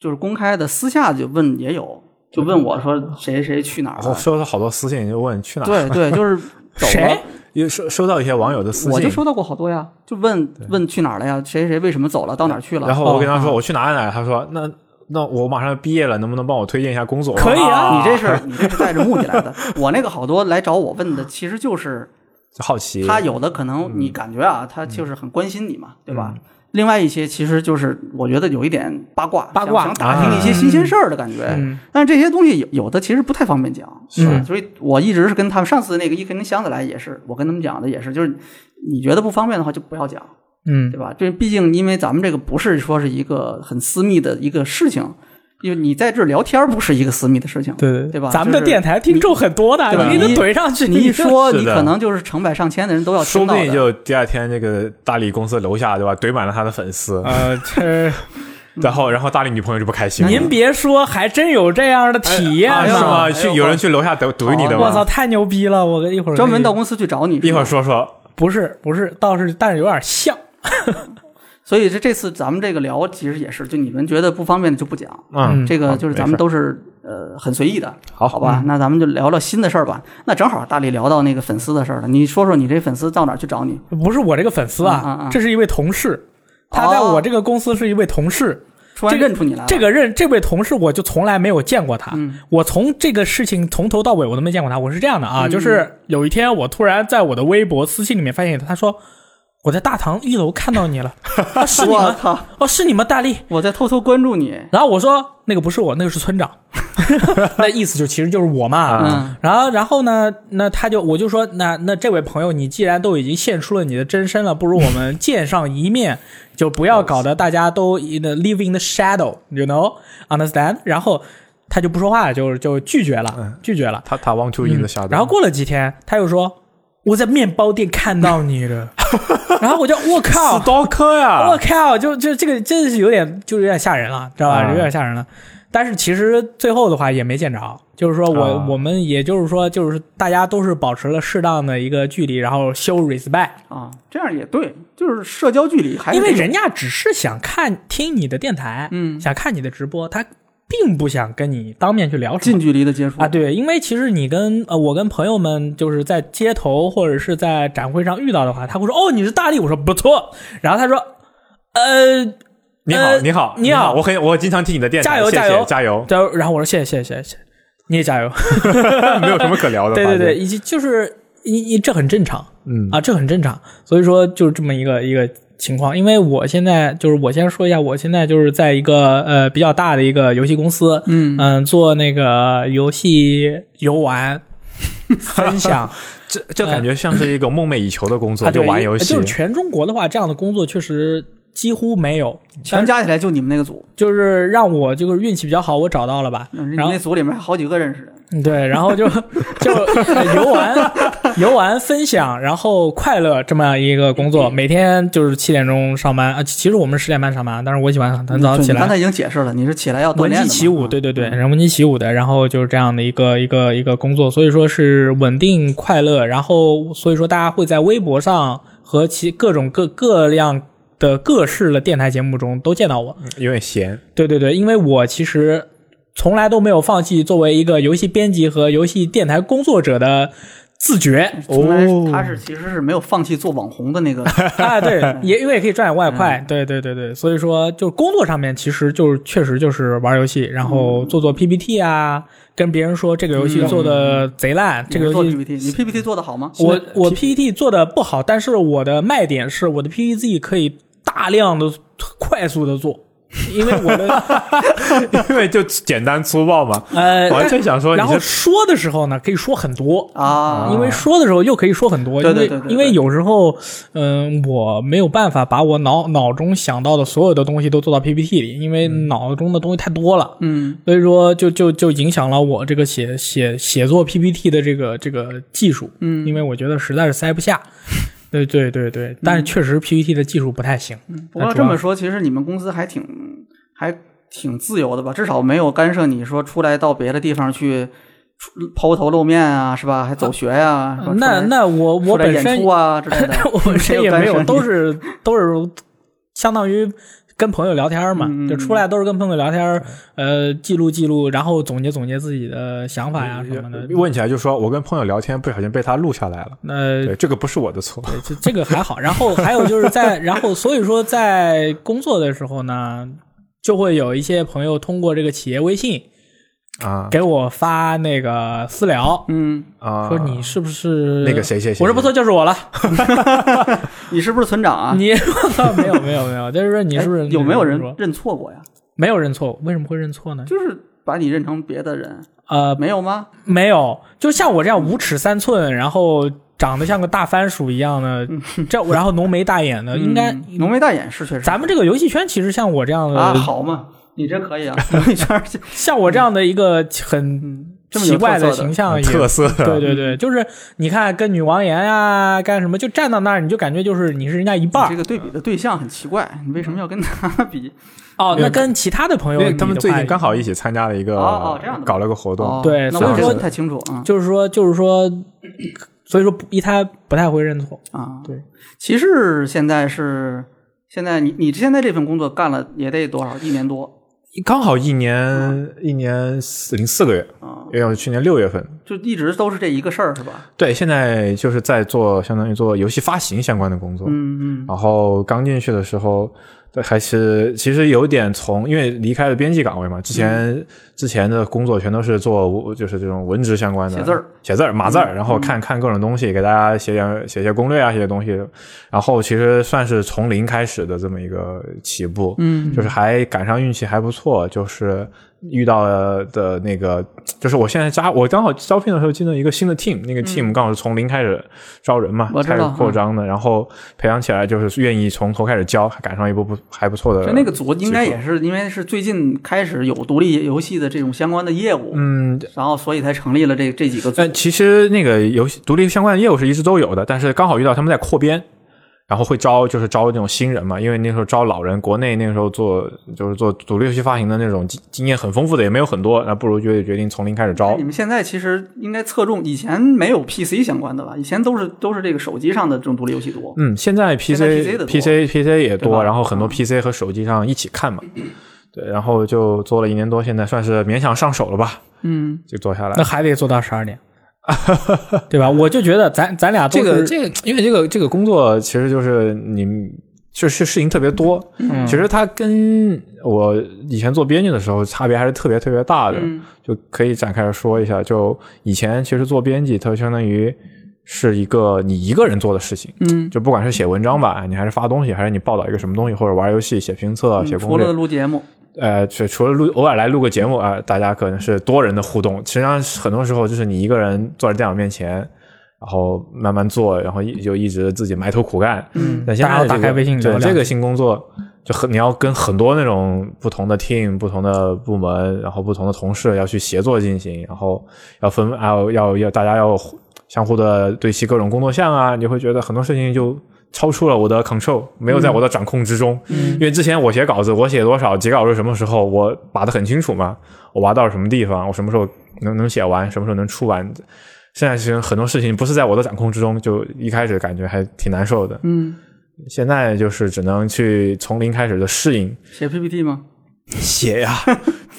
[SPEAKER 2] 就是公开的，私下就问也有，就问我说谁谁去哪儿
[SPEAKER 4] 然
[SPEAKER 2] 了
[SPEAKER 4] 后。收到好多私信，就问去哪？，
[SPEAKER 2] 对对，就是
[SPEAKER 4] [LAUGHS]
[SPEAKER 2] 走了
[SPEAKER 3] 谁？
[SPEAKER 4] 又收收到一些网友的私信，
[SPEAKER 2] 我就收到过好多呀，就问问去哪儿了呀，谁谁为什么走了，到哪儿去了？
[SPEAKER 4] 然后我跟他说
[SPEAKER 2] 哦，
[SPEAKER 4] 我去哪儿哪儿，他说那那我马上毕业了，能不能帮我推荐一下工作？
[SPEAKER 3] 可以啊
[SPEAKER 2] 啊你这是你这是带着目的来的。我那个好多来找我问的，其实就是
[SPEAKER 4] 就好奇。
[SPEAKER 2] 他有的可能
[SPEAKER 3] 嗯
[SPEAKER 2] 你感觉啊，他就是很关心你嘛，对吧？另外一些其实就是我觉得有一点八卦，
[SPEAKER 3] 八卦
[SPEAKER 2] 想想打听一些新鲜事儿的感觉。
[SPEAKER 3] 嗯
[SPEAKER 2] 但是这些东西有有的其实不太方便讲，
[SPEAKER 4] 是
[SPEAKER 2] 吧所以我一直是跟他们上次那个一根箱子来也是，我跟他们讲的也是，就是你觉得不方便的话就不要讲，
[SPEAKER 3] 嗯
[SPEAKER 2] 对吧？这毕竟因为咱们这个不是说是一个很私密的一个事情，因为你在这儿聊天儿不是一个私密的事情，
[SPEAKER 3] 对
[SPEAKER 2] 对吧
[SPEAKER 3] 咱们的
[SPEAKER 2] 就是
[SPEAKER 3] 电台听众很多的，
[SPEAKER 2] 对吧
[SPEAKER 3] 你给他
[SPEAKER 2] 你
[SPEAKER 3] 怼上去，
[SPEAKER 2] 你一说，
[SPEAKER 4] 是
[SPEAKER 2] 你
[SPEAKER 4] 的
[SPEAKER 2] 可能就是成百上千的人都要
[SPEAKER 4] 说
[SPEAKER 2] 听
[SPEAKER 4] 不
[SPEAKER 2] 到的。
[SPEAKER 4] 定就第二天这个大力公司楼下对吧，怼满了他的粉丝，
[SPEAKER 3] 呃，这
[SPEAKER 4] 然后然后大力女朋友就不开心了。
[SPEAKER 3] 您别说，还真有这样的体验
[SPEAKER 4] 啊
[SPEAKER 2] 哎
[SPEAKER 4] 是
[SPEAKER 2] 呀
[SPEAKER 3] 呢。
[SPEAKER 4] 吗？去有人去楼下怼怼你的
[SPEAKER 3] 我操，
[SPEAKER 4] 吗？
[SPEAKER 3] 太牛逼了！我一会儿
[SPEAKER 2] 专门到公司去找你，
[SPEAKER 4] 一会儿
[SPEAKER 2] 是吧。
[SPEAKER 4] 说说，
[SPEAKER 3] 不是不是，倒是但是有点像，
[SPEAKER 2] 所以这这次咱们这个聊，其实也是，就你们觉得不方便的就不讲。
[SPEAKER 4] 嗯，
[SPEAKER 2] 这个就是
[SPEAKER 4] 没事
[SPEAKER 2] 咱们都是呃很随意的，
[SPEAKER 4] 好
[SPEAKER 2] 好
[SPEAKER 3] 嗯
[SPEAKER 2] 吧？那咱们就聊聊新的事儿吧。那正好大力聊到那个粉丝的事儿了，你说说你这粉丝到哪儿去找你？
[SPEAKER 3] 不是我这个粉丝
[SPEAKER 2] 嗯嗯
[SPEAKER 3] 啊
[SPEAKER 2] 嗯，
[SPEAKER 3] 这是一位同事，他在
[SPEAKER 2] 哦
[SPEAKER 3] 我这个公司是一位同事。
[SPEAKER 2] 突然
[SPEAKER 3] 这个
[SPEAKER 2] 认出你来了，
[SPEAKER 3] 这个认这位同事，我就从来没有见过他。我从这个事情从头到尾我都没见过他。我是这样的啊，就是有一天我突然在我的微博私信里面发现他说我在大堂一楼看到你了，啊是你
[SPEAKER 2] 我
[SPEAKER 3] 们
[SPEAKER 2] 靠，
[SPEAKER 3] 哦是你们大力。
[SPEAKER 2] [LAUGHS] 我在偷偷关注你。
[SPEAKER 3] 然后我说那个不是我，那个是村长， [LAUGHS] 那意思就其实就是我嘛。
[SPEAKER 2] 嗯
[SPEAKER 3] 然后然后呢，那他就我就说那那这位朋友，你既然都已经献出了你的真身了，不如我们见上一面，就不要搞得大家都 in the, live in the shadow，you know understand？然后他就不说话了，就就拒绝了，拒绝了。
[SPEAKER 4] 他他 want to in the shadow，
[SPEAKER 3] 然后过了几天，他又说我在面包店看到你了， [LAUGHS] 然后我就我靠，
[SPEAKER 4] stalker
[SPEAKER 2] 啊
[SPEAKER 3] 我
[SPEAKER 4] 呀，
[SPEAKER 3] 靠，就就这个真的是有点，就是有点吓人了，知道吧？
[SPEAKER 4] 啊
[SPEAKER 3] 有点吓人了。但是其实最后的话也没见着，就是说我、
[SPEAKER 4] 啊
[SPEAKER 3] 我们也就是说就是大家都是保持了适当的一个距离，然后 show respect，
[SPEAKER 2] 啊，这样也对，就是社交距离还是
[SPEAKER 3] 因为
[SPEAKER 2] 这种
[SPEAKER 3] 人家只是想看听你的电台，
[SPEAKER 2] 嗯
[SPEAKER 3] 想看你的直播，他并不想跟你当面去聊什么
[SPEAKER 2] 近距离的接触
[SPEAKER 3] 啊，对，因为其实你跟呃，我跟朋友们就是在街头或者是在展会上遇到的话，他会说哦你是大力，我说不错，然后他说呃
[SPEAKER 4] 你好
[SPEAKER 3] 呃
[SPEAKER 4] 你好
[SPEAKER 3] 你好
[SPEAKER 4] 我很我经常听你的电台，
[SPEAKER 3] 加油
[SPEAKER 4] 谢谢
[SPEAKER 3] 加油
[SPEAKER 4] 加
[SPEAKER 3] [LAUGHS]
[SPEAKER 4] 油，
[SPEAKER 3] 然后然后我说谢谢谢谢谢谢，你也加油。
[SPEAKER 4] 没有什么可聊的，
[SPEAKER 3] 对对对，
[SPEAKER 4] 发现，
[SPEAKER 3] 以及就是你你这很正常
[SPEAKER 4] 嗯
[SPEAKER 3] 啊，这很正常。所以说就是这么一个一个情况。因为我现在就是我先说一下，我现在就是在一个呃比较大的一个游戏公司，
[SPEAKER 2] 嗯
[SPEAKER 3] 做那个游戏游
[SPEAKER 2] [LAUGHS]
[SPEAKER 3] 玩分享。
[SPEAKER 4] 这这感觉像是一个梦寐以求的工作，
[SPEAKER 3] 呃啊，对
[SPEAKER 4] 玩游戏
[SPEAKER 3] 就是，全中国的话，这样的工作确实几乎没有。
[SPEAKER 2] 全加起来就你们那个组，
[SPEAKER 3] 就是让我就是运气比较好，我找到了吧。
[SPEAKER 2] 嗯你
[SPEAKER 3] 然后
[SPEAKER 2] 那组里面还好几个认识的，
[SPEAKER 3] 嗯对，然后就就呃游玩、游玩、分享，然后快乐这么一个工作，每天就是七点钟上班啊。其其实我们十点半上班，但是我喜欢很早
[SPEAKER 2] 嗯对
[SPEAKER 3] 起
[SPEAKER 2] 你刚才
[SPEAKER 3] 来，
[SPEAKER 2] 已经解释了，你是起来要锻
[SPEAKER 3] 闻
[SPEAKER 2] 炼的
[SPEAKER 3] 鸡
[SPEAKER 2] 嘛
[SPEAKER 3] 起舞，
[SPEAKER 2] 啊
[SPEAKER 3] 对对对，然后闻鸡起舞的，然后就是这样的一个一个一个工作，所以说是稳定快乐，然后所以说大家会在微博上和其各种各各样的各式的电台节目中都见到我，
[SPEAKER 4] 有点闲， [LAUGHS]
[SPEAKER 3] 对对对，因为我其实从来都没有放弃作为一个游戏编辑和游戏电台工作者的自
[SPEAKER 4] [LAUGHS]
[SPEAKER 3] 觉
[SPEAKER 2] 从来
[SPEAKER 4] 哦
[SPEAKER 2] 他是其实是没有放弃做网红的那
[SPEAKER 3] [LAUGHS]
[SPEAKER 2] 个，
[SPEAKER 3] 啊，对，也因为也可以赚点外
[SPEAKER 4] 嗯
[SPEAKER 3] 快，对对对对，所以说就是工作上面其实就是确实就是玩游戏，然后做做 PPT 啊，跟别人说这个游戏做的
[SPEAKER 4] 嗯
[SPEAKER 3] 贼烂，这个
[SPEAKER 2] 你是做
[SPEAKER 3] 游戏
[SPEAKER 2] PPT，你 PPT 做的好吗？
[SPEAKER 3] 我我 PPT 做的不好，但是我的卖点是我的 PPT 可以大量的快速的做，因为我的
[SPEAKER 4] 因为就简单粗暴嘛。
[SPEAKER 3] 呃
[SPEAKER 4] [LAUGHS] 我，还真想说，你
[SPEAKER 3] 然后
[SPEAKER 4] 这
[SPEAKER 3] 说的时候呢，可以说很多。
[SPEAKER 2] 啊，
[SPEAKER 3] 因为说的时候又可以说很多，
[SPEAKER 2] 对
[SPEAKER 3] 因
[SPEAKER 2] 对
[SPEAKER 3] 为
[SPEAKER 2] 对对对
[SPEAKER 3] 因为有时候，嗯、我没有办法把我脑脑中想到的所有的东西都做到 PPT 里，因为脑中的东西太多了，
[SPEAKER 2] 嗯，
[SPEAKER 3] 所以说就就就影响了我这个写写写作 PPT 的这个这个技术，嗯，因为我觉得实在是塞不下，
[SPEAKER 2] 嗯
[SPEAKER 3] 对对对对，但是确实 PPT 的技术不太行，
[SPEAKER 2] 不
[SPEAKER 3] 啊
[SPEAKER 2] 过这么说，其实你们公司还挺还挺自由的吧？至少没有干涉你说出来到别的地方去出抛头露面啊，是吧？还走学呀、是吧
[SPEAKER 3] 啊那
[SPEAKER 2] 啊出来
[SPEAKER 3] 那我我
[SPEAKER 2] 出来
[SPEAKER 3] 本
[SPEAKER 2] 演
[SPEAKER 3] 身
[SPEAKER 2] 出啊
[SPEAKER 3] [LAUGHS]，
[SPEAKER 2] 之类 [LAUGHS] 的
[SPEAKER 3] 我本身也
[SPEAKER 2] 干
[SPEAKER 3] 没
[SPEAKER 2] 涉
[SPEAKER 3] 有，
[SPEAKER 2] 你
[SPEAKER 3] 都是都是相当于跟朋友聊天嘛，
[SPEAKER 2] 嗯
[SPEAKER 3] 就出来都是跟朋友聊天，呃，记录记录，然后总结总结自己的想法呀、什么的。
[SPEAKER 4] 呃问起来就说，我跟朋友聊天不小心被他录下来了，
[SPEAKER 3] 呃，
[SPEAKER 4] 对，这个不是我的错，
[SPEAKER 3] 对这这个还好。然后还有就是在，然后所以说在工作的时候呢，就会有一些朋友通过这个企业微信
[SPEAKER 4] 啊
[SPEAKER 3] 给我发那个私聊，
[SPEAKER 2] 嗯，
[SPEAKER 4] 啊！
[SPEAKER 3] 说你是不是
[SPEAKER 4] 那个谁谁谁
[SPEAKER 3] 我说不错，就是我了。
[SPEAKER 2] 你是不是村长啊？
[SPEAKER 3] 你 [LAUGHS] 没有没有没有，就是说你
[SPEAKER 2] 哎
[SPEAKER 3] 是不是
[SPEAKER 2] 有没有人
[SPEAKER 3] 说
[SPEAKER 2] 认错过呀？
[SPEAKER 3] 没有认错？为什么会认错呢？
[SPEAKER 2] 就是把你认成别的人，
[SPEAKER 3] 呃，
[SPEAKER 2] 没有吗？
[SPEAKER 3] 没有，就像我这样五尺三寸，然后长得像个大番薯一样的，这然后浓眉大眼的，应该
[SPEAKER 2] 嗯浓眉大眼是确实
[SPEAKER 3] 咱们这个游戏圈其实像我这样的，
[SPEAKER 2] 啊，好嘛，你这可以
[SPEAKER 3] [LAUGHS]
[SPEAKER 2] 啊，朋友圈就
[SPEAKER 3] 像我这样的一个很
[SPEAKER 2] 嗯，这么有
[SPEAKER 3] 奇怪
[SPEAKER 2] 特色
[SPEAKER 3] 形象也，
[SPEAKER 4] 特色
[SPEAKER 3] 对对对，就是你看跟女王岩呀、啊干什么，就站到那儿，你就感觉就是你是人家一半
[SPEAKER 2] 你这
[SPEAKER 3] 儿
[SPEAKER 2] 个对比的对象很奇怪，你为什么要跟他比？
[SPEAKER 3] 哦。那跟其他的朋
[SPEAKER 4] 因
[SPEAKER 3] 友，
[SPEAKER 4] 为他们最近刚
[SPEAKER 3] 好。
[SPEAKER 4] 好一起参加了一个
[SPEAKER 2] 哦哦这样的
[SPEAKER 4] 搞了个活动
[SPEAKER 2] 哦，
[SPEAKER 3] 对
[SPEAKER 2] 那
[SPEAKER 3] 所以
[SPEAKER 2] 我这
[SPEAKER 3] 说
[SPEAKER 2] 个不太清楚啊
[SPEAKER 3] 就是说，就是说，所以说不一他不太会认错。
[SPEAKER 2] 啊。
[SPEAKER 3] 对，
[SPEAKER 2] 骑士现在是现在你你现在这份工作干了也得多少一年多
[SPEAKER 4] 刚好一年一年四零四个月，
[SPEAKER 2] 啊，
[SPEAKER 4] 因为我是去年六月份。
[SPEAKER 2] 就一直都是这一个事儿是吧？
[SPEAKER 4] 对，现在就是在做相当于做游戏发行相关的工作。
[SPEAKER 2] 嗯嗯
[SPEAKER 4] 然后刚进去的时候，对还是其实有点从，因为离开了编辑岗位嘛，之前、
[SPEAKER 2] 嗯
[SPEAKER 4] 之前的工作全都是做就是这种文职相关的，
[SPEAKER 2] 写字儿、嗯
[SPEAKER 4] 写字儿、码字儿，然后看看各种东西，给大家写点写些攻略啊，写些东西。然后其实算是从零开始的这么一个起步，
[SPEAKER 2] 嗯，
[SPEAKER 4] 就是还赶上运气还不错，就是遇到的那个，就是我现在招我刚好招聘的时候进了一个新的 team，那个
[SPEAKER 2] 嗯
[SPEAKER 4] team 刚好是从零开始招人嘛，
[SPEAKER 2] 我知道嗯
[SPEAKER 4] 开始扩张的，然后培养起来就是愿意从头开始教，赶上一波不还不错的。
[SPEAKER 2] 就那个组应该也是因为是最近开始有独立游戏的这种相关的业务，
[SPEAKER 4] 嗯，
[SPEAKER 2] 然后所以才成立了这这几个组
[SPEAKER 4] 但其实那个游戏独立相关的业务是一直都有的，但是刚好遇到他们在扩编，然后会招就是招那种新人嘛，因为那时候招老人，国内那个时候做就是做独立游戏发行的那种经经验很丰富的也没有很多，那不如就决定从零开始招
[SPEAKER 2] 你。们现在其实应该侧重以前没有 PC 相关的吧？以前都是都是这个手机上的这种独立游戏多。
[SPEAKER 4] 嗯，现在
[SPEAKER 2] 现在 PC
[SPEAKER 4] PC
[SPEAKER 2] 的多
[SPEAKER 4] PC 也
[SPEAKER 2] 对吧嗯
[SPEAKER 4] 多，然后很多 PC 和手机上一起看嘛，对，然后就做了一年多，现在算是勉强上手了吧，
[SPEAKER 2] 嗯，
[SPEAKER 4] 就做下来
[SPEAKER 3] 那。还得做到十二点，对吧？我就觉得咱咱俩都
[SPEAKER 4] 这个
[SPEAKER 3] 是
[SPEAKER 4] 这个，因为这个这个工作其实就是你是是事情特别多，
[SPEAKER 3] 嗯
[SPEAKER 4] 其实它跟我以前做编辑的时候差别还是特别特别大的，
[SPEAKER 2] 嗯
[SPEAKER 4] 就可以展开来说一下。就以前其实做编辑，它相当于是一个你一个人做的事情。
[SPEAKER 2] 嗯，
[SPEAKER 4] 就不管是写文章吧，你还是发东西，还是你报道一个什么东西，或者玩游戏、写评测、写攻
[SPEAKER 2] 嗯除
[SPEAKER 4] 略
[SPEAKER 2] 了，录节目，
[SPEAKER 4] 呃，除除了录偶尔来录个节目啊、大家可能是多人的互动。实际上很多时候就是你一个人坐在电脑面前，然后慢慢做，然后一就一直自己埋头苦干。
[SPEAKER 2] 嗯
[SPEAKER 4] 但现在、
[SPEAKER 3] 大
[SPEAKER 4] 这
[SPEAKER 3] 家
[SPEAKER 4] 个、
[SPEAKER 3] 打开微信聊
[SPEAKER 4] 对
[SPEAKER 3] 聊
[SPEAKER 4] 这个新工作，就很你要跟很多那种不同的 team、不同的部门，然后不同的同事要去协作进行，然后要分啊要要大家要互相互的对齐各种工作项啊，你会觉得很多事情就。超出了我的 control，没有在我的掌控之中。因为之前我写稿子，我写多少，截稿是什么时候，我把得很清楚嘛，我挖到什么地方，我什么时候能能写完，什么时候能出完。现在其实很多事情不是在我的掌控之中，就一开始感觉还挺难受的。
[SPEAKER 2] 嗯，
[SPEAKER 4] 现在就是只能去从零开始的适应
[SPEAKER 2] 嗯写 PPT 吗？
[SPEAKER 4] 写呀、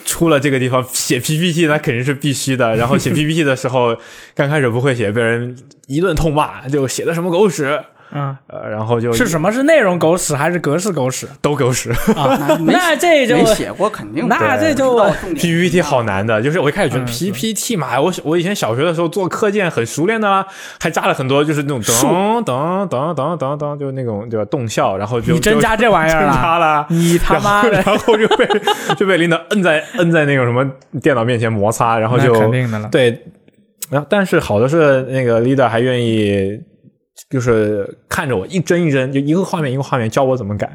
[SPEAKER 4] 出了这个地方写 PPT 那肯定是必须的。然后写 PPT 的时候，刚开始不会写，被人一顿痛骂，就写的什么狗屎，
[SPEAKER 3] 嗯
[SPEAKER 4] 呃，然后就是
[SPEAKER 3] 什么是内容狗屎还是格式狗屎？ [LAUGHS]
[SPEAKER 4] 都狗屎。
[SPEAKER 2] 啊，没
[SPEAKER 3] 那这就
[SPEAKER 2] 没写过，肯定不
[SPEAKER 3] 那
[SPEAKER 4] 这
[SPEAKER 3] 就
[SPEAKER 2] 不知道重点嗯
[SPEAKER 4] PPT 好难的，就是我一开始觉得
[SPEAKER 3] 嗯是
[SPEAKER 4] PPT 嘛，哎我我以前小学的时候做课件很熟练的啦，还加了很多就是那种噔噔噔噔噔噔，就那种对吧动效，然后就
[SPEAKER 3] 你真加这玩意儿
[SPEAKER 4] [LAUGHS] 真
[SPEAKER 3] 了？
[SPEAKER 4] 加啦，
[SPEAKER 3] 你他妈
[SPEAKER 4] 然
[SPEAKER 3] 的，
[SPEAKER 4] 后然后就被就被领导摁在摁在那个什么电脑面前摩擦，然后就
[SPEAKER 3] 那肯定的了
[SPEAKER 4] 对，然后但是好的是那个 leader 还愿意就是看着我一帧一帧就一个画面一个画面教我怎么改。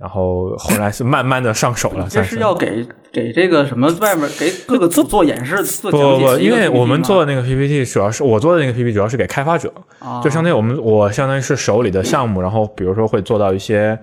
[SPEAKER 4] 然后后来是慢慢的上手了，
[SPEAKER 2] [LAUGHS] 这
[SPEAKER 4] 算
[SPEAKER 2] 是要给给这个什么外面给各个组做演示、做
[SPEAKER 4] 不
[SPEAKER 2] 讲
[SPEAKER 4] 不
[SPEAKER 2] 解
[SPEAKER 4] 不，
[SPEAKER 2] 是一
[SPEAKER 4] 因
[SPEAKER 2] 个 PPT 吗，
[SPEAKER 4] 为我们做的那个 PPT 主要是我做的那个 PPT 主要是给开发者，
[SPEAKER 2] 啊
[SPEAKER 4] 就相当于我们我相当于是手里的项目，然后比如说会做到一些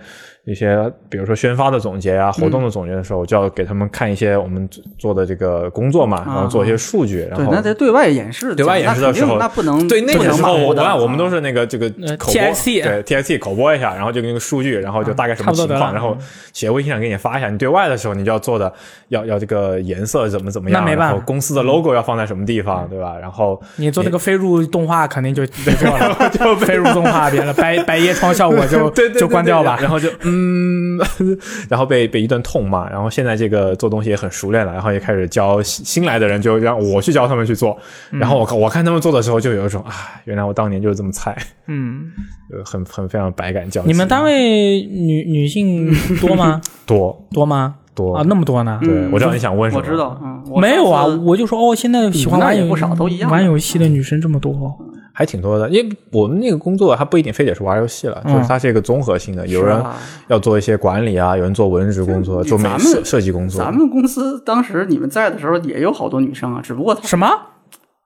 [SPEAKER 4] 一些，比如说宣发的总结啊、活动的总结的时候，我就要给他们看一些我们做的这个工作嘛，然后做一些数据，然
[SPEAKER 2] 啊对，
[SPEAKER 4] 后
[SPEAKER 2] 那得对外演示讲，
[SPEAKER 4] 哦对外演示
[SPEAKER 2] 那肯
[SPEAKER 4] 的时
[SPEAKER 2] 定
[SPEAKER 4] 候，
[SPEAKER 2] 那不能
[SPEAKER 4] 对那
[SPEAKER 2] 不
[SPEAKER 4] 个
[SPEAKER 2] 能
[SPEAKER 4] 时
[SPEAKER 2] 马
[SPEAKER 4] 候，
[SPEAKER 2] 虎
[SPEAKER 4] 我啊
[SPEAKER 2] 的嗯啊
[SPEAKER 4] 我们都是那个这个
[SPEAKER 3] 呃
[SPEAKER 4] 口播
[SPEAKER 3] TXT
[SPEAKER 4] 对 TXT 口播一下，然后就那个数据，然后就大概什么
[SPEAKER 3] 啊差不多嗯
[SPEAKER 4] 情
[SPEAKER 3] 得
[SPEAKER 4] 况，
[SPEAKER 3] 了
[SPEAKER 4] 然后写微信上给你发一下。你对外的时候，你就要做的要要这个颜色怎么怎么样，
[SPEAKER 3] 那没办法嗯
[SPEAKER 4] 然后公司的 logo 要放在什么地方，对吧？然后
[SPEAKER 3] 你做那个飞入动画肯定就别做了，就飞入动画别了，白白夜窗 [LAUGHS] 效果就
[SPEAKER 4] [LAUGHS] 对对对
[SPEAKER 3] 就关掉吧。
[SPEAKER 4] 然后就嗯， [LAUGHS] 然后被被一顿痛骂，然后现在这个做东西也很熟练了，然后也开始教新新来的人，就让我去教他们去做，
[SPEAKER 3] 嗯
[SPEAKER 4] 然后我看我看他们做的时候，就有一种啊，原来我当年就是这么菜， [LAUGHS]
[SPEAKER 3] 嗯，
[SPEAKER 4] 呃很很非常百感交集。
[SPEAKER 3] 你们单位女女性多吗？
[SPEAKER 4] 多
[SPEAKER 3] 多吗？
[SPEAKER 4] 多
[SPEAKER 3] 啊，那么多呢？
[SPEAKER 4] 对，我知道你想问什
[SPEAKER 2] 我
[SPEAKER 4] 么，
[SPEAKER 2] 知道，嗯，我
[SPEAKER 3] 没有啊，
[SPEAKER 2] 上次
[SPEAKER 3] 我就说哦，现在喜欢
[SPEAKER 2] 那
[SPEAKER 3] 玩
[SPEAKER 2] 也
[SPEAKER 3] 游
[SPEAKER 2] 不少都一样
[SPEAKER 3] 玩游戏的女生这么多，哦
[SPEAKER 4] 还挺多的，因为我们那个工作它不一定非得是玩游戏了，
[SPEAKER 3] 嗯啊
[SPEAKER 4] 就是它是一个综合性的，有
[SPEAKER 2] 是啊
[SPEAKER 4] 人
[SPEAKER 2] 吧
[SPEAKER 4] 要做一些管理啊，有人做文职工作，
[SPEAKER 2] 这
[SPEAKER 4] 做美
[SPEAKER 2] 咱们
[SPEAKER 4] 设设计工作
[SPEAKER 2] 咱，们公司当时你们在的时候也有好多女生啊，只不过她
[SPEAKER 3] 什么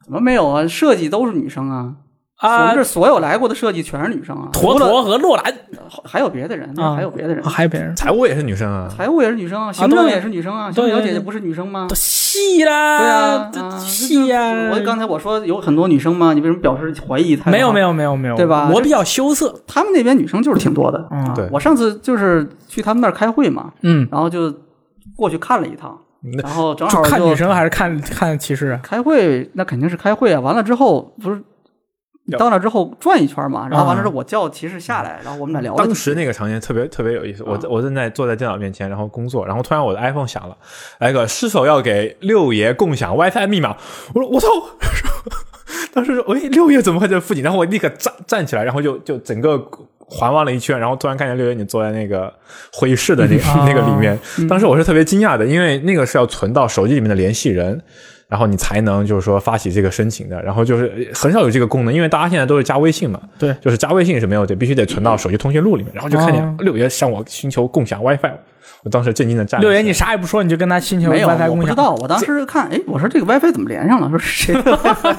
[SPEAKER 2] 怎么没有啊？设计都是女生啊。我
[SPEAKER 3] 啊
[SPEAKER 2] 们这？所有来过的设计全是女生啊，
[SPEAKER 3] 坨
[SPEAKER 2] 除了
[SPEAKER 3] 坨和洛兰
[SPEAKER 2] 还有别的人，
[SPEAKER 3] 啊
[SPEAKER 2] 还有别的人
[SPEAKER 3] 啊，，还有别人
[SPEAKER 4] 财务也是女生啊，
[SPEAKER 2] 财务也是女生啊，行政
[SPEAKER 3] 对
[SPEAKER 2] 也是女生啊，
[SPEAKER 3] 对
[SPEAKER 2] 行
[SPEAKER 3] 对
[SPEAKER 2] 政姐姐
[SPEAKER 3] 对
[SPEAKER 2] 不是女生吗？
[SPEAKER 3] 戏
[SPEAKER 2] 对
[SPEAKER 3] 啦
[SPEAKER 2] 啊，，啊
[SPEAKER 3] 戏呀。
[SPEAKER 2] 我刚才我说有很多女生嘛，你为什么表示怀疑她？
[SPEAKER 3] 没有没
[SPEAKER 2] 有，
[SPEAKER 3] 有没有没有，
[SPEAKER 2] 对吧
[SPEAKER 3] 我比较羞涩，
[SPEAKER 2] 他们那边女生就是挺多的。啊
[SPEAKER 3] 嗯
[SPEAKER 4] 啊对
[SPEAKER 2] 我上次就是去他们那儿开会嘛，
[SPEAKER 3] 嗯，
[SPEAKER 2] 然后就过去看了一趟，
[SPEAKER 4] 那
[SPEAKER 2] 然后正
[SPEAKER 3] 就
[SPEAKER 2] 好
[SPEAKER 3] 看
[SPEAKER 2] 就
[SPEAKER 3] 女生还是看看骑士啊？
[SPEAKER 2] 开会，那肯定是开会啊。完了之后不是。你到那之后转一圈嘛，然后完
[SPEAKER 3] 啊
[SPEAKER 2] 了之后我叫骑士下来，然后我们俩聊了
[SPEAKER 4] 当时那个场景特别特别有意思，我
[SPEAKER 2] 啊
[SPEAKER 4] 我正在坐在电脑面前，然后工作，然后突然我的 iPhone 响了，来个是否要给六爷共享 WiFi 密码？我说我操！ [LAUGHS] 当时说，喂，六爷怎么会在附近？然后我立刻站站起来，然后就就整个环望了一圈，然后突然看见六爷你坐在那个会议室的那个、
[SPEAKER 3] 啊
[SPEAKER 4] 那个里面，当时我是特别惊讶的，因为那个是要存到手机里面的联系人。然后你才能就是说发起这个申请的，然后就是很少有这个功能，因为大家现在都是加微信嘛，
[SPEAKER 3] 对
[SPEAKER 4] 就是加微信是没有的，必须得存到手机通讯录里面。然后就看
[SPEAKER 3] 哦
[SPEAKER 4] 见六爷向我寻求共享 WiFi，我当时震惊的站。
[SPEAKER 3] 六爷，你啥也不说，你就跟他心情
[SPEAKER 2] 没有，
[SPEAKER 3] WiFi
[SPEAKER 2] 我
[SPEAKER 3] 共
[SPEAKER 2] 不
[SPEAKER 3] 享
[SPEAKER 2] 知，道。我当时看，哎，我说这个 WiFi 怎么连上了？说是谁的 WiFi？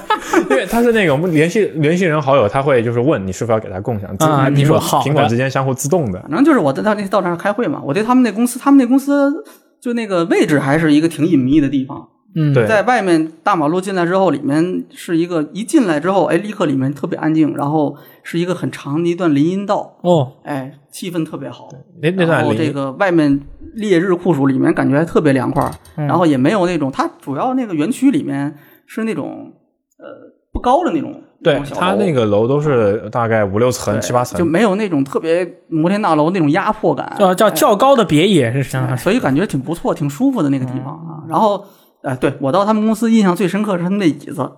[SPEAKER 4] 因为他是那种联系联系人好友，他会就是 [LAUGHS] 问你是否要给他共享，自
[SPEAKER 3] 啊你
[SPEAKER 4] 苹
[SPEAKER 3] 说
[SPEAKER 4] 果
[SPEAKER 3] 好的
[SPEAKER 4] 苹果之间相互自动的。
[SPEAKER 2] 反正就是我在到那到那儿开会嘛，我对他们那公司，他们那公司就那个位置还是一个挺隐秘的地方，
[SPEAKER 3] 嗯，
[SPEAKER 4] 对
[SPEAKER 2] 在外面大马路进来之后，里面是一个一进来之后，哎，立刻里面特别安静，然后是一个很长的一段林荫道，
[SPEAKER 3] 哦，
[SPEAKER 2] 哎，气氛特别好。
[SPEAKER 4] 那那
[SPEAKER 2] 然
[SPEAKER 4] 段
[SPEAKER 2] 后哦这
[SPEAKER 4] 林
[SPEAKER 2] 个外面烈日酷暑，里面感觉还特别凉快儿，
[SPEAKER 4] 嗯
[SPEAKER 2] 然后也没有那种它主要那个园区里面是那种呃不高的那种那
[SPEAKER 4] 对
[SPEAKER 2] 种小
[SPEAKER 4] 他
[SPEAKER 2] 楼
[SPEAKER 4] 那个楼都是大概五六层、
[SPEAKER 2] 对
[SPEAKER 4] 七八
[SPEAKER 2] 就
[SPEAKER 4] 层，
[SPEAKER 2] 没有那种特别摩天大楼那种压迫感，
[SPEAKER 3] 叫叫较高的别野是相当
[SPEAKER 2] 哎
[SPEAKER 3] 于
[SPEAKER 2] 所以感觉挺不错，挺舒服的那个地方
[SPEAKER 4] 嗯
[SPEAKER 2] 啊。然后，哎，对我到他们公司印象最深刻是他们那椅
[SPEAKER 4] [LAUGHS]
[SPEAKER 2] 子，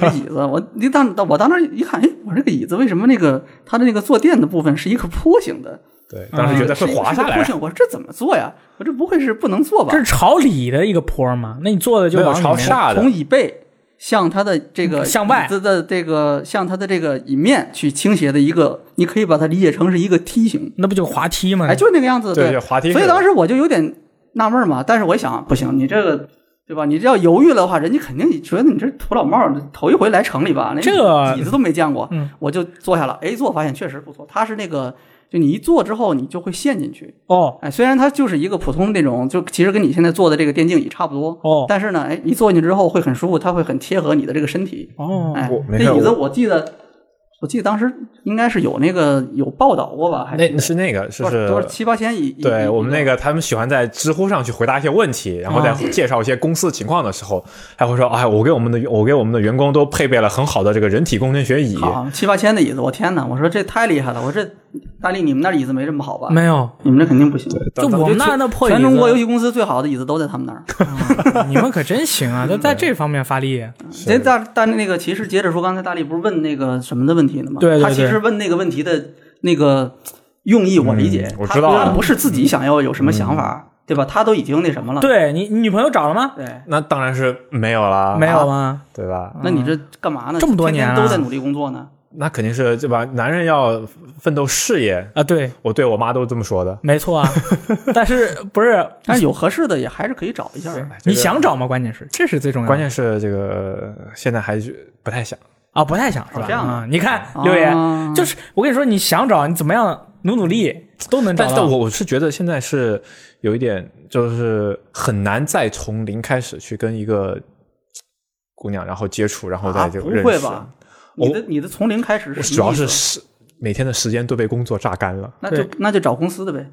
[SPEAKER 2] 那椅子，我一当我当时一看，哎，我这个椅子为什么那个它的那个坐垫的部分是一个坡形的？
[SPEAKER 4] 对，当时觉得会滑下
[SPEAKER 2] 嗯是一个坡
[SPEAKER 4] 来。
[SPEAKER 2] 形，我说这怎么坐呀？我这不会是不能坐吧
[SPEAKER 3] 这？是朝里的一个坡嘛？那你坐的就
[SPEAKER 4] 没有
[SPEAKER 3] 往里
[SPEAKER 4] 朝
[SPEAKER 3] 面
[SPEAKER 4] 下的嗯
[SPEAKER 2] 从，椅背向它的这个
[SPEAKER 3] 向外
[SPEAKER 2] 椅子的这个向它的这个椅面去倾斜的一个，你可以把它理解成是一个梯形。
[SPEAKER 3] 那不就滑梯吗？
[SPEAKER 2] 哎，就是那个样子，
[SPEAKER 4] 对
[SPEAKER 2] 对，
[SPEAKER 4] 对滑梯
[SPEAKER 2] 所以
[SPEAKER 4] 是的
[SPEAKER 2] 当时我就有点纳闷嘛，但是我一想，不行，你这个对吧？你这要犹豫了的话，人家肯定觉得你这土老帽儿，头一回来城里吧，那
[SPEAKER 3] 这个
[SPEAKER 2] 椅子都没见过，
[SPEAKER 3] 嗯
[SPEAKER 2] 我就坐下了。哎，一坐发现确实不错，它是那个，就你一坐之后，你就会陷进去。
[SPEAKER 3] 哦
[SPEAKER 2] 哎，虽然它就是一个普通那种，就其实跟你现在坐的这个电竞椅差不多，
[SPEAKER 3] 哦
[SPEAKER 2] 但是呢，哎，一坐进去之后会很舒服，它会很贴合你的这个身体。
[SPEAKER 3] 哦，
[SPEAKER 2] 哎
[SPEAKER 4] 我，没
[SPEAKER 2] 那
[SPEAKER 4] 看
[SPEAKER 2] 椅子
[SPEAKER 4] 我
[SPEAKER 2] 我记得，我记得当时应该是有那个有报道过吧，还
[SPEAKER 4] 那是那个是
[SPEAKER 2] 多少
[SPEAKER 4] 是
[SPEAKER 2] 多少七八千一，一
[SPEAKER 4] 对我们那
[SPEAKER 2] 一
[SPEAKER 4] 个，他们喜欢在知乎上去回答一些问题，然后在介绍一些公司情况的时候，还会说：“哎，我给我们的我给我们的员工都配备了很好的这个人体工程学椅。
[SPEAKER 2] 好七八千的椅子，我天哪！我说这太厉害了，我这大力你们那椅子没这么好吧？
[SPEAKER 3] 没有，
[SPEAKER 2] 你们这肯定不行。
[SPEAKER 3] 就我们那儿那破椅
[SPEAKER 2] 全中国游
[SPEAKER 3] 子，
[SPEAKER 2] 戏公司最好的椅子都在他们那
[SPEAKER 4] [LAUGHS]
[SPEAKER 2] 儿。
[SPEAKER 3] [LAUGHS] 你们可真行啊，都在这方面发力。
[SPEAKER 2] 这大但那个其实接着说，刚才大力不是问那个什么的问题呢吗？
[SPEAKER 3] 对对
[SPEAKER 2] 他其
[SPEAKER 3] 对
[SPEAKER 2] 实问那个问题的那个用意我理解，
[SPEAKER 4] 嗯我知道
[SPEAKER 2] 他
[SPEAKER 4] 了嗯
[SPEAKER 2] 他不是自己想要有什么想法，对吧？他都已经那什么了。
[SPEAKER 3] 对你，你女朋友找了吗？
[SPEAKER 2] 对，
[SPEAKER 4] 那当然是没有啦，
[SPEAKER 3] 没有吗？
[SPEAKER 4] 对吧？
[SPEAKER 2] 那你这干嘛呢？
[SPEAKER 3] 这么多
[SPEAKER 2] 天天
[SPEAKER 3] 年了
[SPEAKER 2] 都在努力工作呢。
[SPEAKER 4] 那肯定是对吧？男人要奋斗事业，
[SPEAKER 3] 啊，对，
[SPEAKER 4] 我对我妈都这么说的。
[SPEAKER 3] 没 [LAUGHS] 错啊。但是不是
[SPEAKER 2] 但是有合适的也还是可以找一下的。
[SPEAKER 3] 你想找吗？关键是这是最重要的。
[SPEAKER 4] 关键是这个呃现在还是不太想，
[SPEAKER 3] 啊，不太想是
[SPEAKER 2] 哦
[SPEAKER 3] 吧？
[SPEAKER 2] 这样啊
[SPEAKER 3] 啊，你看
[SPEAKER 4] 哦
[SPEAKER 3] 六爷
[SPEAKER 2] 啊，
[SPEAKER 3] 就是我跟你说，你想找你怎么样努努力都能找
[SPEAKER 4] [LAUGHS] 但
[SPEAKER 2] 啊
[SPEAKER 3] 到。
[SPEAKER 4] 但我我是觉得现在是有一点，就是很难再从零开始去跟一个姑娘然后接触，然后
[SPEAKER 2] 啊，
[SPEAKER 4] 再这
[SPEAKER 2] 不
[SPEAKER 4] 个认识。
[SPEAKER 2] 会吧？你
[SPEAKER 4] 我
[SPEAKER 2] 的你的从零开始
[SPEAKER 4] 我
[SPEAKER 2] 是什
[SPEAKER 4] 主
[SPEAKER 2] 么
[SPEAKER 4] 要
[SPEAKER 2] 意思
[SPEAKER 4] 是时每天的时间都被工作榨干了。
[SPEAKER 2] 那就
[SPEAKER 3] 对
[SPEAKER 2] 那就找公司的呗。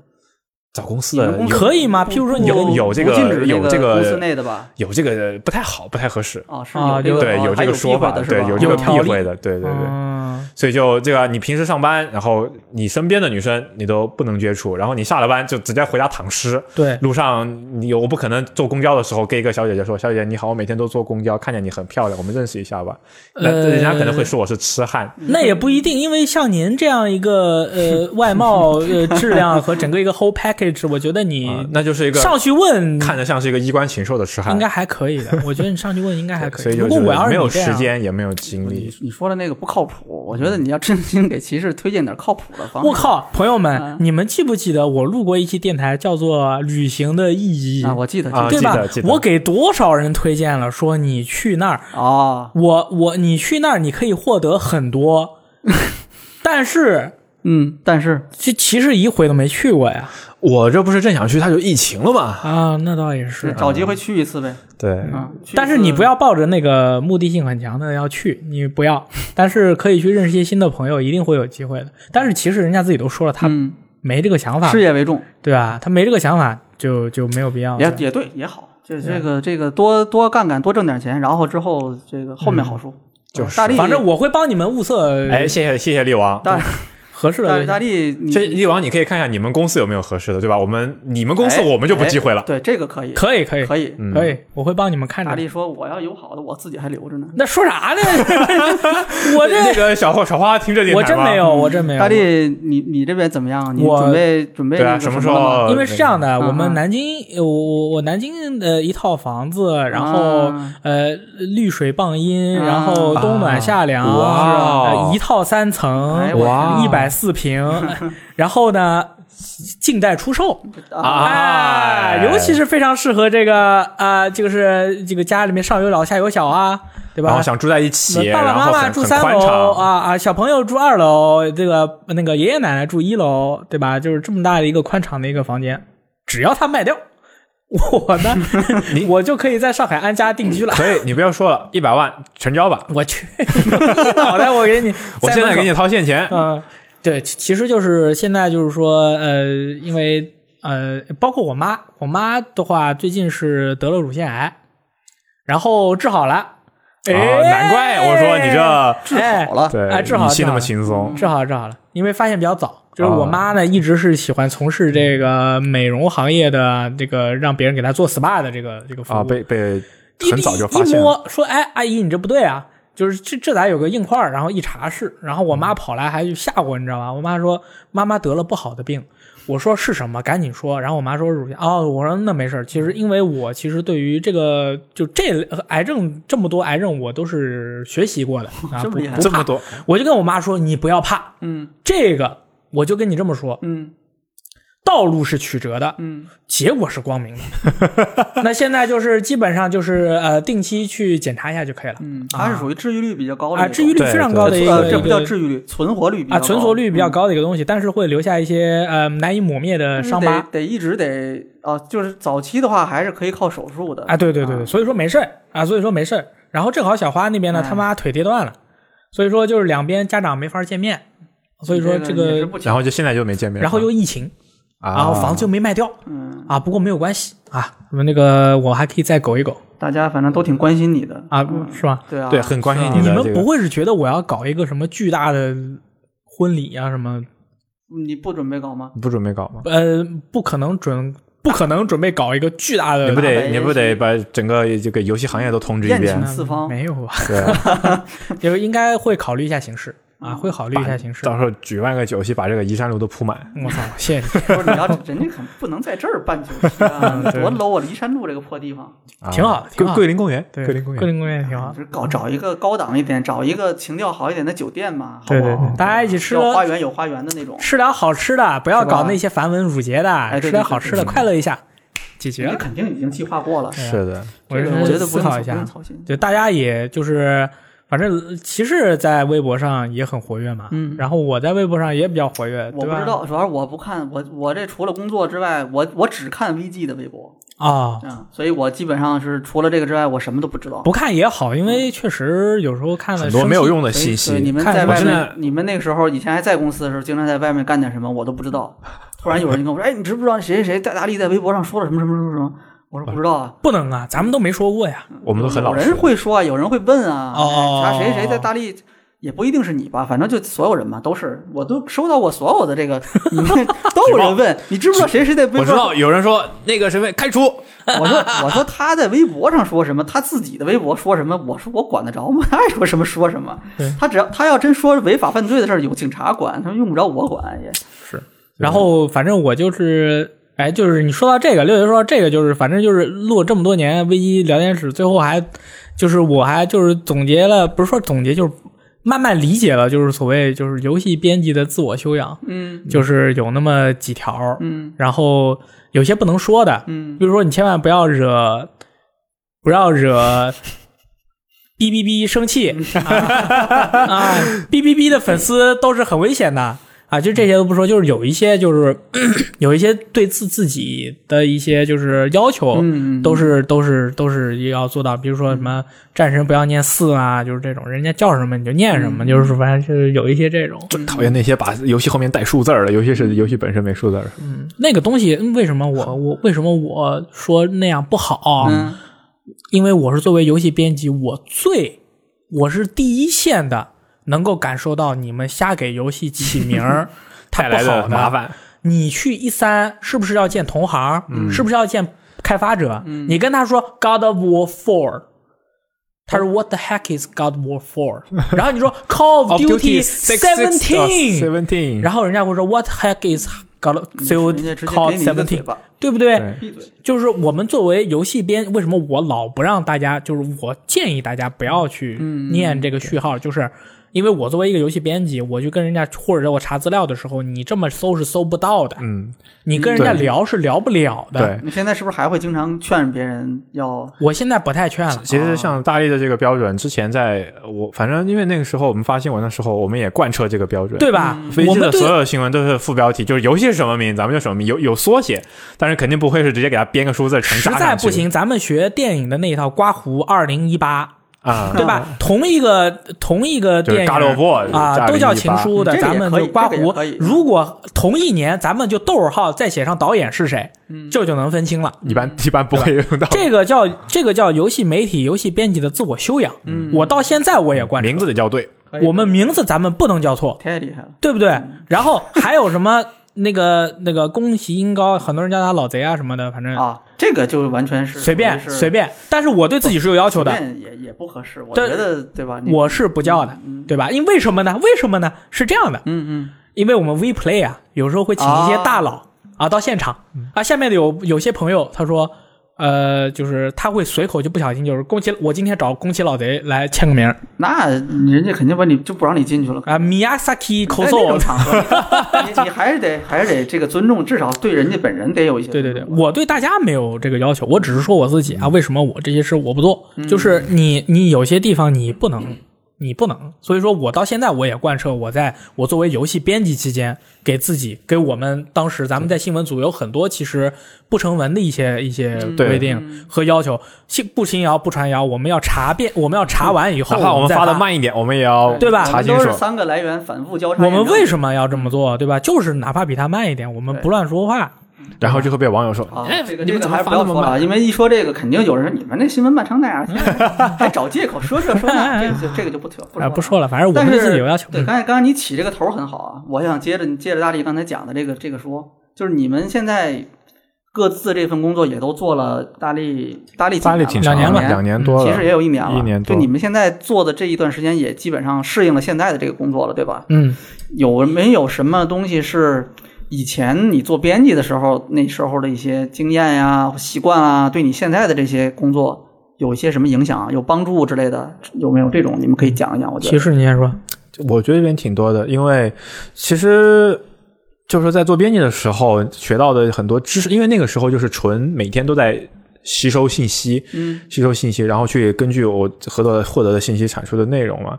[SPEAKER 4] 找公司
[SPEAKER 2] 你们
[SPEAKER 4] 的
[SPEAKER 2] 公司
[SPEAKER 4] 有
[SPEAKER 3] 可以吗？譬如说你
[SPEAKER 4] 有
[SPEAKER 2] 不
[SPEAKER 4] 有这个
[SPEAKER 2] 不禁止
[SPEAKER 4] 有这个
[SPEAKER 2] 公司内的吧？
[SPEAKER 4] 有这个不太好，不太合适。
[SPEAKER 2] 哦，是
[SPEAKER 3] 啊
[SPEAKER 2] 有这个
[SPEAKER 4] 对，
[SPEAKER 2] 哦
[SPEAKER 4] 有
[SPEAKER 2] 还
[SPEAKER 4] 这个说
[SPEAKER 2] 避讳
[SPEAKER 4] 法，
[SPEAKER 2] 的是
[SPEAKER 4] 对
[SPEAKER 2] 吧，
[SPEAKER 4] 有这个
[SPEAKER 2] 哦
[SPEAKER 4] 避
[SPEAKER 3] 条例
[SPEAKER 4] 讳的，对对对。
[SPEAKER 3] 嗯
[SPEAKER 4] 所以就这个，你平时上班，然后你身边的女生你都不能接触，然后你下了班就直接回家躺尸。
[SPEAKER 3] 对
[SPEAKER 4] 路上你我不可能坐公交的时候跟一个小姐姐说：“小姐姐你好，我每天都坐公交，看见你很漂亮，我们认识一下吧。”那
[SPEAKER 3] 呃
[SPEAKER 4] 人家可能会说我是痴汉。
[SPEAKER 3] 那也不一定，因为像您这样一个
[SPEAKER 4] [LAUGHS]
[SPEAKER 3] 呃外貌、呃质量和整个一个 whole package，我觉得
[SPEAKER 4] 啊
[SPEAKER 3] 你
[SPEAKER 4] 那就是一个
[SPEAKER 3] 上去问
[SPEAKER 4] 看着像是一个衣冠禽兽的痴汉
[SPEAKER 3] 应，该还可以的。我觉得你上去问应该还可
[SPEAKER 4] 所以就
[SPEAKER 3] 如果
[SPEAKER 4] 是
[SPEAKER 3] 我要是
[SPEAKER 4] 没有
[SPEAKER 3] 你这样
[SPEAKER 4] 时，间也没有精力
[SPEAKER 2] [LAUGHS] 你，你说的那个不靠谱，我觉得你要真心给骑士推荐点靠谱的方式。
[SPEAKER 3] 我靠，朋友们
[SPEAKER 2] 嗯，
[SPEAKER 3] 你们记不记得我录过一期电台叫做《旅行的意义
[SPEAKER 2] 啊，》？我记得，记
[SPEAKER 4] 啊
[SPEAKER 2] 得
[SPEAKER 3] 对吧
[SPEAKER 4] 记得记？得
[SPEAKER 3] 我给多少人推荐了，说你去那儿，
[SPEAKER 2] 哦，
[SPEAKER 3] 我我你去那儿，你可以获得
[SPEAKER 2] [LAUGHS]
[SPEAKER 3] 很多，但是
[SPEAKER 2] 嗯，但是
[SPEAKER 3] 这其实一回都没去过呀。
[SPEAKER 4] 我这不是正想去，他就疫情了嘛？
[SPEAKER 3] 啊，那倒也
[SPEAKER 4] 嗯
[SPEAKER 3] 是。
[SPEAKER 2] 找机会去一次呗。
[SPEAKER 4] 对，
[SPEAKER 2] 嗯，去一次
[SPEAKER 3] 但是你不要抱着那个目的性很强的要去，你不要。但是可以去认识一些新的朋友，一定会有机会的。但是其实人家自己都说了，他
[SPEAKER 2] 嗯，
[SPEAKER 3] 没这个想法，
[SPEAKER 2] 事业为重，
[SPEAKER 3] 对吧？他没这个想法，就就没有必要了。
[SPEAKER 2] 也也对，也好。就是这个这个多多干干，多挣点钱，然后之后这个后面好说。
[SPEAKER 4] 嗯
[SPEAKER 2] 啊
[SPEAKER 4] 就是
[SPEAKER 2] 大力，
[SPEAKER 3] 反正我会帮你们物色
[SPEAKER 4] 哎，谢谢谢谢力王。
[SPEAKER 2] 大
[SPEAKER 3] 合适的
[SPEAKER 2] 大
[SPEAKER 3] 对
[SPEAKER 2] 力
[SPEAKER 3] 象。
[SPEAKER 2] 大力，你
[SPEAKER 4] 这力王，你可以看一下你们公司有没有合适的，对吧？我们你们公司
[SPEAKER 2] 哎
[SPEAKER 4] 我们就不忌讳了
[SPEAKER 2] 哎。对，这个可以，
[SPEAKER 3] 可以，可以，
[SPEAKER 2] 可以。
[SPEAKER 4] 嗯
[SPEAKER 3] 可以，我会帮你们看
[SPEAKER 2] 大
[SPEAKER 3] 着。
[SPEAKER 2] 力说我要有好的，我自己还留着呢。
[SPEAKER 3] 那说
[SPEAKER 2] [LAUGHS]
[SPEAKER 3] 啥呢？我
[SPEAKER 4] 那
[SPEAKER 3] 这
[SPEAKER 4] 个小花小花听这电台
[SPEAKER 3] 我真
[SPEAKER 4] 吗
[SPEAKER 3] 没有，，我真没有。
[SPEAKER 2] 嗯大力，你你这边怎么样啊？你
[SPEAKER 3] 我
[SPEAKER 2] 准备准备
[SPEAKER 4] 对啊
[SPEAKER 2] 那个
[SPEAKER 4] 什么
[SPEAKER 2] 么
[SPEAKER 4] 时
[SPEAKER 2] 了吗
[SPEAKER 4] 候？
[SPEAKER 3] 因为是这样的，
[SPEAKER 2] 嗯
[SPEAKER 3] 我们南京，呃我我我南京的一套房子，然后、
[SPEAKER 2] 啊
[SPEAKER 3] 呃绿水傍阴，
[SPEAKER 2] 啊哦
[SPEAKER 3] 然后冬暖夏凉，
[SPEAKER 4] 哇
[SPEAKER 3] 呃一套三层，
[SPEAKER 2] 哎
[SPEAKER 4] 我哇
[SPEAKER 3] 一百四
[SPEAKER 2] [LAUGHS]
[SPEAKER 3] 平，然后呢，近代出售
[SPEAKER 2] 啊，
[SPEAKER 3] 哎尤其是非常适合这个啊、就是这个家里面上有老下有小啊，对吧？
[SPEAKER 4] 然后想住在一起，
[SPEAKER 3] 爸爸
[SPEAKER 4] 然
[SPEAKER 3] 妈
[SPEAKER 4] 后
[SPEAKER 3] 妈
[SPEAKER 4] 很
[SPEAKER 3] 住
[SPEAKER 4] 很
[SPEAKER 3] 三
[SPEAKER 4] 宽
[SPEAKER 3] 楼
[SPEAKER 4] 敞，
[SPEAKER 3] 啊啊，小朋友住二楼，这个那个爷爷奶奶住一楼，对吧？就是这么大的一个宽敞的一个房间，只要他卖掉， [LAUGHS] 我
[SPEAKER 4] [LAUGHS]
[SPEAKER 3] 呢，我就可以在上海安家定居了。
[SPEAKER 4] 可以，你不要说了，一百万成交吧，
[SPEAKER 3] 我去，好的，我给你，
[SPEAKER 4] 我现在给
[SPEAKER 3] 你，
[SPEAKER 4] 你掏现钱。
[SPEAKER 3] 嗯、对，其其实就是现在就是说，呃，因为呃，包括我妈，我妈的话最近是得了乳腺癌，然后治好了。哎、
[SPEAKER 4] 啊，难怪我说你这
[SPEAKER 2] 治好了。
[SPEAKER 4] 对
[SPEAKER 3] 哎治好嗯
[SPEAKER 4] 语
[SPEAKER 3] 了
[SPEAKER 4] 气那么轻松，
[SPEAKER 3] 治好了，治好了，因为发现比较早。就是我
[SPEAKER 4] 啊
[SPEAKER 3] 妈呢，一直是喜欢从事这个美容行业的，这个让别人给她做 SPA 的这个这个服务。
[SPEAKER 4] 啊，被被
[SPEAKER 3] 一
[SPEAKER 4] 很早就发
[SPEAKER 3] 一
[SPEAKER 4] 现了，
[SPEAKER 3] 摸说，哎，阿姨你这不对啊，就是这这咋有个硬块儿？然后一查是，然后我
[SPEAKER 4] 嗯
[SPEAKER 3] 妈跑来还吓我，你知道吗？我妈说妈妈得了不好的病，我说是什么？赶紧说。然后我妈说乳腺，哦，我说那没事儿。其实因为我其实对于这个就这类呃癌症这么多癌症，我都是学习
[SPEAKER 4] [LAUGHS]
[SPEAKER 3] 过的啊，
[SPEAKER 2] 这
[SPEAKER 3] 不
[SPEAKER 2] 么厉害
[SPEAKER 3] 不
[SPEAKER 4] 这
[SPEAKER 3] 怕
[SPEAKER 4] 么多
[SPEAKER 3] 我就跟我妈说，你不要怕。
[SPEAKER 2] 嗯
[SPEAKER 3] 这个我就跟你这么说，
[SPEAKER 2] 嗯
[SPEAKER 3] 道路是曲折的，
[SPEAKER 2] 嗯，
[SPEAKER 3] 结果是光明的。
[SPEAKER 2] [LAUGHS]
[SPEAKER 3] 那现在就是基本上就是呃定期去检查一下就可以了。
[SPEAKER 2] 嗯，它是属于治愈率比较高的
[SPEAKER 3] 啊，
[SPEAKER 2] 一个
[SPEAKER 3] 治愈率非常高的一个，
[SPEAKER 2] 呃，这不叫
[SPEAKER 3] 一个
[SPEAKER 2] 治愈嗯率，存活率比较
[SPEAKER 3] 啊，
[SPEAKER 2] 高
[SPEAKER 3] 存活率比较高的一个东西，但是会留下一些呃难以抹灭的
[SPEAKER 2] 就是
[SPEAKER 3] 伤疤
[SPEAKER 2] 嗯得得一直得啊，就是早期的话还是可以靠手术的
[SPEAKER 3] 啊。对对对对，所以说没事儿啊，所以说没事儿。然后正好小花那边呢，
[SPEAKER 2] 哎
[SPEAKER 3] 他妈腿跌断了，所以说就是两边家长没法见面，所以说
[SPEAKER 2] 这
[SPEAKER 3] 这
[SPEAKER 2] 也是
[SPEAKER 3] 个，
[SPEAKER 2] 不行
[SPEAKER 4] 然后就现在就没见面，
[SPEAKER 3] 然后又疫情，
[SPEAKER 4] 啊，
[SPEAKER 3] 然后房子又没卖掉
[SPEAKER 2] 嗯，
[SPEAKER 3] 啊，不过没有关系啊，我们那个我还可以再苟一苟。
[SPEAKER 2] 大家反正都挺关心你的
[SPEAKER 3] 啊，
[SPEAKER 2] 嗯
[SPEAKER 3] 是吧？
[SPEAKER 2] 对啊，
[SPEAKER 4] 对很关心
[SPEAKER 2] 是啊
[SPEAKER 4] 你
[SPEAKER 3] 你
[SPEAKER 4] 的
[SPEAKER 3] 们
[SPEAKER 4] 这个
[SPEAKER 3] 不会是觉得我要搞一个什么巨大的婚礼啊什么？
[SPEAKER 2] 你不准备搞吗？
[SPEAKER 4] 不准备搞吗？
[SPEAKER 3] 呃，不可能准，不可能准备搞一个巨大的
[SPEAKER 4] 你不
[SPEAKER 2] 打
[SPEAKER 4] 得
[SPEAKER 2] 败
[SPEAKER 4] 你不得把整个这个游戏行业都通知一
[SPEAKER 2] 宴
[SPEAKER 4] 遍
[SPEAKER 2] 请？四方
[SPEAKER 3] 没有吧？
[SPEAKER 4] 对， [LAUGHS]
[SPEAKER 3] 就是应该会考虑一下形式
[SPEAKER 2] 嗯
[SPEAKER 3] 啊，会考虑一下形式。
[SPEAKER 4] 到时候举万个酒席，把这个移山路都铺满。
[SPEAKER 3] 我操，谢谢
[SPEAKER 4] [LAUGHS]
[SPEAKER 2] [LAUGHS]
[SPEAKER 3] 你，
[SPEAKER 2] 不是你要人家可不能在这儿办酒席
[SPEAKER 3] [LAUGHS]
[SPEAKER 2] 啊，
[SPEAKER 3] 嗯
[SPEAKER 2] 多 low 啊！骊山路这个破地方，
[SPEAKER 4] 啊
[SPEAKER 3] 挺好的挺
[SPEAKER 4] 桂
[SPEAKER 3] 好的
[SPEAKER 4] 桂林公园，
[SPEAKER 3] 对，
[SPEAKER 4] 桂林公
[SPEAKER 3] 桂
[SPEAKER 4] 园，
[SPEAKER 3] 林公园也挺好
[SPEAKER 2] 就。是搞找一个高档一点，找一个情调好一点的酒店嘛，好
[SPEAKER 3] 对
[SPEAKER 2] 不
[SPEAKER 3] 对
[SPEAKER 2] 好
[SPEAKER 3] 对，？大家一起吃
[SPEAKER 2] 有花
[SPEAKER 3] 了
[SPEAKER 2] 园有花园的那种，
[SPEAKER 3] 吃点好吃的，不要
[SPEAKER 2] 是吧哎
[SPEAKER 3] 搞那些繁文缛节的，
[SPEAKER 2] 对
[SPEAKER 3] 吃
[SPEAKER 2] 对
[SPEAKER 3] 点
[SPEAKER 2] 对
[SPEAKER 3] 好
[SPEAKER 2] 对
[SPEAKER 3] 吃的，
[SPEAKER 2] 对
[SPEAKER 3] 快乐一下，解决
[SPEAKER 2] 你
[SPEAKER 3] 了。
[SPEAKER 2] 肯定已经计划过了。
[SPEAKER 4] 是的，
[SPEAKER 3] 我
[SPEAKER 2] 这个
[SPEAKER 3] 我
[SPEAKER 2] 我觉得不
[SPEAKER 3] 思
[SPEAKER 2] 用
[SPEAKER 3] 考一
[SPEAKER 2] 不用
[SPEAKER 3] 下，
[SPEAKER 2] 操心。
[SPEAKER 3] 就大家也就是，反正骑士在微博上也很活跃嘛，
[SPEAKER 2] 嗯
[SPEAKER 3] 然后我在微博上也比较活跃，
[SPEAKER 2] 我
[SPEAKER 3] 对吧？
[SPEAKER 2] 不知道，主要是我不看，我我这除了工作之外，我我只看 VG 的微博，
[SPEAKER 3] 啊、
[SPEAKER 2] 嗯，所以我基本上是除了这个之外，我什么都不知道。
[SPEAKER 3] 不看也好，因为确实有时候看了
[SPEAKER 4] 很多没有
[SPEAKER 3] 生气，
[SPEAKER 4] 用的
[SPEAKER 2] 所以
[SPEAKER 4] 信
[SPEAKER 2] 所以你
[SPEAKER 4] 息。
[SPEAKER 2] 们
[SPEAKER 3] 看
[SPEAKER 2] 在
[SPEAKER 3] 我
[SPEAKER 2] 外
[SPEAKER 4] 真的
[SPEAKER 2] 面，你们那个时候以前还在公司的时候，经常在外面干点什么，我都不知道。突然有人就跟我说：“哎，你知不知道谁谁谁戴大力在微博上说了什么什么什么什么？”我说：“不知道啊。
[SPEAKER 3] 不能啊，咱们都没说过呀。
[SPEAKER 4] 我”们都嗯很
[SPEAKER 2] 有
[SPEAKER 4] 老实
[SPEAKER 2] 人。会说啊，有人会问啊，
[SPEAKER 3] 哦
[SPEAKER 2] 哎啥谁谁在大力。也不一定是你吧，反正就所有人嘛，都是我都收到过所有的这个，你们 [LAUGHS] 都有人问你知不知道谁谁在微
[SPEAKER 5] 我
[SPEAKER 2] 博
[SPEAKER 5] 知
[SPEAKER 2] 上
[SPEAKER 5] 道有人说那个谁被开除，
[SPEAKER 2] [LAUGHS] 我说我说他在微博上说什么，他自己的微博说什么，我说我管得着吗？他 [LAUGHS] 爱说什么说什么
[SPEAKER 3] 对。
[SPEAKER 2] 他只要他要真说违法犯罪的事儿，有警察管，他用不着我管也。
[SPEAKER 3] 然后反正我就是，哎，就是你说到这个，六爷说到这个，就是反正就是录了这么多年危机聊天室，最后还就是我还就是总结了，不是说总结，就是慢慢理解了，就是所谓就是游戏编辑的自我修养，
[SPEAKER 2] 嗯
[SPEAKER 3] 就是有那么几条，
[SPEAKER 2] 嗯
[SPEAKER 3] 然后有些不能说的，
[SPEAKER 2] 嗯
[SPEAKER 3] 比如说你千万不要惹，不要
[SPEAKER 2] [LAUGHS]
[SPEAKER 3] 惹。哔哔哔生气
[SPEAKER 2] 嗯
[SPEAKER 3] 啊啊！哔哔哔的粉丝都是很危险的啊！就这些都不说，就是有一些就是 [COUGHS] 有一些对自自己的一些就是要求，
[SPEAKER 2] 嗯，
[SPEAKER 3] 都
[SPEAKER 2] 是
[SPEAKER 3] 是都是都是要做到，比如说什么战神不要念四啊，就是这种，人家叫什么你就念什
[SPEAKER 2] 嗯
[SPEAKER 3] 么，就是反正就是有一些这种，
[SPEAKER 4] 讨厌那些把游戏后面带数字儿的，尤其是游戏本身没数字儿。
[SPEAKER 3] 嗯，那个东西嗯为什么我我为什么我说那样不好？
[SPEAKER 2] 嗯
[SPEAKER 3] 因为我是作为游戏编辑，我最我是第一线的，能够感受到你们瞎给游戏起名
[SPEAKER 4] [LAUGHS]
[SPEAKER 3] 儿它
[SPEAKER 4] 带
[SPEAKER 3] 不
[SPEAKER 4] 来
[SPEAKER 3] 好的
[SPEAKER 4] 麻。烦，
[SPEAKER 3] 你去一三是不是要见同行？
[SPEAKER 4] 嗯
[SPEAKER 3] 是不是要见开发者？
[SPEAKER 2] 嗯
[SPEAKER 3] 你跟他说 God of War Four。他
[SPEAKER 2] 哦
[SPEAKER 3] 说 What the heck is God of War Four？然后你说 Call of
[SPEAKER 4] Of
[SPEAKER 3] Duty
[SPEAKER 4] 哦 Duty
[SPEAKER 3] Seventeen，
[SPEAKER 4] seventeen，
[SPEAKER 3] 然后人家会说 What heck is God of
[SPEAKER 2] 人家直接给
[SPEAKER 3] Call
[SPEAKER 2] 你一个嘴
[SPEAKER 3] Seventeen？
[SPEAKER 2] 巴，
[SPEAKER 3] 对不对？
[SPEAKER 4] 对
[SPEAKER 2] 闭嘴。
[SPEAKER 3] 就是我们作为游戏编，为什么我老不让大家，就是我建议大家不要去
[SPEAKER 4] 嗯
[SPEAKER 3] 念这个序号，就是因为我作为一个游戏编辑，我去跟人家或者我查资料的时候，你这么搜是搜不到的，
[SPEAKER 4] 嗯，
[SPEAKER 3] 你跟人家
[SPEAKER 4] 对
[SPEAKER 3] 聊是聊不了的。
[SPEAKER 4] 对。
[SPEAKER 2] 你现在是不是还会经常劝别人要？
[SPEAKER 3] 我现在不太劝了，
[SPEAKER 4] 其实像大力的这个标准，之前在我反正因为那个时候我们发新闻的时候，我们也贯彻这个标准。
[SPEAKER 3] 对吧？
[SPEAKER 4] 飞
[SPEAKER 3] 我
[SPEAKER 4] 机
[SPEAKER 3] 们
[SPEAKER 4] 的所
[SPEAKER 3] 对
[SPEAKER 4] 有新闻都是副标题，就是游戏是什么名，咱们就什么名，有有缩写，但是肯定不会是直接给它编个数字成
[SPEAKER 3] 实在不行，咱们学电影的那一套《刮胡二零一八》。
[SPEAKER 4] 啊，
[SPEAKER 3] 对吧？
[SPEAKER 2] 嗯
[SPEAKER 3] 同一个同一个
[SPEAKER 4] 就是
[SPEAKER 3] 电影
[SPEAKER 4] God of War，
[SPEAKER 3] 啊，
[SPEAKER 4] 就是
[SPEAKER 3] 都叫
[SPEAKER 4] 2018
[SPEAKER 3] 情书的，
[SPEAKER 2] 这个
[SPEAKER 3] 咱
[SPEAKER 2] 也
[SPEAKER 3] 们
[SPEAKER 2] 可以
[SPEAKER 3] 就刮
[SPEAKER 2] 这个也
[SPEAKER 3] 胡
[SPEAKER 2] 可以。
[SPEAKER 3] 如果同一年，咱们就逗号再写上导演是谁，
[SPEAKER 2] 嗯
[SPEAKER 3] 这就能分清了。
[SPEAKER 4] 一般一般不会用到
[SPEAKER 3] 这个叫这个叫游戏媒体、游戏编辑的自我修养。
[SPEAKER 2] 嗯
[SPEAKER 3] 我到现在我也贯彻。
[SPEAKER 4] 名字得叫对，
[SPEAKER 3] 我们名字咱们不能叫错，
[SPEAKER 2] 太厉害了，
[SPEAKER 3] 对不对？
[SPEAKER 2] 嗯
[SPEAKER 3] 然后还有什么那个那个宫崎英高，很多人叫他老贼啊什么的，反正
[SPEAKER 2] 啊！这个就完全是
[SPEAKER 3] 随便
[SPEAKER 2] 是
[SPEAKER 3] 随便。但是我对自己是有要求
[SPEAKER 2] 随嗯
[SPEAKER 3] 的，
[SPEAKER 2] 便也也不合适，我
[SPEAKER 3] 对
[SPEAKER 2] 觉得对吧？你
[SPEAKER 3] 我是不叫的，对吧？因为什么呢？为什么呢？是这样的，
[SPEAKER 2] 嗯嗯
[SPEAKER 3] 因为我们 We Play 啊，有时候会请一些大佬啊到现场
[SPEAKER 2] 嗯
[SPEAKER 3] 啊。下面的有有些朋友他说，呃，就是他会随口就不小心就是宫崎，我今天找宫崎老贼来签个名儿
[SPEAKER 2] 那人家肯定把你就不让你进去了。
[SPEAKER 3] 啊，Miyazaki
[SPEAKER 2] 在哎那种
[SPEAKER 3] Koso。
[SPEAKER 2] 场合， [LAUGHS] 你你还是得还是得这个尊重，至少对嗯人家本人得有一些
[SPEAKER 3] 对对
[SPEAKER 2] 尊
[SPEAKER 3] 对，
[SPEAKER 2] 重
[SPEAKER 3] 我对大家没有这个要求，我只是说我自己啊，为什么我这些事我不做？就是你你有些地方你不能，你不能，所以说我到现在我也贯彻我在我作为游戏编辑期间给自己给我们当时咱们在新闻组有很多其实不成文的一些一些
[SPEAKER 4] 对
[SPEAKER 3] 规定和要求，信不信谣不传谣，我们要查遍，我们要查完以后，
[SPEAKER 4] 哪 [LAUGHS] 怕我们
[SPEAKER 3] 再
[SPEAKER 4] 发的慢一点，我们也要
[SPEAKER 3] 对吧
[SPEAKER 2] 我
[SPEAKER 4] 查
[SPEAKER 2] 们
[SPEAKER 4] 清
[SPEAKER 2] 都
[SPEAKER 4] 楚
[SPEAKER 2] 是。三个来源反复交叉
[SPEAKER 3] 我
[SPEAKER 2] 验证。
[SPEAKER 3] 们为什么要这么做，对吧？就是哪怕比他慢一点，我们
[SPEAKER 2] 对
[SPEAKER 3] 不乱说话。
[SPEAKER 4] 然后就会被网友说，
[SPEAKER 2] 啊
[SPEAKER 5] 哎，
[SPEAKER 2] 这个
[SPEAKER 5] 你们
[SPEAKER 2] 这个
[SPEAKER 5] 怎么
[SPEAKER 2] 还是不
[SPEAKER 5] 发
[SPEAKER 2] 要
[SPEAKER 5] 那么
[SPEAKER 2] 说了啊，因为一说这个，肯定有人说你们那新闻慢成那样，天哪还找借口说这说那，这个就这个就不扯不
[SPEAKER 3] 啊，
[SPEAKER 2] 说
[SPEAKER 3] 不
[SPEAKER 2] 了。
[SPEAKER 3] 说了，反正我
[SPEAKER 2] 但
[SPEAKER 3] 们
[SPEAKER 2] 是
[SPEAKER 3] 对自己有要求。
[SPEAKER 2] 对，
[SPEAKER 3] 嗯
[SPEAKER 2] 刚才刚才你起这个头儿很好啊，我想接着你接着大力刚才讲的这个这个说，就是你们现在各自这份工作也都做了，大力大力几
[SPEAKER 4] 压力
[SPEAKER 2] 年
[SPEAKER 4] 挺
[SPEAKER 2] 了
[SPEAKER 4] 长
[SPEAKER 3] 两年
[SPEAKER 4] 的
[SPEAKER 3] 吧
[SPEAKER 4] 两年
[SPEAKER 3] 嗯
[SPEAKER 4] 多了，
[SPEAKER 2] 其实也有一年了，
[SPEAKER 4] 一年多
[SPEAKER 2] 就你们现在做的这一段时间，也基本上适应了现在的这个工作了，对吧？
[SPEAKER 3] 嗯，
[SPEAKER 2] 有没有什么东西是以前你做编辑的时候，那时候的一些经验呀、习惯啊，对你现在的这些工作有一些什么影响啊、有帮助之类的？有没有这种？你们可以讲一讲。我觉
[SPEAKER 3] 骑
[SPEAKER 2] 得，
[SPEAKER 3] 士你先说。
[SPEAKER 4] 我觉得这边挺多的，因为其实就是说在做编辑的时候学到的很多知识，因为那个时候就是纯每天都在吸收信息，
[SPEAKER 2] 嗯，
[SPEAKER 4] 吸收信息，然后去根据我合作获得的信息产出的内容嘛。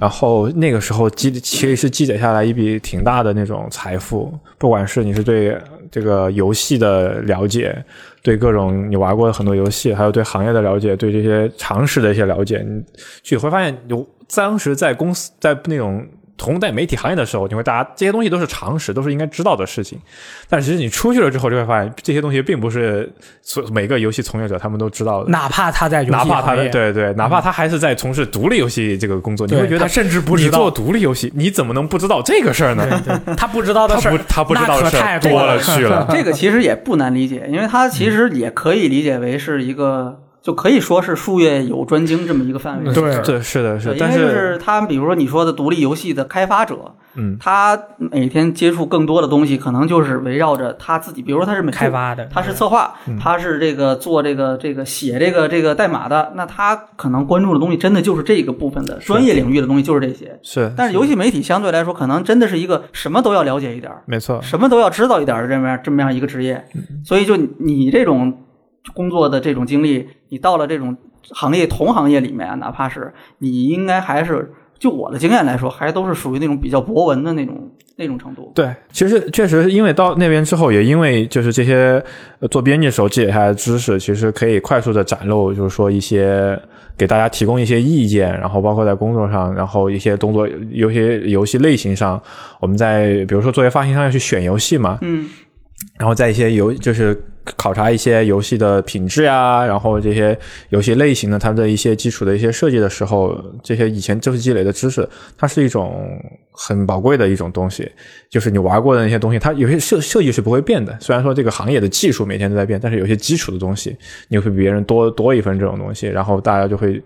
[SPEAKER 4] 然后那个时候积其实是积累下来一笔挺大的那种财富，不管是你是对这个游戏的了解，对各种你玩过的很多游戏，还有对行业的了解，对这些常识的一些了解，你去会发现有当时在公司在那种同在媒体行业的时候，你会大家这些东西都是常识，都是应该知道的事情。但其实你出去了之后，就会发现这些东西并不是所每个游戏从业者他们都知道的。
[SPEAKER 3] 哪怕他在游戏
[SPEAKER 4] 哪怕他
[SPEAKER 3] 行
[SPEAKER 4] 的
[SPEAKER 3] 业，
[SPEAKER 4] 对对，哪怕他还是在从事独立游戏这个工作，你
[SPEAKER 3] 对
[SPEAKER 4] 会觉
[SPEAKER 3] 他
[SPEAKER 4] 得
[SPEAKER 3] 甚至不
[SPEAKER 4] 你
[SPEAKER 3] 知
[SPEAKER 4] 做
[SPEAKER 3] 道，
[SPEAKER 4] 独立游戏，你怎么能不知道这个事儿呢？
[SPEAKER 3] 他不知道的
[SPEAKER 4] 他
[SPEAKER 3] 事
[SPEAKER 4] 不
[SPEAKER 3] 儿，
[SPEAKER 4] [LAUGHS] 他不知道
[SPEAKER 3] 那
[SPEAKER 4] 的
[SPEAKER 3] 可
[SPEAKER 4] 事儿
[SPEAKER 3] 太多
[SPEAKER 4] 多
[SPEAKER 3] 了
[SPEAKER 4] 了去了。
[SPEAKER 2] 这个其实也不难理解，因为它其实
[SPEAKER 4] 嗯
[SPEAKER 2] 也可以理解为是一个，就可以说是术业有专精这么一个范围。
[SPEAKER 3] 对
[SPEAKER 4] [LAUGHS] 对，是的，是
[SPEAKER 2] 对，，
[SPEAKER 4] 的
[SPEAKER 2] 因
[SPEAKER 4] 但
[SPEAKER 2] 为就是他，比如说你说的独立游戏的开发者，
[SPEAKER 4] 嗯，
[SPEAKER 2] 他每天接触更多的东西，可能就是围绕着他自己，比如说他是美术
[SPEAKER 3] 开发的嗯
[SPEAKER 2] 他是策划，他是这个做这个这个写这个这个代码的，那他可能关注的东西真的就是这个部分的专业领域的东西，就是这些。
[SPEAKER 4] 是，
[SPEAKER 2] 但是游戏媒体相对来说，可能真的是一个什么都要了解一点儿，
[SPEAKER 4] 没错，
[SPEAKER 2] 什么都要知道一点儿的这么样这么样一个职业，
[SPEAKER 4] 嗯
[SPEAKER 2] 所以就你这种工作的这种经历，你到了这种行业同行业里面，哪怕是你应该还是就我的经验来说，还都是属于那种比较博文的那种那种程度。
[SPEAKER 4] 对，其实确实，因为到那边之后，也因为就是这些呃做编辑时候积累下来的知识，其实可以快速的展露，就是说一些给大家提供一些意见，然后包括在工作上，然后一些动作，有些游戏类型上，我们在比如说作为发行商要去选游戏嘛，
[SPEAKER 2] 嗯，
[SPEAKER 4] 然后在一些游就是考察一些游戏的品质呀、然后这些游戏类型的它的一些基础的一些设计的时候，这些以前知识积累的知识，它是一种很宝贵的一种东西。就是你玩过的那些东西，它有些设设计是不会变的。虽然说这个行业的技术每天都在变，但是有些基础的东西，你会比别人多多一份这种东西，然后大家就会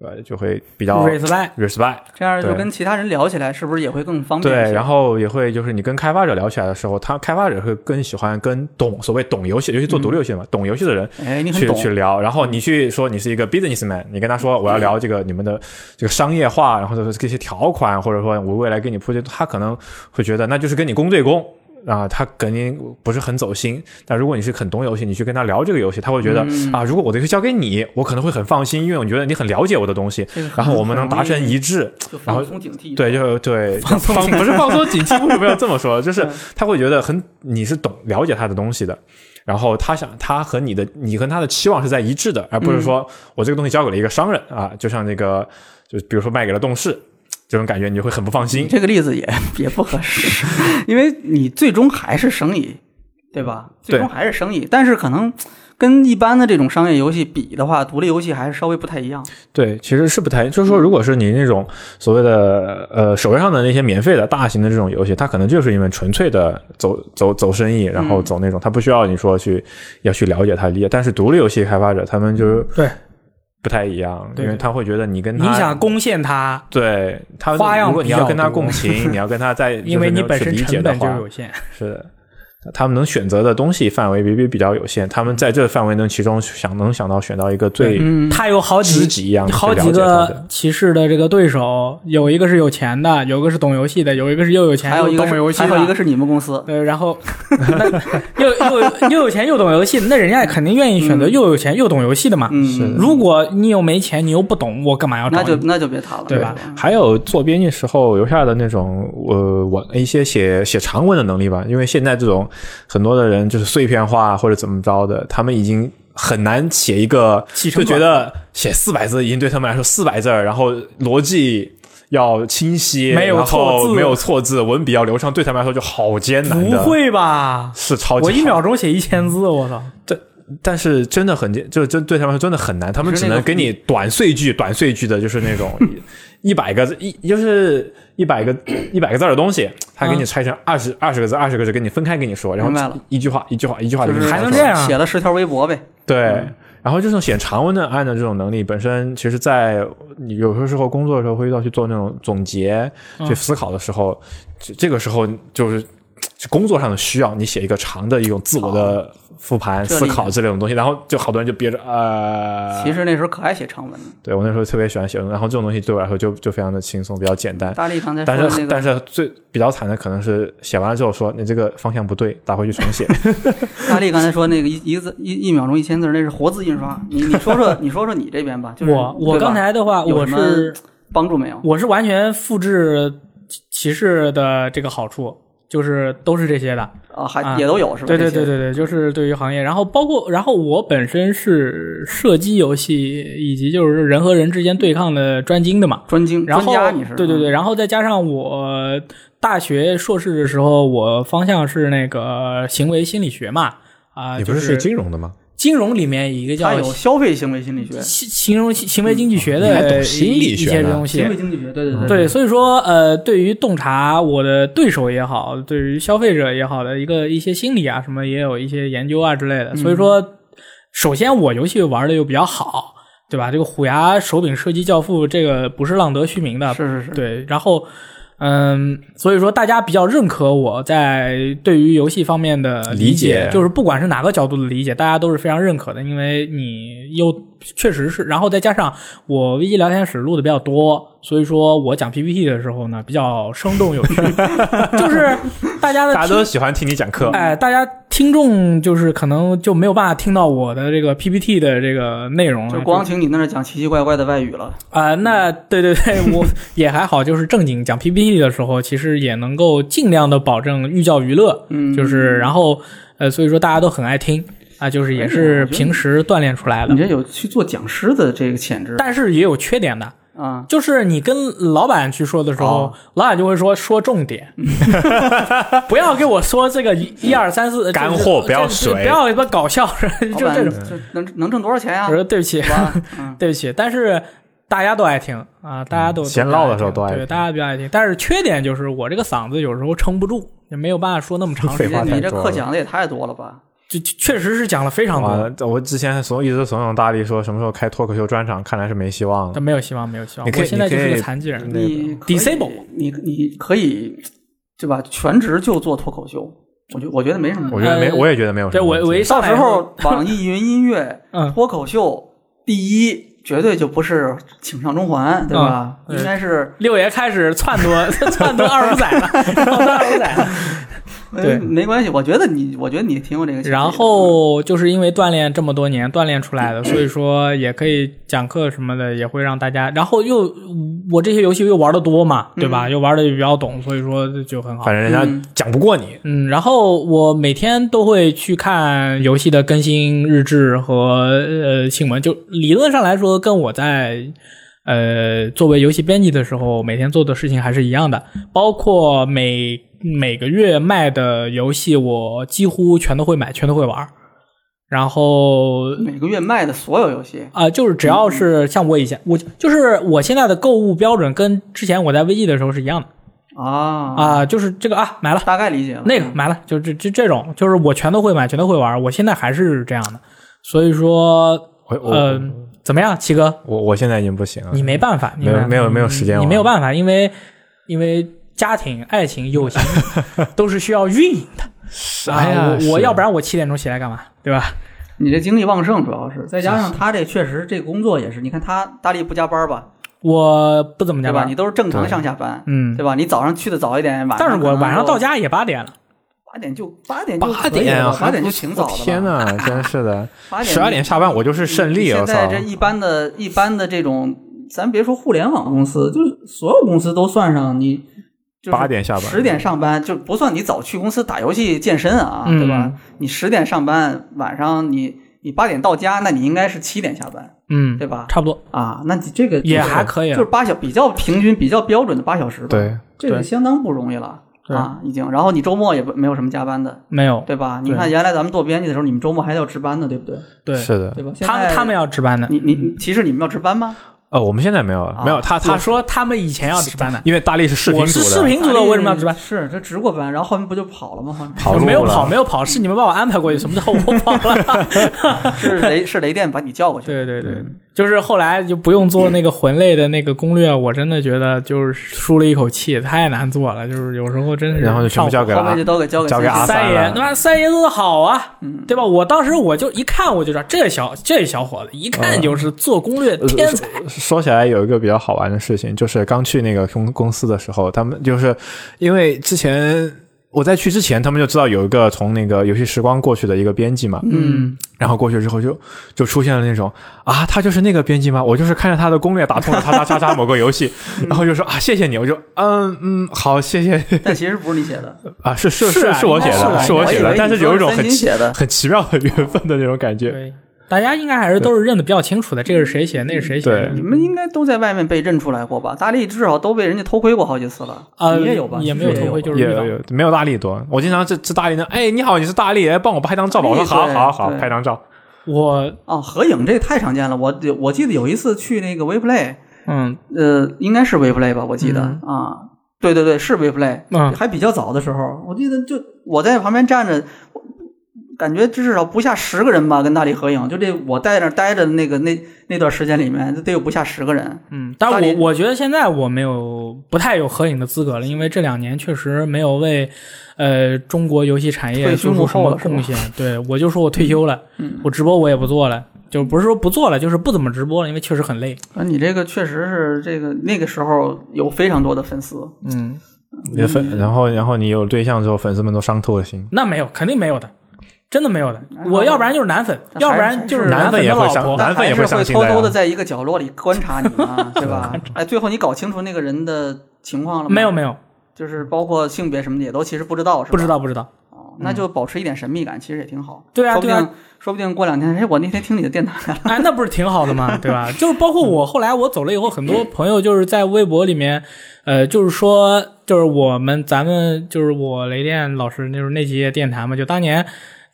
[SPEAKER 4] 呃就会比较
[SPEAKER 3] respect。
[SPEAKER 4] respect。
[SPEAKER 2] 这样就
[SPEAKER 4] 对
[SPEAKER 2] 跟其他人聊起来，是不是也会更方便一些？
[SPEAKER 4] 对，然后也会就是你跟开发者聊起来的时候，他开发者会更喜欢跟懂所谓懂游戏，尤其做独立游戏的嘛，懂游戏的人
[SPEAKER 2] 哎，你很
[SPEAKER 4] 去
[SPEAKER 2] 懂，
[SPEAKER 4] 去聊，然后你去说你是一个 businessman，你跟他说我要聊这个你们的这个商业化，然后就是这些条款，或者说我未来给你铺这，他可能会觉得那就是跟你公对公。啊，他肯定不是很走心。但如果你是很懂游戏，你去跟他聊这个游戏，他会觉得、
[SPEAKER 2] 嗯
[SPEAKER 4] 啊，如果我的游戏交给你，我可能会很放心，因为我觉得你很了解我的东西
[SPEAKER 2] 这个，很
[SPEAKER 4] 然后我们能达成
[SPEAKER 2] 很容易
[SPEAKER 4] 一致。
[SPEAKER 2] 就
[SPEAKER 4] 然后
[SPEAKER 2] 放松警惕。
[SPEAKER 4] 对，，就对， [LAUGHS] 放松嗯不是放松警惕，为什么要这么说？就是他会觉得很你是懂了解他的东西的，然后他想他和你的你跟他的期望是在一致的，而不是说我这个东西交给了一个商人啊，就像那个就比如说卖给了动视，这种感觉你就会很不放心。
[SPEAKER 2] 这个例子也也不合适， [LAUGHS] 因为你最终还是生意，对吧？最终还是生意，但是可能跟一般的这种商业游戏比的话，独立游戏还是稍微不太一样。
[SPEAKER 4] 对，其实是不太，
[SPEAKER 3] 嗯
[SPEAKER 4] 就是说，如果是你那种所谓的呃手游上的那些免费的大型的这种游戏，它可能就是因为纯粹的走走走生意，然后
[SPEAKER 3] 嗯
[SPEAKER 4] 走那种，它不需要你说去要去了解它理解。但是独立游戏开发者他们就是
[SPEAKER 3] 对
[SPEAKER 4] 不太一样，
[SPEAKER 3] 对
[SPEAKER 4] 因为他会觉得你跟
[SPEAKER 3] 你
[SPEAKER 4] 他
[SPEAKER 3] 想攻陷他，
[SPEAKER 4] 对他
[SPEAKER 3] 花样
[SPEAKER 4] 如果你
[SPEAKER 3] 比较
[SPEAKER 4] 要跟他
[SPEAKER 3] 多 [LAUGHS]
[SPEAKER 4] 共情，你要跟他在，
[SPEAKER 3] 因为
[SPEAKER 4] 就
[SPEAKER 3] 你
[SPEAKER 4] 是能
[SPEAKER 3] 本
[SPEAKER 4] 去
[SPEAKER 3] 身
[SPEAKER 4] 理解
[SPEAKER 3] 成
[SPEAKER 4] 的
[SPEAKER 3] 本就
[SPEAKER 4] 话，
[SPEAKER 3] 有限。
[SPEAKER 4] 是的，他们能选择的东西范围比比比较有限，他
[SPEAKER 3] 嗯
[SPEAKER 4] 们在这范围能其中想能想到选到一个最
[SPEAKER 2] 嗯，
[SPEAKER 3] 他有好
[SPEAKER 4] 知
[SPEAKER 3] 几
[SPEAKER 4] 己一样的去
[SPEAKER 3] 好
[SPEAKER 4] 了
[SPEAKER 3] 几
[SPEAKER 4] 解他的
[SPEAKER 3] 个骑士的这个对手，有一个是有钱的，有一个是懂游戏的，有一个是又有钱
[SPEAKER 2] 还有
[SPEAKER 3] 又
[SPEAKER 2] 一个
[SPEAKER 3] 懂游
[SPEAKER 2] 是
[SPEAKER 3] 戏的，
[SPEAKER 2] 还有一个是你们公司，
[SPEAKER 3] 呃，然后那又又又有钱又懂游戏，那人家也肯定愿意选择又有钱又懂游戏的嘛。
[SPEAKER 2] 嗯，
[SPEAKER 3] 如果你又没钱，你又不懂，我干嘛要找
[SPEAKER 2] 那就
[SPEAKER 3] 你？
[SPEAKER 2] 那就别谈了，
[SPEAKER 3] 对吧？
[SPEAKER 4] 还有做编辑时候留下的那种呃文一些写写长文的能力吧，因为现在这种很多的人就是碎片化或者怎么着的，他们已经很难写一个，
[SPEAKER 3] 起
[SPEAKER 4] 就
[SPEAKER 3] 承
[SPEAKER 4] 觉
[SPEAKER 3] 转
[SPEAKER 4] 得写四百字已经对他们来说四百字儿，然后逻辑。要清晰，
[SPEAKER 3] 没有
[SPEAKER 4] 然后
[SPEAKER 3] 错字
[SPEAKER 4] 没有错字，文笔要流畅，对他们来说就好艰难
[SPEAKER 3] 不
[SPEAKER 4] 的，
[SPEAKER 3] 会吧？
[SPEAKER 4] 是超级
[SPEAKER 3] 我一
[SPEAKER 4] 好
[SPEAKER 3] 秒钟写一千字，我操！
[SPEAKER 4] 但是真的很艰，就是真对他们来说真的很难，他们只能给你短碎句、短碎句的，就是那种一一百个字一就是一百个一百个字儿的东西，他给你拆成二十二十个字、二十个字给你分开给你说，然
[SPEAKER 2] 明白
[SPEAKER 4] 后
[SPEAKER 2] 了
[SPEAKER 4] 一句话一句话一句话
[SPEAKER 2] 就
[SPEAKER 4] 就
[SPEAKER 2] 是
[SPEAKER 4] 给你
[SPEAKER 3] 还
[SPEAKER 4] 说
[SPEAKER 3] 能这样
[SPEAKER 2] 写了十条微博呗，
[SPEAKER 4] 对。
[SPEAKER 2] 嗯
[SPEAKER 4] 然后这种写长文的案的这种能力，本身其实，在你有些时候工作的时候会遇到去做那种总结、
[SPEAKER 2] 嗯
[SPEAKER 4] 去思考的时候，这这个时候就是是工作上的需要，你写一个长的一种自我的复盘、
[SPEAKER 2] 这里
[SPEAKER 4] 思考之类的东西，然后就好多人就憋着呃，
[SPEAKER 3] 啊
[SPEAKER 2] 其实那时候可爱写长文了。
[SPEAKER 4] 对我那时候特别喜欢写文，然后这种东西对我来说就就非常的轻松，比较简单。
[SPEAKER 2] 大力刚才
[SPEAKER 4] 但
[SPEAKER 2] 说
[SPEAKER 4] 是、
[SPEAKER 2] 的那
[SPEAKER 4] 但
[SPEAKER 2] 个，
[SPEAKER 4] 是最比较惨的可能是写完了之后说你这个方向不对，打回去重
[SPEAKER 2] [LAUGHS]
[SPEAKER 4] 写。
[SPEAKER 2] 大力刚才说那个一一个字一一秒钟一千字，那是活字印刷。你你说说你说说你这边吧， [LAUGHS] 就是
[SPEAKER 3] 我我
[SPEAKER 2] 对吧
[SPEAKER 3] 刚才的话，
[SPEAKER 2] 有
[SPEAKER 3] 我
[SPEAKER 2] 什么
[SPEAKER 3] 是
[SPEAKER 2] 帮助没有？
[SPEAKER 3] 我是完全复制骑士的这个好处，就是都是这些的，
[SPEAKER 2] 啊，还
[SPEAKER 3] 啊
[SPEAKER 2] 也都有是吧？
[SPEAKER 3] 对对
[SPEAKER 2] 这
[SPEAKER 3] 对
[SPEAKER 2] 些
[SPEAKER 3] 对对，就是对于行业，然后包括，然后我本身是射击游戏以及就是人和人之间对抗的专精的嘛，
[SPEAKER 2] 专精
[SPEAKER 3] 然
[SPEAKER 2] 嗯专
[SPEAKER 3] 后
[SPEAKER 2] 家你是嗯
[SPEAKER 3] 对对对，，然后再加上我大学硕士的时候，我方向是那个行为心理学嘛，啊、
[SPEAKER 6] 你不
[SPEAKER 3] 就是
[SPEAKER 6] 学金融的吗？
[SPEAKER 3] 金融里面一个
[SPEAKER 2] 它
[SPEAKER 3] 叫
[SPEAKER 2] 有消费行为心理学、
[SPEAKER 3] 行行融行为经济学
[SPEAKER 6] 嗯你还
[SPEAKER 3] 的
[SPEAKER 6] 懂心
[SPEAKER 3] 一
[SPEAKER 6] 理
[SPEAKER 3] 一
[SPEAKER 6] 学
[SPEAKER 3] 些
[SPEAKER 6] 呢
[SPEAKER 3] 东西，
[SPEAKER 2] 行为经济学，对对对
[SPEAKER 3] 对，所以说呃，对于洞察我的对手也好，对于消费者也好的一个一些心理啊什么，也有一些研究啊之类的。所以
[SPEAKER 2] 嗯
[SPEAKER 3] 说，首先我游戏玩的又比较好，对吧？这个虎牙手柄射击教父这个不是浪得虚名的，
[SPEAKER 2] 是是是，
[SPEAKER 3] 啊对，然后。嗯，所以说大家比较认可我在对于游戏方面的
[SPEAKER 4] 理解
[SPEAKER 3] 就是不管是哪个角度的理解，大家都是非常认可的，因为你又确实是，然后再加上我危机聊天室录的比较多，所以说我讲 PPT 的时候呢比较生动有
[SPEAKER 4] [LAUGHS]
[SPEAKER 3] 趣，就是大家的
[SPEAKER 4] 大家都喜欢听你讲课，
[SPEAKER 3] 哎，大家听众就是可能就没有办法听到我的这个 PPT 的这个内容了，
[SPEAKER 2] 就光听你那儿讲奇奇怪怪的外语了，
[SPEAKER 3] 啊、那
[SPEAKER 2] 嗯
[SPEAKER 3] 对对对，
[SPEAKER 2] [LAUGHS]
[SPEAKER 3] 我也还好，就是正经讲 PPT 的时候，其实也能够尽量的保证寓教于乐，
[SPEAKER 2] 嗯，
[SPEAKER 3] 就是然后呃，所以说大家都很爱听啊、就是
[SPEAKER 2] 哎
[SPEAKER 3] 也是平时锻炼出来
[SPEAKER 2] 你
[SPEAKER 3] 的，
[SPEAKER 2] 这有去做讲师的这个潜质
[SPEAKER 3] 但是也有缺点的，
[SPEAKER 2] 啊，
[SPEAKER 3] 就是你跟老板去说的时候，
[SPEAKER 2] 哦
[SPEAKER 3] 老板就会说说重点，
[SPEAKER 2] [LAUGHS]
[SPEAKER 3] 不要给我说这个一一二三四
[SPEAKER 4] 干货不要
[SPEAKER 3] 水，
[SPEAKER 4] 水
[SPEAKER 3] 不要什么搞笑， [LAUGHS] 就
[SPEAKER 2] 老
[SPEAKER 3] 这
[SPEAKER 2] 板
[SPEAKER 3] 种。
[SPEAKER 2] 这能能挣多少钱呀
[SPEAKER 3] 我？说对不起，
[SPEAKER 2] 是吧？
[SPEAKER 3] [LAUGHS]
[SPEAKER 2] 嗯，
[SPEAKER 3] 对不起，但是大家都爱听啊，大家都
[SPEAKER 4] 嗯闲唠的时候都爱听
[SPEAKER 3] 对，大家比较爱听。但是缺点就是我这个嗓子有时候撑不住，也没有办法说那么长时
[SPEAKER 4] 废话
[SPEAKER 3] 间。
[SPEAKER 2] 你
[SPEAKER 4] 太
[SPEAKER 2] 这
[SPEAKER 4] 多
[SPEAKER 2] 课
[SPEAKER 4] 了
[SPEAKER 2] 讲的也太多了吧？
[SPEAKER 3] 就就确实是讲了非常
[SPEAKER 4] 完
[SPEAKER 3] 多，
[SPEAKER 4] 了，我之前怂一直怂恿大力说什么时候开脱口秀专场，看来是没希望了
[SPEAKER 3] 但。没有希望，没有希望。
[SPEAKER 4] 你可以
[SPEAKER 3] 我现在就是个
[SPEAKER 4] 你可以嗯
[SPEAKER 3] 残疾人，
[SPEAKER 2] 你可以
[SPEAKER 3] Disable
[SPEAKER 2] 你你可以对吧？全职就做脱口秀，我觉我觉得没什么问题。
[SPEAKER 4] 我觉得没，
[SPEAKER 3] 呃
[SPEAKER 4] 我也觉得没有什
[SPEAKER 3] 对
[SPEAKER 4] 么问
[SPEAKER 3] 我
[SPEAKER 4] 题。
[SPEAKER 3] 我一上
[SPEAKER 2] 到
[SPEAKER 3] 来
[SPEAKER 2] 时候网易云音乐
[SPEAKER 3] 嗯
[SPEAKER 2] 脱口秀第一，绝对就不是请上中环，对吧？
[SPEAKER 3] 嗯
[SPEAKER 2] 应该是
[SPEAKER 3] 六爷开始撺 [LAUGHS] 掇撺掇二五仔
[SPEAKER 4] [LAUGHS]
[SPEAKER 3] 了，撺掇二五仔了。对
[SPEAKER 2] 呃没关系，我觉得你，我觉得你挺有这个潜力的。嗯
[SPEAKER 3] 然后就是因为锻炼这么多年锻炼出
[SPEAKER 2] [LAUGHS]
[SPEAKER 3] 来的，所以说也可以讲课什么的，也会让大家。然后又我这些游戏又玩的多嘛，对
[SPEAKER 2] 嗯
[SPEAKER 3] 吧？又玩的比较懂，所以说就很好
[SPEAKER 4] 反。正人家讲不过你，
[SPEAKER 3] 嗯，然后我每天都会去看游戏的更新日志和呃新闻，就理论上来说，跟我在呃作为游戏编辑的时候每天做的事情还是一样的，包括每每个月卖的游戏，我几乎全都会买，全都会玩儿。然后
[SPEAKER 2] 每个月卖的所有游戏，
[SPEAKER 3] 啊、就是只要是像我以前，我就是我现在的购物标准跟之前我在 VG 的时候是一样的
[SPEAKER 2] 啊
[SPEAKER 3] 啊、就是这个啊买了。
[SPEAKER 2] 大概理解了。
[SPEAKER 3] 那个买了，就这这这种，就是我全都会买，全都会玩，我现在还是这样的。所以说，
[SPEAKER 4] 我
[SPEAKER 3] 呃
[SPEAKER 4] 我，
[SPEAKER 3] 怎么样，七哥，
[SPEAKER 4] 我我现在已经不行了
[SPEAKER 3] 你。没办法，你
[SPEAKER 4] 没有
[SPEAKER 3] 办法
[SPEAKER 4] 没有没有时间
[SPEAKER 3] 你
[SPEAKER 4] 玩
[SPEAKER 3] 你没有办法，因为因为家庭、爱情、友
[SPEAKER 4] [LAUGHS]
[SPEAKER 3] 情都是需要运营的。
[SPEAKER 4] 哎呀
[SPEAKER 3] 啊，我我
[SPEAKER 4] 是
[SPEAKER 3] 要不然我七点钟起来干嘛，对吧？
[SPEAKER 2] 你这精力旺盛，主要是再加上他这确实这个工作也是，你看他大力不加班吧，
[SPEAKER 3] 我不怎么加
[SPEAKER 2] 对吧？
[SPEAKER 3] 班
[SPEAKER 2] 你，都是正常上下班，
[SPEAKER 3] 嗯，
[SPEAKER 2] 对吧？你早上去的早一点，晚上
[SPEAKER 3] 但是
[SPEAKER 2] 可
[SPEAKER 3] 我
[SPEAKER 2] 能
[SPEAKER 3] 晚上
[SPEAKER 2] 就
[SPEAKER 3] 到家也八点了，
[SPEAKER 2] 八点就八点就
[SPEAKER 4] 八
[SPEAKER 2] 可以
[SPEAKER 4] 点
[SPEAKER 2] 了
[SPEAKER 4] 啊
[SPEAKER 2] 吧，八点就
[SPEAKER 4] 还不
[SPEAKER 2] 挺早的
[SPEAKER 4] 我
[SPEAKER 2] 了。
[SPEAKER 4] 天呐，
[SPEAKER 2] [LAUGHS]
[SPEAKER 4] 真是的，
[SPEAKER 2] 八点
[SPEAKER 4] 十二点下班我就是胜利，啊我
[SPEAKER 2] 现
[SPEAKER 4] 操！
[SPEAKER 2] 在这一般的、一般的这种，咱别说互联网公司，就是所有公司都算上你，就是
[SPEAKER 4] 八点下班
[SPEAKER 2] 十点上班就不算你早去公司打游戏健身啊，
[SPEAKER 3] 嗯
[SPEAKER 2] 对吧？你十点上班，晚上你你八点到家，那你应该是七点下班
[SPEAKER 3] 嗯，
[SPEAKER 2] 对吧
[SPEAKER 3] 差不多
[SPEAKER 2] 啊，那你这个
[SPEAKER 3] 也还可以
[SPEAKER 2] 就
[SPEAKER 3] 了
[SPEAKER 2] 是八小比较平均、比较标准的八小时吧，，
[SPEAKER 4] 啊对，
[SPEAKER 2] 这个
[SPEAKER 3] 对
[SPEAKER 2] 相当不容易了
[SPEAKER 3] 对
[SPEAKER 2] 啊，已经。然后你周末也不没有什么加班的。
[SPEAKER 3] 没有，
[SPEAKER 2] 对吧？你
[SPEAKER 3] 对
[SPEAKER 2] 看，原来咱们做编辑的时候，你们周末还要值班呢，对不对？
[SPEAKER 3] 对，
[SPEAKER 4] 是的
[SPEAKER 2] 对。吧？现
[SPEAKER 3] 他们
[SPEAKER 2] 在
[SPEAKER 3] 他们要值班
[SPEAKER 2] [LAUGHS]
[SPEAKER 3] 的。
[SPEAKER 2] 你你你其实你们要值班吗？
[SPEAKER 4] 呃，我们现在没有了，
[SPEAKER 2] 啊
[SPEAKER 4] 没有他他
[SPEAKER 3] 我说他们以前要值班的，
[SPEAKER 4] 因为大力是视频
[SPEAKER 3] 我
[SPEAKER 4] 组
[SPEAKER 3] 是视
[SPEAKER 4] 的，
[SPEAKER 3] 频组的，为什么要值班？
[SPEAKER 2] 哎是这值过班，然后后面不就跑了吗？后面
[SPEAKER 4] 跑路
[SPEAKER 3] 没有
[SPEAKER 4] 了
[SPEAKER 3] 跑，没有跑，是你们把我安排过去，什么叫我跑了？
[SPEAKER 2] [LAUGHS]
[SPEAKER 3] [LAUGHS]
[SPEAKER 2] 是雷是雷电把你叫过去。
[SPEAKER 3] 对对对，就是后来就不用做那个魂类的那个攻略，我真的觉得就是舒了一口气，太难做了，就是有时候真是
[SPEAKER 4] 然后就全
[SPEAKER 3] 上
[SPEAKER 4] 部交给了
[SPEAKER 2] 后面就
[SPEAKER 4] 阿
[SPEAKER 2] 都给交给
[SPEAKER 4] 交给
[SPEAKER 2] 三
[SPEAKER 4] 阿三
[SPEAKER 3] 三爷
[SPEAKER 4] 了，嗯
[SPEAKER 3] 他妈三爷做的好啊，对吧？我当时我就一看我就知道这小这小伙子一看就是做攻略
[SPEAKER 4] 呃
[SPEAKER 3] 天才，
[SPEAKER 4] 说起来有一个比较好玩的事情，就是刚去那个公公司的时候，他们就是因为之前。我在去之前，他们就知道有一个从那个游戏时光过去的一个编辑嘛，
[SPEAKER 2] 嗯，
[SPEAKER 4] 然后过去之后就就出现了那种啊，他就是那个编辑吗？我就是看着他的攻略打通了叉叉叉叉某个游戏，然后就说啊，谢谢你，我就嗯嗯好，谢谢
[SPEAKER 2] 但其实不是你写的，
[SPEAKER 4] 啊，是是
[SPEAKER 3] 是啊
[SPEAKER 4] 是我写
[SPEAKER 3] 应该
[SPEAKER 4] 的，
[SPEAKER 3] 是
[SPEAKER 4] 是我写
[SPEAKER 2] 我以为
[SPEAKER 4] 的，
[SPEAKER 2] 你
[SPEAKER 4] 但是
[SPEAKER 2] 说
[SPEAKER 4] 有一种
[SPEAKER 2] 三
[SPEAKER 4] 很
[SPEAKER 2] 星
[SPEAKER 4] 奇
[SPEAKER 2] 写的
[SPEAKER 4] 很奇妙的缘分的那种感觉，
[SPEAKER 3] 对，大家应该还是都是认得比较清楚的，这个是谁写，那是谁写的
[SPEAKER 4] 对
[SPEAKER 2] 你们应该都在外面被认出来过吧？大力至少都被人家偷窥过好几次了，
[SPEAKER 3] 啊，
[SPEAKER 2] 你也有吧？
[SPEAKER 3] 也没有头盔，就是
[SPEAKER 4] 也
[SPEAKER 3] 遇到
[SPEAKER 4] 有没有大力多，我经常这这大力呢，哎你好，你是大力，哎帮我拍张照吧，我说
[SPEAKER 2] 大
[SPEAKER 4] 好
[SPEAKER 2] 力对
[SPEAKER 4] 好好
[SPEAKER 2] 对
[SPEAKER 4] 拍张照，
[SPEAKER 3] 我，
[SPEAKER 2] 哦，合影这太常见了。我我记得有一次去那个 WePlay，
[SPEAKER 3] 嗯，
[SPEAKER 2] 呃，应该是 WePlay 吧？我记得、
[SPEAKER 3] 嗯
[SPEAKER 2] 啊，对对对，是 WePlay，、
[SPEAKER 3] 嗯
[SPEAKER 2] 还比较早的时候，我记得就我在旁边站着，我感觉至少不下十个人吧，跟大力合影。就这我在那儿待着的那个那那段时间里面，得有不下十个人。
[SPEAKER 3] 嗯，但
[SPEAKER 2] 大
[SPEAKER 3] 我
[SPEAKER 2] 力
[SPEAKER 3] 我觉得现在我没有不太有合影的资格了，因为这两年确实没有为呃中国游戏产业
[SPEAKER 2] 退
[SPEAKER 3] 做
[SPEAKER 2] 居
[SPEAKER 3] 出
[SPEAKER 2] 幕
[SPEAKER 3] 什
[SPEAKER 2] 后
[SPEAKER 3] 么
[SPEAKER 2] 了是吧
[SPEAKER 3] 贡献。对我就说我退休了，
[SPEAKER 2] 嗯
[SPEAKER 3] 我直播我也不做了，就不是说不做了，就是不怎么直播了，因为确实很累。
[SPEAKER 2] 啊，你这个确实是这个那个时候有非常多的粉丝，
[SPEAKER 3] 嗯，
[SPEAKER 4] 你的粉，然后然后你有对象之后，粉丝们都伤透了心，
[SPEAKER 3] 那没有，肯定没有的。真的没有的，
[SPEAKER 2] 然后
[SPEAKER 3] 我要不然就是男粉，
[SPEAKER 2] 那还
[SPEAKER 3] 要不然就是
[SPEAKER 2] 是
[SPEAKER 3] 男粉
[SPEAKER 4] 男粉也
[SPEAKER 3] 的
[SPEAKER 4] 会
[SPEAKER 3] 老
[SPEAKER 4] 上
[SPEAKER 3] 婆，
[SPEAKER 4] 男粉也
[SPEAKER 2] 还
[SPEAKER 4] 会
[SPEAKER 2] 是
[SPEAKER 4] 上
[SPEAKER 2] 会
[SPEAKER 4] 心的
[SPEAKER 2] 偷
[SPEAKER 4] 呀
[SPEAKER 2] 偷的在一个角落里观察你
[SPEAKER 3] [LAUGHS]
[SPEAKER 2] 嘛，对吧？哎，最后你搞清楚那个人的情况了吗？
[SPEAKER 3] 没有没有，
[SPEAKER 2] 就是包括性别什么的也都其实不知道，是吧？
[SPEAKER 3] 不知道不知道，
[SPEAKER 2] 哦，
[SPEAKER 4] 嗯
[SPEAKER 2] 那就保持一点神秘感，其实也挺好。
[SPEAKER 3] 对啊
[SPEAKER 2] 说不
[SPEAKER 3] 对啊
[SPEAKER 2] 定说不定过两天，哎，我那天听你的电台了， [LAUGHS]
[SPEAKER 3] 哎，那不是挺好的吗？对吧？就是包括我后来我走了以后，很多朋友就是在微博里面，呃，就是说，就是我们咱们就是我雷电老师那时候那期电台嘛，就当年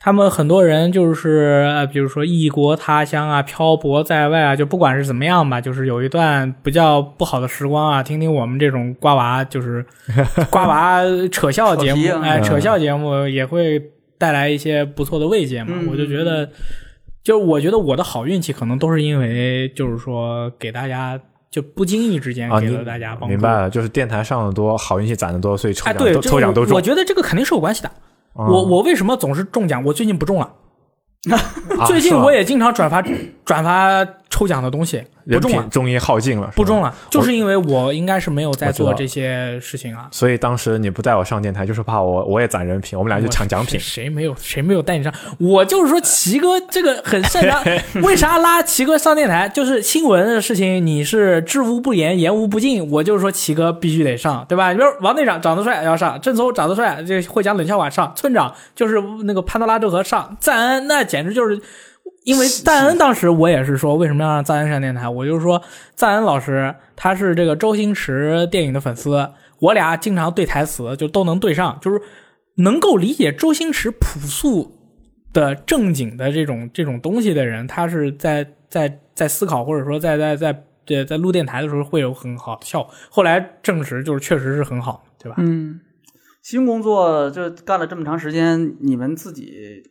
[SPEAKER 3] 他们很多人就是呃，比如说异国他乡啊，漂泊在外啊，就不管是怎么样吧，就是有一段比较不好的时光啊，听听我们这种瓜娃就是
[SPEAKER 2] [LAUGHS]
[SPEAKER 3] 瓜娃扯笑节
[SPEAKER 2] 扯皮
[SPEAKER 3] 目，
[SPEAKER 2] 啊
[SPEAKER 3] 哎，扯笑节目也会带来一些不错的慰藉嘛，
[SPEAKER 2] 嗯
[SPEAKER 3] 我就觉得。就是我觉得我的好运气可能都是因为，就是说给大家就不经意之间
[SPEAKER 4] 啊，
[SPEAKER 3] 给
[SPEAKER 4] 你
[SPEAKER 3] 了大家帮助。
[SPEAKER 4] 明白了，就是电台上的多，好运气攒的多，所以抽
[SPEAKER 3] 哎，
[SPEAKER 4] 奖
[SPEAKER 3] 对，
[SPEAKER 4] 都
[SPEAKER 3] 这个
[SPEAKER 4] 抽奖都
[SPEAKER 3] 我我
[SPEAKER 4] 中。
[SPEAKER 3] 觉得这个肯定是有关系的。
[SPEAKER 4] 嗯
[SPEAKER 3] 我我为什么总是中奖？我最近不中了。
[SPEAKER 4] [LAUGHS] 啊
[SPEAKER 3] 最近
[SPEAKER 4] 是吗
[SPEAKER 3] 我也经常转发 [COUGHS] 转发抽奖的东西，不
[SPEAKER 4] 人
[SPEAKER 3] 中
[SPEAKER 4] 品
[SPEAKER 3] 了，
[SPEAKER 4] 终于耗尽了，是吗
[SPEAKER 3] 不中。了，就是因为我应该是没有在
[SPEAKER 4] 我知道
[SPEAKER 3] 做这些事情啊。
[SPEAKER 4] 所以当时你不带我上电台，就是怕我我也攒人品，我们俩就抢奖品
[SPEAKER 3] 谁。谁没有谁没有带你上？我就是说，奇哥这个很擅长。
[SPEAKER 4] [LAUGHS]
[SPEAKER 3] 为啥拉奇哥上电台？就是新闻的事情，你是知无不言，言无不尽。我就是说，奇哥必须得上，对吧？你比如王队长长得帅要上，郑州长得帅这会讲冷笑话上，村长就是那个潘多拉之盒上，赞恩那简直就是。因为赞恩当时我也是说，为什么要让赞恩上电台？我就是说，赞恩老师他是这个周星驰电影的粉丝，我俩经常对台词就都能对上，就是能够理解周星驰朴素的正经的这种这种东西的人，他是在在在思考，或者说在在在在在录电台的时候会有很好的效果。后来证实就是确实是很好，对吧？
[SPEAKER 2] 嗯。新工作就干了这么长时间，你们自己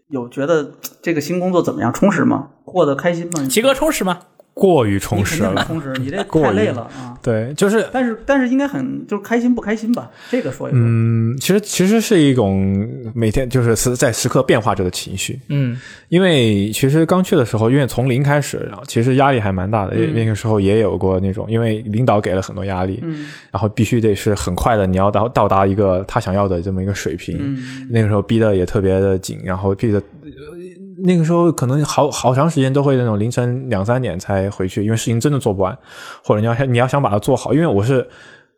[SPEAKER 2] 有觉得这个新工作怎么样？充实吗？过得开心吗？
[SPEAKER 3] 奇哥充实吗？
[SPEAKER 4] 过于充
[SPEAKER 2] 你
[SPEAKER 4] 实
[SPEAKER 2] 肯定很
[SPEAKER 4] 了，
[SPEAKER 2] 充实，你这
[SPEAKER 4] [LAUGHS] 过
[SPEAKER 2] 太累
[SPEAKER 4] 于
[SPEAKER 2] 了啊！
[SPEAKER 4] 对，就是
[SPEAKER 2] 但是但是应该很就是开心不开心吧？这个说一说。
[SPEAKER 4] 嗯，其实其实是一种每天就是是在时刻变化着的情绪，
[SPEAKER 3] 嗯，
[SPEAKER 4] 因为其实刚去的时候，因为从零开始，然
[SPEAKER 2] 嗯
[SPEAKER 4] 后其实压力还蛮大的，因为那个时候也有过那种，因为领导给了很多压力，
[SPEAKER 2] 嗯
[SPEAKER 4] 然后必须得是很快的，你要到到达一个他想要的这么一个水平，
[SPEAKER 2] 嗯
[SPEAKER 4] 那个时候逼的也特别的紧，然后逼的。呃那个时候可能好好长时间都会那种凌晨两三点才回去，因为事情真的做不完，或者你要想你要想把它做好，因为我是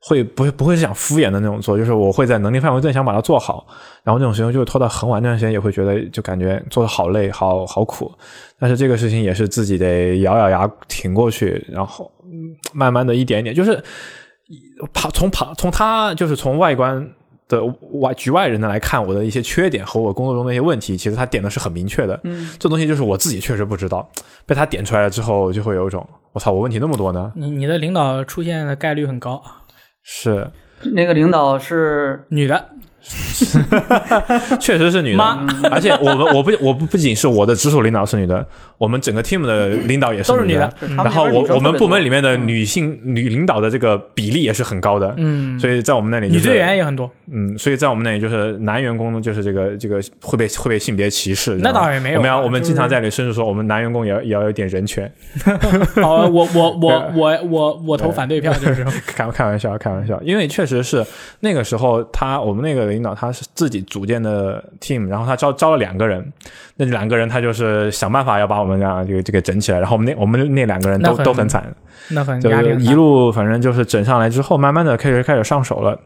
[SPEAKER 4] 会不会不会是想敷衍的那种做，就是我会在能力范围内想把它做好，然后那种时间就会拖到很晚，那段时间也会觉得就感觉做的好累，好好苦，但是这个事情也是自己得咬咬牙挺过去，然后嗯慢慢的一点一点，就是旁从旁从他就是从外观的外局外人的来看我的一些缺点和我工作中的一些问题，其实他点的是很明确的。嗯，这东西就是我自己确实不知道，被他点出来了之后，就会有一种我操，我问题那么多呢？
[SPEAKER 3] 嗯你你的领导出现的概率很高，啊
[SPEAKER 4] 是，
[SPEAKER 2] 那个领导是
[SPEAKER 3] 女的，
[SPEAKER 4] 确实是女的
[SPEAKER 3] 妈，
[SPEAKER 4] 而且我们我不我不不仅是我的直属领导是女的，我们整个 team 的领导也是
[SPEAKER 3] 都是女
[SPEAKER 4] 的
[SPEAKER 3] 的。
[SPEAKER 2] 是他们
[SPEAKER 4] 然
[SPEAKER 2] 那边
[SPEAKER 4] 后我
[SPEAKER 2] 女生
[SPEAKER 4] 我
[SPEAKER 2] 特
[SPEAKER 4] 们
[SPEAKER 2] 别
[SPEAKER 4] 部门
[SPEAKER 2] 多
[SPEAKER 4] 里面的女性女领导的这个比例也是很高的，
[SPEAKER 3] 嗯，
[SPEAKER 4] 所以在我们那里
[SPEAKER 3] 女
[SPEAKER 4] 就是
[SPEAKER 3] 队员也很多。
[SPEAKER 4] 嗯，所以在我们那里，就是男员工呢，就是这个这个会被会被性别歧视。
[SPEAKER 3] 那倒也没有
[SPEAKER 4] 我们要
[SPEAKER 3] 啊
[SPEAKER 4] 我们
[SPEAKER 3] 就是
[SPEAKER 4] 经常在里甚至说，我们男员工也要也要有点人权。 [LAUGHS]
[SPEAKER 3] 好，哦我我我我我我投反对票就是。
[SPEAKER 4] 开开玩笑，开玩笑，因为确实是那个时候他我们那个领导他是自己组建的 team，然后他招招了两个人，那两个人他就是想办法要把我们俩这个这个整起来，然后我们那我们那两个人
[SPEAKER 3] 那
[SPEAKER 4] 都
[SPEAKER 3] 很
[SPEAKER 4] 都很惨，
[SPEAKER 3] [LAUGHS] 那很
[SPEAKER 4] 就
[SPEAKER 3] 压力很大
[SPEAKER 4] 一路反正就是整上来之后，慢慢的开始开始上手了，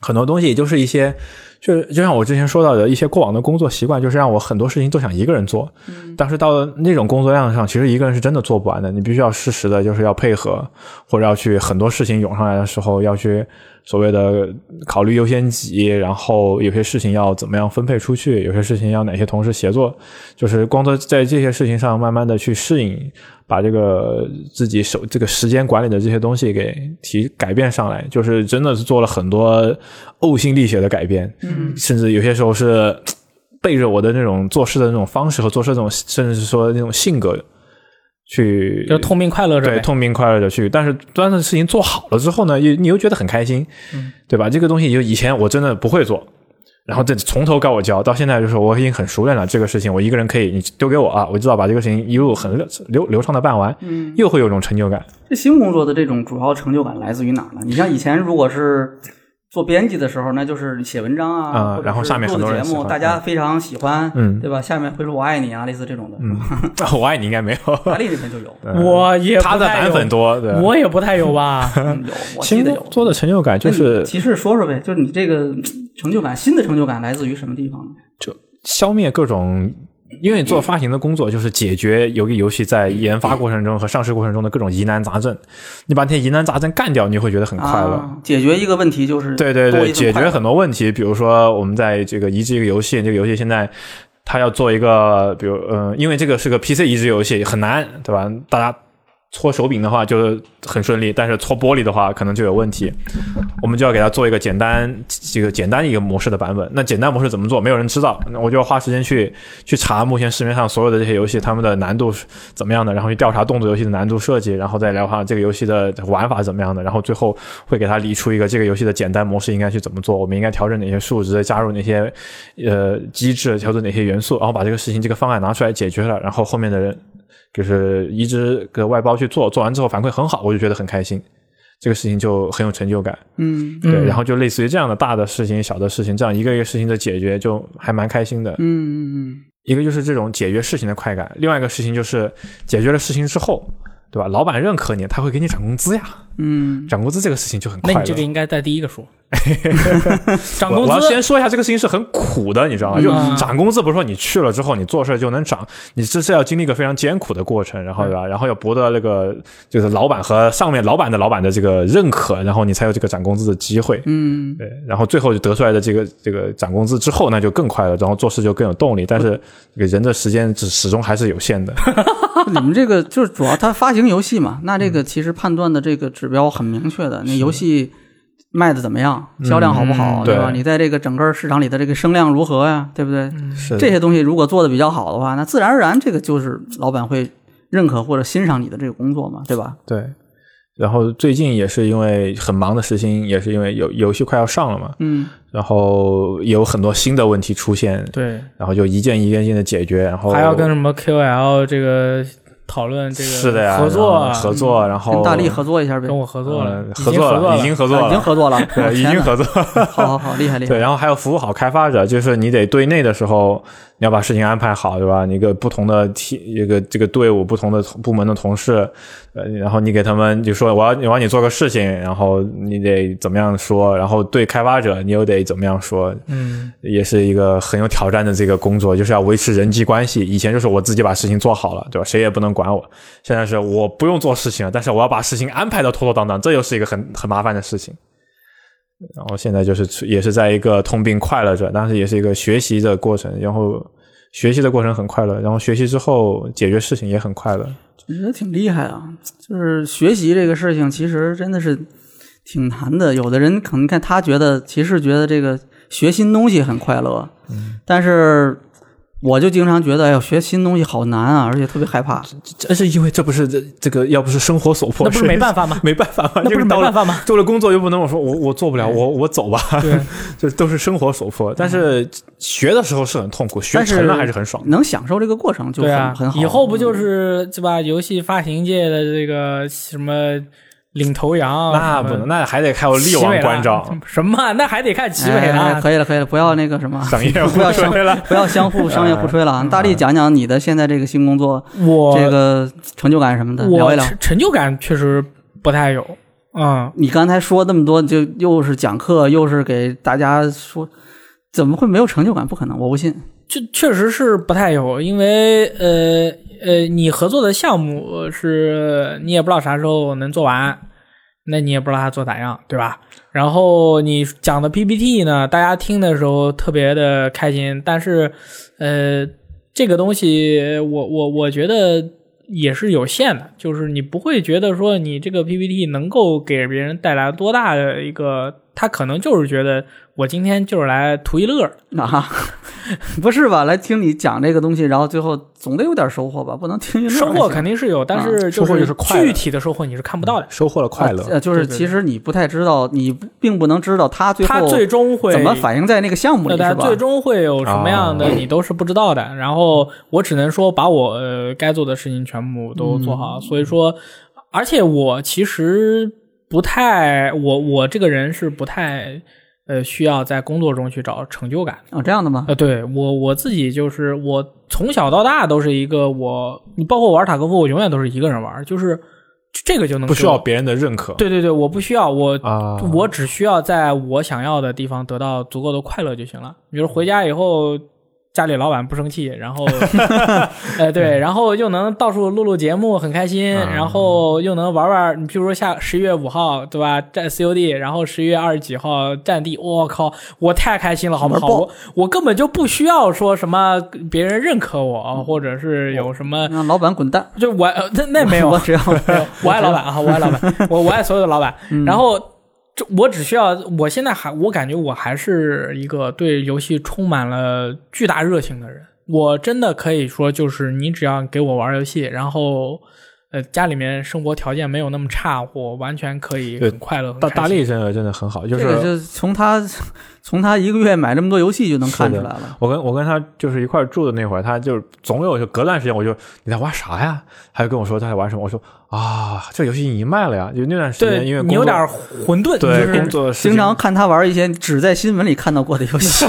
[SPEAKER 4] 很多东西也就是一些，就就像我之前说到的一些过往的工作习惯，就是让我很多事情都想一个人做，
[SPEAKER 3] 嗯
[SPEAKER 4] 但是到了那种工作量上，其实一个人是真的做不完的，你必须要适时的就是要配合，或者要去很多事情涌上来的时候要去。所谓的考虑优先级，然后有些事情要怎么样分配出去，有些事情要哪些同事协作，就是光在在这些事情上慢慢的去适应，把这个自己手这个时间管理的这些东西给提改变上来，就是真的是做了很多呕心沥血的改变，嗯，甚至有些时候是呃背着我的那种做事的那种方式和做事的那种，甚至是说那种性格去
[SPEAKER 3] 就是痛并快乐着
[SPEAKER 4] 对，
[SPEAKER 3] 呗。
[SPEAKER 4] 痛并快乐着去。但是当的事情做好了之后呢，又你又觉得很开心，对吧？这个东西就以前我真的不会做，然后这从头跟我教，到现在就是我已经很熟练了这个事情，我一个人可以，你丢给我啊，我知道把这个事情一路很流流流畅的办完，
[SPEAKER 2] 嗯，
[SPEAKER 4] 又会有一种成就感。 [LAUGHS]
[SPEAKER 2] 这新工作的这种主要成就感来自于哪儿呢？你像以前如果是做编辑的时候，那就是写文章
[SPEAKER 4] 啊
[SPEAKER 2] 啊，或者
[SPEAKER 4] 然后
[SPEAKER 2] 是
[SPEAKER 4] 下面
[SPEAKER 2] 做
[SPEAKER 4] 很多
[SPEAKER 2] 的
[SPEAKER 4] 人
[SPEAKER 2] 节
[SPEAKER 4] 喜
[SPEAKER 2] 目
[SPEAKER 4] 欢
[SPEAKER 2] 大家非常喜欢，
[SPEAKER 4] 嗯
[SPEAKER 2] 对吧？下面会说我爱你啊，类似这种的，嗯，
[SPEAKER 4] 我爱你应该没有，
[SPEAKER 2] 大力那边就
[SPEAKER 4] [LAUGHS]
[SPEAKER 2] 有，
[SPEAKER 3] 我也
[SPEAKER 4] 他的
[SPEAKER 3] 版
[SPEAKER 4] 版本，多，对。
[SPEAKER 3] 我也不太有
[SPEAKER 4] [LAUGHS]
[SPEAKER 3] 吧。
[SPEAKER 2] 嗯有，我记
[SPEAKER 4] 新
[SPEAKER 2] 得嗯
[SPEAKER 4] 工
[SPEAKER 2] 有。
[SPEAKER 4] 作的成就感就
[SPEAKER 2] 那
[SPEAKER 4] 是
[SPEAKER 2] 你骑士说说呗，就是你这个嗯成就感，新的成就感来自于什么地方呢？
[SPEAKER 4] 消灭各种，因为做发行的工作就是解决游游戏在研发过程中和上市过程中的各种疑难杂症。你把那些疑难杂症干掉，你会觉得很快乐。
[SPEAKER 2] 啊，解决一个问题就是
[SPEAKER 4] 对对
[SPEAKER 2] 多一
[SPEAKER 4] 对，
[SPEAKER 2] 份
[SPEAKER 4] 解
[SPEAKER 2] 快
[SPEAKER 4] 决
[SPEAKER 2] 乐
[SPEAKER 4] 很多问题，比如说我们在这个移植一个游戏，这个游戏现在。它要做一个，比如，嗯、因为这个是个 PC 移植游戏，很难，对吧？大家搓手柄的话就是很顺利，但是搓玻璃的话可能就有问题。我们就要给它做一个简单这个简单一个模式的版本。那简单模式怎么做？没有人知道，那我就要花时间去去查目前市面上所有的这些游戏它们的难度是怎么样的，然后去调查动作游戏的难度设计，然后再聊哈这个游戏的玩法怎么样的，然后最后会给它理出一个这个游戏的简单模式应该去怎么做，我们应该调整哪些数值，加入哪些呃机制，调整哪些元素，然后把这个事情这个方案拿出来解决了，然后后面的人就是移植个外包去做，做完之后反馈很好，我就觉得很开心，这个事情就很有成就感。
[SPEAKER 2] 嗯
[SPEAKER 4] 对，
[SPEAKER 3] 嗯
[SPEAKER 4] 然后就类似于这样的大的事情、小的事情，这样一个一个事情的解决，就还蛮开心的。
[SPEAKER 2] 嗯嗯
[SPEAKER 4] 一个就是这种解决事情的快感，另外一个事情就是解决了事情之后，对吧？老板认可你，他会给你涨工资呀，
[SPEAKER 2] 嗯，
[SPEAKER 4] 涨工资这个事情就很
[SPEAKER 3] 那
[SPEAKER 4] 快
[SPEAKER 3] 你
[SPEAKER 4] 乐。
[SPEAKER 3] 这个应该在第一个
[SPEAKER 4] [LAUGHS]
[SPEAKER 3] 说，涨
[SPEAKER 4] 我
[SPEAKER 3] 工
[SPEAKER 4] 我要
[SPEAKER 3] 资
[SPEAKER 4] 先说一下，这个事情是很苦的，你知道吗？就
[SPEAKER 3] 嗯
[SPEAKER 4] 涨工资不是说你去了之后你做事就能涨，你这是要经历一个非常艰苦的过程，然后
[SPEAKER 3] 嗯
[SPEAKER 4] 对吧？然后要博得那个就是老板和上面老板的老板的这个认可，然后你才有这个涨工资的机会。
[SPEAKER 2] 嗯
[SPEAKER 4] 对，然后最后就得出来的这个这个涨工资之后，那就更快了，然后做事就更有动力。但是这个人的时间始始终还是有限
[SPEAKER 3] [LAUGHS]
[SPEAKER 4] 的。
[SPEAKER 2] 你们这个就是主要它发行游戏嘛，那这
[SPEAKER 4] 嗯
[SPEAKER 2] 个其实判断的这个指标很明确的，那游戏卖的怎么样，销量好不好，
[SPEAKER 4] 嗯
[SPEAKER 2] 对吧？
[SPEAKER 4] 对嗯
[SPEAKER 2] 你在这个整个市场里的这个声量如何呀，对不对？
[SPEAKER 3] 嗯
[SPEAKER 4] 是
[SPEAKER 2] 这些东西如果做的比较好的话，那自然而然这个就是老板会认可或者欣赏你的这个工作嘛，对吧？
[SPEAKER 4] 对。然后最近也是因为很忙的事情，也是因为有游戏快要上了嘛，
[SPEAKER 2] 嗯
[SPEAKER 4] 然后有很多新的问题出现，
[SPEAKER 3] 对，
[SPEAKER 4] 然后就一件一件件的解决，然后
[SPEAKER 3] 还要跟什么 QL 这个讨论这个
[SPEAKER 4] 是的呀
[SPEAKER 3] 合作
[SPEAKER 4] 然
[SPEAKER 3] 啊
[SPEAKER 4] 后合作，然后
[SPEAKER 2] 嗯跟大力合作一下呗，
[SPEAKER 3] 跟我合作了
[SPEAKER 4] 嗯，
[SPEAKER 3] 已
[SPEAKER 4] 合
[SPEAKER 3] 经
[SPEAKER 4] 作
[SPEAKER 3] 合
[SPEAKER 4] 了，
[SPEAKER 3] 了，
[SPEAKER 4] 已经合作
[SPEAKER 2] 啊
[SPEAKER 4] 了，
[SPEAKER 2] 已经合作了，我
[SPEAKER 4] [LAUGHS] 对，已
[SPEAKER 2] 天
[SPEAKER 4] 经
[SPEAKER 2] 哪
[SPEAKER 4] 合作
[SPEAKER 2] [LAUGHS]
[SPEAKER 4] 了。
[SPEAKER 2] 好好好，厉害厉害。
[SPEAKER 4] 对，然后还有服务好开发者，就是你得对内的时候，你要把事情安排好，对吧？你给不同的 T 一个这个队伍、不同的同部门的同事，呃，然后你给他们就说我要我要你做个事情，然后你得怎么样说，然后对开发者你又得怎么样说，
[SPEAKER 3] 嗯，
[SPEAKER 4] 也是一个很有挑战的这个工作，就是要维持人际关系。以前就是我自己把事情做好了，对吧？谁也不能管我。现在是我不用做事情了，但是我要把事情安排的妥妥当当，这又是一个很很麻烦的事情。然后现在就是处也是在一个痛并快乐着，但是也是一个学习的过程。然后学习的过程很快乐，然后学习之后解决事情也很快乐。
[SPEAKER 2] 我觉得挺厉害啊，就是学习这个事情，其实真的是挺难的。有的人可能看他觉得，其实觉得这个学新东西很快乐，
[SPEAKER 4] 嗯
[SPEAKER 2] 但是我就经常觉得，哎呦，学新东西好难啊，而且特别害怕。
[SPEAKER 4] 这是因为这不是这这个要不是生活所迫，
[SPEAKER 3] 那不是没办法
[SPEAKER 4] [LAUGHS]？
[SPEAKER 3] 吗
[SPEAKER 4] 没办法吗？
[SPEAKER 3] 那不是没办法
[SPEAKER 4] [LAUGHS]
[SPEAKER 3] 吗？
[SPEAKER 4] 做了工作又不能我说我我做不了，我我走吧，
[SPEAKER 3] 对，
[SPEAKER 4] [LAUGHS]
[SPEAKER 3] 啊
[SPEAKER 4] 就都是生活所迫。但是学的时候是很痛苦，学
[SPEAKER 2] 但是
[SPEAKER 4] 成嗯了还是很爽。
[SPEAKER 2] 能享受这个过程就
[SPEAKER 3] 对
[SPEAKER 2] 很、嗯
[SPEAKER 3] 啊
[SPEAKER 2] 很，好。
[SPEAKER 3] 以后不就是对吧？游戏发行界的这个什么领头羊，啊
[SPEAKER 4] 那嗯不能，那还得看我力
[SPEAKER 3] 王
[SPEAKER 4] 挽关照，
[SPEAKER 3] 啊什么？啊那还得看齐伟啊
[SPEAKER 2] 哎
[SPEAKER 3] 呢。
[SPEAKER 2] 可以了，可以了，不要那个什么，
[SPEAKER 4] 商业
[SPEAKER 2] 不要
[SPEAKER 4] 互
[SPEAKER 2] 相
[SPEAKER 4] 吹了。嗯
[SPEAKER 2] 不要相互商业互吹了啊。大力讲讲你的现在这个新工作，
[SPEAKER 3] 我
[SPEAKER 2] 这个成就感什么的，聊
[SPEAKER 3] 我
[SPEAKER 2] 一聊。
[SPEAKER 3] 成成就感确实不太有，嗯，
[SPEAKER 2] 你刚才说那么多，就又是讲课，又是给大家说，怎么会没有成就感？不可能，我不信。
[SPEAKER 3] 这确实是不太有，因为呃呃，你合作的项目是你也不知道啥时候能做完，那你也不知道他做咋样，对吧？然后你讲的 PPT 呢，大家听的时候特别的开心，但是呃，这个东西我我我觉得也是有限的，就是你不会觉得说你这个 PPT 能够给别人带来多大的一个，他可能就是觉得我今天就是来图一乐儿。
[SPEAKER 2] 啊， [LAUGHS] 不是吧？来听你讲这个东西，然后最后总得有点收获吧？不能听一乐
[SPEAKER 3] 收获
[SPEAKER 2] 还行
[SPEAKER 3] 肯定是有，但
[SPEAKER 2] 啊
[SPEAKER 3] 是
[SPEAKER 4] 收获就是快乐
[SPEAKER 3] 具体的收获你是看
[SPEAKER 2] 嗯
[SPEAKER 3] 不到的。
[SPEAKER 4] 收获了快乐，
[SPEAKER 2] 呃，就是
[SPEAKER 3] 对对
[SPEAKER 2] 其实你不太知道，你并不能知道他最
[SPEAKER 3] 它
[SPEAKER 2] 后
[SPEAKER 3] 最终会
[SPEAKER 2] 怎么反映在那个项目里，
[SPEAKER 3] 呃，
[SPEAKER 2] 是
[SPEAKER 3] 它
[SPEAKER 2] 吧？
[SPEAKER 3] 最终会有什么样的，
[SPEAKER 4] 哦
[SPEAKER 3] 你都是不知道的。然后我只能说把我呃该做的事情全部都做
[SPEAKER 2] 嗯
[SPEAKER 3] 好。所以说，而且我其实不太，我我这个人是不太呃需要在工作中去找成就感的。
[SPEAKER 2] 啊，这样的吗？
[SPEAKER 3] 呃，对我我自己就是我从小到大都是一个我，你包括我玩塔科夫，我永远都是一个人玩，就是就这个就能
[SPEAKER 4] 不需
[SPEAKER 3] 给我
[SPEAKER 4] 要别人的认可。
[SPEAKER 3] 对对对，我不需要，我、
[SPEAKER 4] 啊，
[SPEAKER 3] 我只需要在我想要的地方得到足够的快乐就行了。比如回家以后，家里老板不生气，然后，呃，对，然后又能到处录录节目，很开心，
[SPEAKER 4] 嗯
[SPEAKER 3] 然后又能玩玩。你譬如说下十一月五号，对吧？战 COD，然后十一月二十几号战地，我、靠，我太开心了，好不好？
[SPEAKER 2] 玩爆
[SPEAKER 3] 我我根本就不需要说什么别人认可我，或者是有什么。
[SPEAKER 2] 让老板滚蛋！
[SPEAKER 3] 就我呃那那没
[SPEAKER 2] [LAUGHS]
[SPEAKER 3] 有，
[SPEAKER 2] 我
[SPEAKER 3] [LAUGHS]
[SPEAKER 2] 只要
[SPEAKER 3] 没有我爱老板
[SPEAKER 4] [LAUGHS]
[SPEAKER 3] 啊，我爱老板，我我爱所有的老板。
[SPEAKER 4] 嗯
[SPEAKER 3] 然后这我只需要，我现在还我感觉我还是一个对游戏充满了巨大热情的人。我真的可以说，就是你只要给我玩游戏，然后呃家里面生活条件没有那么差，我完全可以
[SPEAKER 4] 对
[SPEAKER 3] 很快乐。很
[SPEAKER 4] 大
[SPEAKER 3] 开心
[SPEAKER 4] 大力真的真的很好，就
[SPEAKER 2] 这个
[SPEAKER 4] 是
[SPEAKER 2] 就从他从他一个月买这么多游戏就能看出来了。
[SPEAKER 4] 我跟我跟他就是一块儿住的那会儿，他就是总有就隔段时间我就你在玩啥呀？他就跟我说他在玩什么，我说啊，这游戏已经卖了呀。就那段时间
[SPEAKER 3] 对
[SPEAKER 4] 因为工
[SPEAKER 3] 你有
[SPEAKER 4] 作
[SPEAKER 3] 点混沌，
[SPEAKER 4] 对
[SPEAKER 3] 就是
[SPEAKER 4] 工作时间
[SPEAKER 2] 经常看他玩一些只在新闻里看到过的游戏，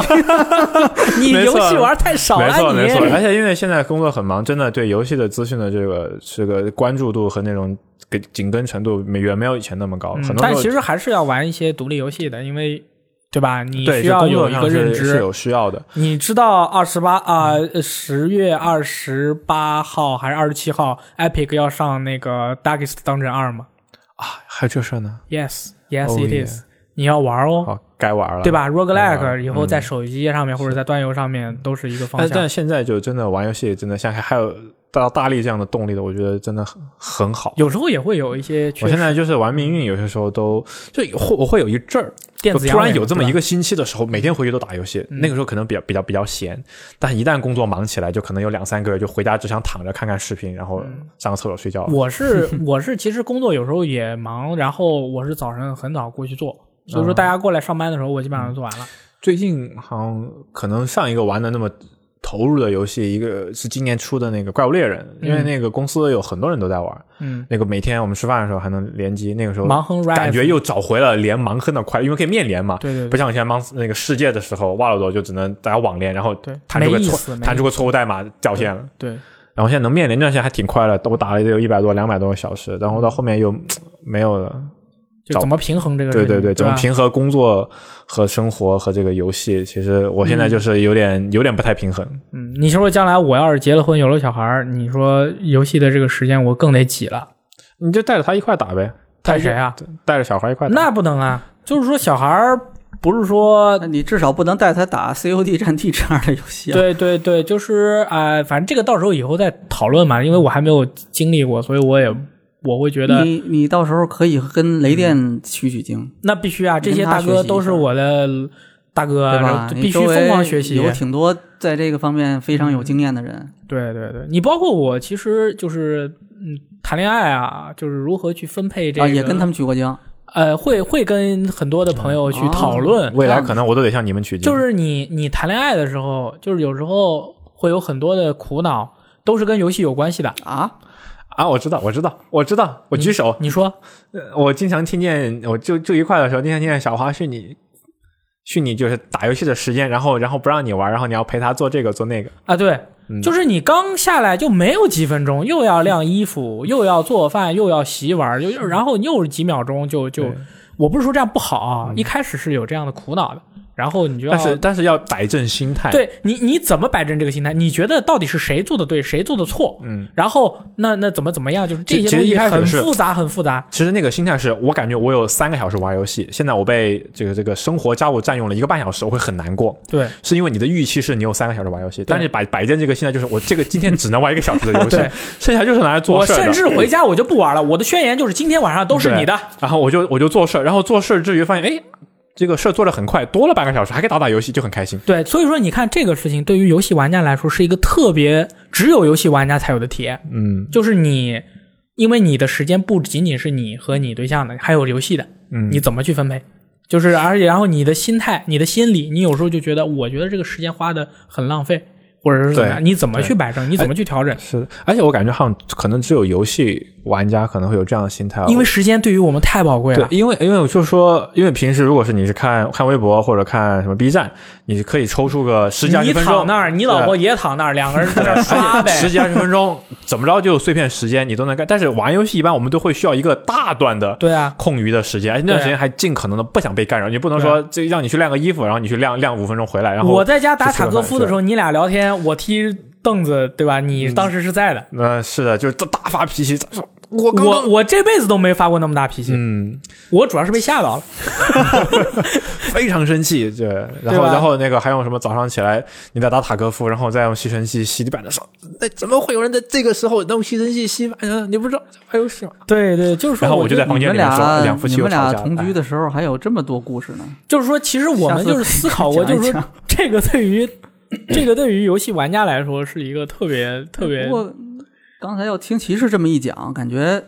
[SPEAKER 3] 你
[SPEAKER 4] 没
[SPEAKER 3] 游
[SPEAKER 4] 错
[SPEAKER 3] 戏玩太少
[SPEAKER 4] 没错
[SPEAKER 3] 了，
[SPEAKER 4] 没错，
[SPEAKER 3] 你
[SPEAKER 4] 而且因为现在工作很忙，真的对游戏的资讯的这个这个关注度和那种给紧跟程度没远没有以前那么高，
[SPEAKER 3] 嗯
[SPEAKER 4] 很多时候
[SPEAKER 3] 但其实还是要玩一些独立游戏的，因为对吧？你
[SPEAKER 4] 对
[SPEAKER 3] 需
[SPEAKER 4] 是
[SPEAKER 3] 要
[SPEAKER 4] 工
[SPEAKER 3] 有
[SPEAKER 4] 作
[SPEAKER 3] 一
[SPEAKER 4] 上
[SPEAKER 3] 个认
[SPEAKER 4] 是
[SPEAKER 3] 知，
[SPEAKER 4] 是有需要的。
[SPEAKER 3] 你知道二十八啊，十月二十八号还是二十七号，Epic 要上那个 Darkest Dungeon 二吗
[SPEAKER 4] 啊还有这事儿呢？
[SPEAKER 3] ？Yes, yes,
[SPEAKER 4] Oh,
[SPEAKER 3] it
[SPEAKER 4] yeah.
[SPEAKER 3] is。你要玩哦，
[SPEAKER 4] 好，该玩了，
[SPEAKER 3] 对？吧
[SPEAKER 4] 玩
[SPEAKER 3] ？Roguelike
[SPEAKER 4] 了
[SPEAKER 3] 以后在
[SPEAKER 4] 嗯
[SPEAKER 3] 手机上面或者在端游上面都嗯是一个方
[SPEAKER 4] 哎但
[SPEAKER 3] 向
[SPEAKER 4] 但。现在就真的玩游戏，真的像还还有到大力这样的动力的，我觉得真的很很好。
[SPEAKER 3] 有时候也会有一些
[SPEAKER 4] 我
[SPEAKER 3] 确
[SPEAKER 4] 现
[SPEAKER 3] 实
[SPEAKER 4] 在就是玩命运，有些时候都就会我会有一阵儿，
[SPEAKER 3] 电
[SPEAKER 4] 就
[SPEAKER 3] 子
[SPEAKER 4] 突然有这么一
[SPEAKER 3] 个
[SPEAKER 4] 个星期的时候，每天回去都打游戏。
[SPEAKER 3] 嗯
[SPEAKER 4] 那个时候可能比较比较比较闲，但一旦工作忙起来，就可能有两三个月就回家只想躺着看看视频，然后上个厕所睡觉。
[SPEAKER 3] 嗯我是 [LAUGHS] 我是其实工作有时候也忙，然后我是早上很早过去做，所以说大哦家过来上班的时候，我基本上就做完了。
[SPEAKER 4] 最近好像可能上一个玩的那么投入的游戏，一个是今年出的那个《怪物猎人》，因为
[SPEAKER 3] 嗯
[SPEAKER 4] 那个公司有很多人都在玩，
[SPEAKER 3] 嗯，
[SPEAKER 4] 那个每天我们吃饭的时候还能联机，那个时候
[SPEAKER 3] 盲哼 r
[SPEAKER 4] 感觉又找回了连盲坑的快乐，因为可以面连嘛。
[SPEAKER 3] 对对
[SPEAKER 4] 不
[SPEAKER 3] 对，
[SPEAKER 4] 像以前 Monster 那个世界的时候，瓦鲁多就只能大家网连，然后
[SPEAKER 3] 对
[SPEAKER 4] 弹出个
[SPEAKER 3] 没意
[SPEAKER 4] 错
[SPEAKER 3] 思没
[SPEAKER 4] 弹出
[SPEAKER 3] 意
[SPEAKER 4] 个错误代码掉线了。
[SPEAKER 3] 对，
[SPEAKER 4] 然后现在能面连这段时间还挺快了，我打了得有一百多、两百多个小时，然后到后面又没有了。
[SPEAKER 3] 就怎么平衡这个事情？
[SPEAKER 4] 对对啊对，怎么
[SPEAKER 3] 吧
[SPEAKER 4] 平衡工作和生活和这个游戏？其实我现在就是有点、有点不太平衡。
[SPEAKER 3] 嗯，你说将来我要是结了婚有了小孩儿，你说游戏的这个时间我更得挤了，
[SPEAKER 4] 你就带着他一块打呗，
[SPEAKER 3] 带谁啊？
[SPEAKER 4] 带着小孩一块打。
[SPEAKER 3] 那不能啊，就是说小孩儿不是说
[SPEAKER 2] 嗯那你至少不能带他打 COD 战地这样的游戏、啊。
[SPEAKER 3] 对对对，就是啊、呃反正这个到时候以后再讨论嘛，因为我还没有经历过，所以我也我会觉得嗯
[SPEAKER 2] 你你到时候可以跟雷电取取经，
[SPEAKER 3] 那必须啊，这
[SPEAKER 2] 跟
[SPEAKER 3] 些
[SPEAKER 2] 他
[SPEAKER 3] 大
[SPEAKER 2] 学
[SPEAKER 3] 哥
[SPEAKER 2] 习一
[SPEAKER 3] 都是
[SPEAKER 2] 下
[SPEAKER 3] 我的大哥，
[SPEAKER 2] 对
[SPEAKER 3] 啊然
[SPEAKER 2] 吧
[SPEAKER 3] 后？
[SPEAKER 2] 你
[SPEAKER 3] 必须
[SPEAKER 2] 周围
[SPEAKER 3] 疯狂学习。嗯
[SPEAKER 2] 有挺多在这个方面非常有经验的人，
[SPEAKER 3] 对对对，你包括我，其实就是嗯，谈恋爱啊，就是如何去分配这个，
[SPEAKER 2] 啊，也跟他们取过经。
[SPEAKER 3] 呃，会会跟很多的朋友去
[SPEAKER 2] 哦
[SPEAKER 3] 讨论。
[SPEAKER 4] 未来可能我都得向你们取经。
[SPEAKER 3] 就是你你谈恋爱的时候，就是有时候会有很多的苦恼，都是跟游戏有关系的。
[SPEAKER 2] 啊，
[SPEAKER 4] 啊，我知道，我知道，我知道，我举手。
[SPEAKER 3] 你说
[SPEAKER 4] 呃我经常听见，我就就一块的时候，经常听见小花训你，训你就是打游戏的时间，然后然后不让你玩，然后你要陪他做这个做那个。
[SPEAKER 3] 啊，对，
[SPEAKER 4] 嗯
[SPEAKER 3] 就是你刚下来就没有几分钟，又要晾衣服，又要做饭，又要洗碗，又又然后又是几秒钟就就
[SPEAKER 4] 对，嗯
[SPEAKER 3] 我不是说这样不好啊，一开始是有这样的苦恼的，然后你就要
[SPEAKER 4] 但是但是要摆正心态。，
[SPEAKER 3] 对你你怎么摆正这个心态？你觉得到底是谁做的对，谁做的错？
[SPEAKER 4] 嗯，
[SPEAKER 3] 然后那那怎么怎么样？就是这
[SPEAKER 4] 其
[SPEAKER 3] 些
[SPEAKER 4] 其
[SPEAKER 3] 东
[SPEAKER 4] 实一
[SPEAKER 3] 西
[SPEAKER 4] 开始
[SPEAKER 3] 很
[SPEAKER 4] 是
[SPEAKER 3] 复杂，很复杂。
[SPEAKER 4] 其实那个心态是我感觉我有三个小时玩游戏，现在我被这个这个生活家务占用了一个半小时，我会很难过。
[SPEAKER 3] 对
[SPEAKER 4] 是因为你的预期是你有三个小时玩游戏，但是摆摆正这个心态就是我这个今天只能玩一个小时的游
[SPEAKER 3] [LAUGHS]
[SPEAKER 4] 戏
[SPEAKER 3] 对，
[SPEAKER 4] 剩下就是拿来做
[SPEAKER 3] 我
[SPEAKER 4] 事儿的。
[SPEAKER 3] 甚至回家我就不玩了，我的宣言就是今天晚上都是你的。
[SPEAKER 4] 然后我就我就做事儿，然后做事儿之余发现，哎，这个事儿做的很快，多了半个小时，还可以打打游戏，就很开心。
[SPEAKER 3] 对，所以说你看这个事情对于游戏玩家来说是一个特别只有游戏玩家才有的体验，
[SPEAKER 4] 嗯
[SPEAKER 3] 就是你因为你的时间不仅仅是你和你对象的，还有游戏的，
[SPEAKER 4] 嗯，
[SPEAKER 3] 你怎么去分配？就是而且然后你的心态、你的心理，你有时候就觉得，我觉得这个时间花的很浪费，或者是怎么样？
[SPEAKER 4] 对哎哦
[SPEAKER 3] 你怎么去摆正？你怎么去调整？
[SPEAKER 4] 是，而且我感觉好像可能只有游戏玩家可能会有这样的心态，啊
[SPEAKER 3] 因为时间对于我们太宝贵
[SPEAKER 4] 对
[SPEAKER 3] 了，。
[SPEAKER 4] 因为因为我就说，因为平时如果是你是看看微博或者看什么 B 站，你可以抽出个十几二
[SPEAKER 3] 你
[SPEAKER 4] 十分
[SPEAKER 3] 躺
[SPEAKER 4] 钟
[SPEAKER 3] 那。儿，你老婆也躺那儿，两个人在那
[SPEAKER 4] [LAUGHS]
[SPEAKER 3] 儿刷呗。
[SPEAKER 4] 十几二十分钟，怎么着就有碎片时间，你都能干。但是玩游戏一般我们都会需要一个大段的
[SPEAKER 3] 对啊，
[SPEAKER 4] 空余的时间，而且那段时间还尽可能的不想被干扰。你不能说这让你去晾个衣服，然后你去晾晾五分钟回来，然后
[SPEAKER 3] 啊我在家打
[SPEAKER 4] 去吃
[SPEAKER 3] 塔
[SPEAKER 4] 个
[SPEAKER 3] 科
[SPEAKER 4] 饭
[SPEAKER 3] 夫的
[SPEAKER 4] 是
[SPEAKER 3] 时候，你俩聊天，我踢凳子，对吧？你
[SPEAKER 4] 嗯
[SPEAKER 3] 当时是在的。
[SPEAKER 4] 那嗯是的，就是大大发脾气。我刚
[SPEAKER 3] 我
[SPEAKER 4] 刚
[SPEAKER 3] 我这辈子都没发过那么大脾气，
[SPEAKER 4] 嗯
[SPEAKER 3] 我主要是被吓到了。
[SPEAKER 4] 非常生气，对，然
[SPEAKER 3] 对
[SPEAKER 4] 后
[SPEAKER 3] 吧
[SPEAKER 4] 然后那个还用什么早上起来你在打塔科夫，然后再用吸尘器吸地板的时候，那怎么会有人在这个时候用吸尘器吸地板呢？哎你不知道还有什么？
[SPEAKER 3] 对对，就是说，
[SPEAKER 4] 然后我
[SPEAKER 3] 就
[SPEAKER 4] 就在房
[SPEAKER 2] 你
[SPEAKER 4] 间
[SPEAKER 2] 们
[SPEAKER 4] 里面说，
[SPEAKER 2] 俩
[SPEAKER 4] 两夫妻
[SPEAKER 2] 你
[SPEAKER 4] 又
[SPEAKER 2] 们
[SPEAKER 4] 吵
[SPEAKER 2] 俩
[SPEAKER 4] 架
[SPEAKER 2] 同居
[SPEAKER 4] 的，
[SPEAKER 2] 的时候还有这么多故事呢，
[SPEAKER 3] 就是说，其实我们就是思考过，
[SPEAKER 2] 下次
[SPEAKER 3] 就是
[SPEAKER 2] 讲
[SPEAKER 3] 说
[SPEAKER 2] 一讲，
[SPEAKER 3] 这个对于这个对于游戏玩家来说是一个特别特别
[SPEAKER 2] 不过刚才要听骑士这么一讲，感觉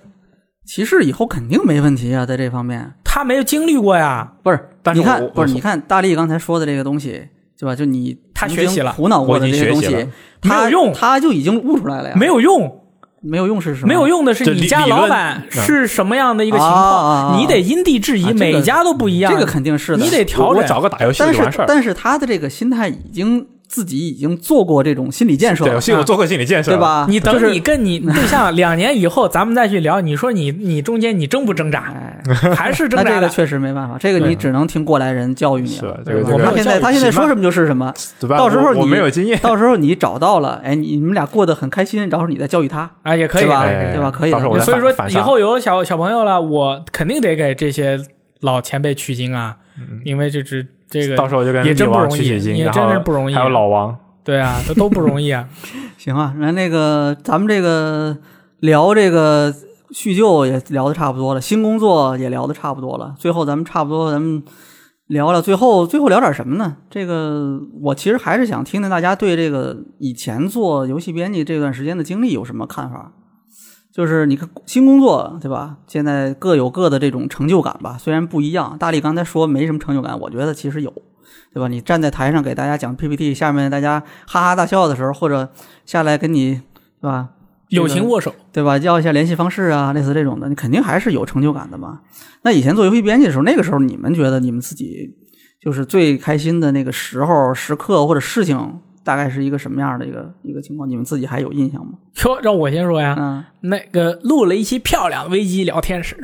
[SPEAKER 2] 骑士以后肯定没问题啊，在这方面
[SPEAKER 3] 他没有经历过呀。
[SPEAKER 2] 不是？
[SPEAKER 4] 但是
[SPEAKER 2] 你看
[SPEAKER 4] 我，
[SPEAKER 2] 不是
[SPEAKER 4] 我
[SPEAKER 2] 你看大力刚才说的这个东西，对吧？就你
[SPEAKER 3] 他
[SPEAKER 2] 曾
[SPEAKER 3] 学
[SPEAKER 2] 经
[SPEAKER 3] 习了
[SPEAKER 2] 苦恼过的这些东
[SPEAKER 4] 我已经学习
[SPEAKER 2] 西
[SPEAKER 4] 了，
[SPEAKER 2] 他
[SPEAKER 3] 没有用
[SPEAKER 2] 他就已经悟出来了呀，
[SPEAKER 3] 没有用，
[SPEAKER 2] 没有用是什么？
[SPEAKER 3] 没有用的是
[SPEAKER 4] 这
[SPEAKER 3] 你
[SPEAKER 4] 理
[SPEAKER 3] 家
[SPEAKER 4] 理论
[SPEAKER 3] 老板是什么样的一个情
[SPEAKER 2] 啊啊
[SPEAKER 3] 况，
[SPEAKER 2] 啊
[SPEAKER 3] 你得因地制宜，
[SPEAKER 2] 啊这个
[SPEAKER 3] 每家都不一样，
[SPEAKER 2] 这个肯定是的，
[SPEAKER 3] 你得
[SPEAKER 4] 我
[SPEAKER 3] 调
[SPEAKER 4] 我找
[SPEAKER 3] 整。
[SPEAKER 4] 个打游戏
[SPEAKER 2] 但
[SPEAKER 4] 就完事
[SPEAKER 2] 是
[SPEAKER 4] 儿。
[SPEAKER 2] 但是他的这个心态已经自己已经做过这种心理建设
[SPEAKER 4] 对，
[SPEAKER 2] 了啊
[SPEAKER 4] 我，心我做过心理建设，
[SPEAKER 2] 对？吧？
[SPEAKER 3] 你
[SPEAKER 2] 就
[SPEAKER 3] 等
[SPEAKER 2] 是
[SPEAKER 3] 你跟你对象两年以后，咱们再去聊。你说你你中间你挣不挣扎？
[SPEAKER 2] 哎，[LAUGHS]
[SPEAKER 3] 还是挣
[SPEAKER 2] 那
[SPEAKER 3] 扎
[SPEAKER 2] 这
[SPEAKER 3] 的
[SPEAKER 2] 个？确实没办法，这个你只能听过来人教育你
[SPEAKER 4] 是
[SPEAKER 2] 了。
[SPEAKER 4] 这个
[SPEAKER 3] 对
[SPEAKER 4] 这
[SPEAKER 3] 吧
[SPEAKER 2] 他
[SPEAKER 3] 我
[SPEAKER 4] 个
[SPEAKER 2] 嗯现在他现在说什么就是什么，
[SPEAKER 4] 怎么办？
[SPEAKER 2] 到时候
[SPEAKER 4] 我
[SPEAKER 2] 你
[SPEAKER 4] 我没有经验，
[SPEAKER 2] 到时候你找到了，哎，你你们俩过得很开心，然后你再教育他，
[SPEAKER 3] 啊，也可以
[SPEAKER 2] 对吧
[SPEAKER 3] 可以可以
[SPEAKER 4] 哎
[SPEAKER 2] 对吧可以
[SPEAKER 4] 到时候我再
[SPEAKER 3] 所以
[SPEAKER 4] 反
[SPEAKER 3] 说
[SPEAKER 4] 反
[SPEAKER 3] 以
[SPEAKER 4] 杀
[SPEAKER 3] 后有小小朋友了，我肯定得给这些老前辈取经啊，因为这只这个
[SPEAKER 4] 嗯到时候就跟
[SPEAKER 3] 也真
[SPEAKER 4] 女
[SPEAKER 3] 不
[SPEAKER 4] 王
[SPEAKER 3] 容
[SPEAKER 4] 取
[SPEAKER 3] 易
[SPEAKER 4] 取经，
[SPEAKER 3] 也
[SPEAKER 4] 然
[SPEAKER 3] 真
[SPEAKER 4] 后
[SPEAKER 3] 是不容易
[SPEAKER 4] 还有老王，
[SPEAKER 3] 对啊，这都不容易
[SPEAKER 4] [LAUGHS]
[SPEAKER 3] 啊。
[SPEAKER 2] [LAUGHS] 行啊，然后那个咱们这个聊这个叙旧也聊的差不多了，新工作也聊的差不多了，最后咱们差不多咱们聊了，最后最后聊点什么呢？这个我其实还是想听听大家对这个以前做游戏编辑这段时间的经历有什么看法。就是你看新工作对吧？现在各有各的这种成就感吧，虽然不一样。大力刚才说没什么成就感，我觉得其实有，对吧？你站在台上给大家讲 PPT，下面大家哈哈大笑的时候，或者下来跟你对吧
[SPEAKER 3] 友情握手，
[SPEAKER 2] 对吧，要一下联系方式啊，类似这种的，你肯定还是有成就感的嘛。那以前做游戏编辑的时候，那个时候你们觉得你们自己就是最开心的那个时候、时刻或者事情，大概是一个什么样的一个一个情况？你们自己还有印象吗？
[SPEAKER 3] 说让我先说呀，
[SPEAKER 2] 嗯，
[SPEAKER 3] 那个录了一期漂亮的危机聊天室，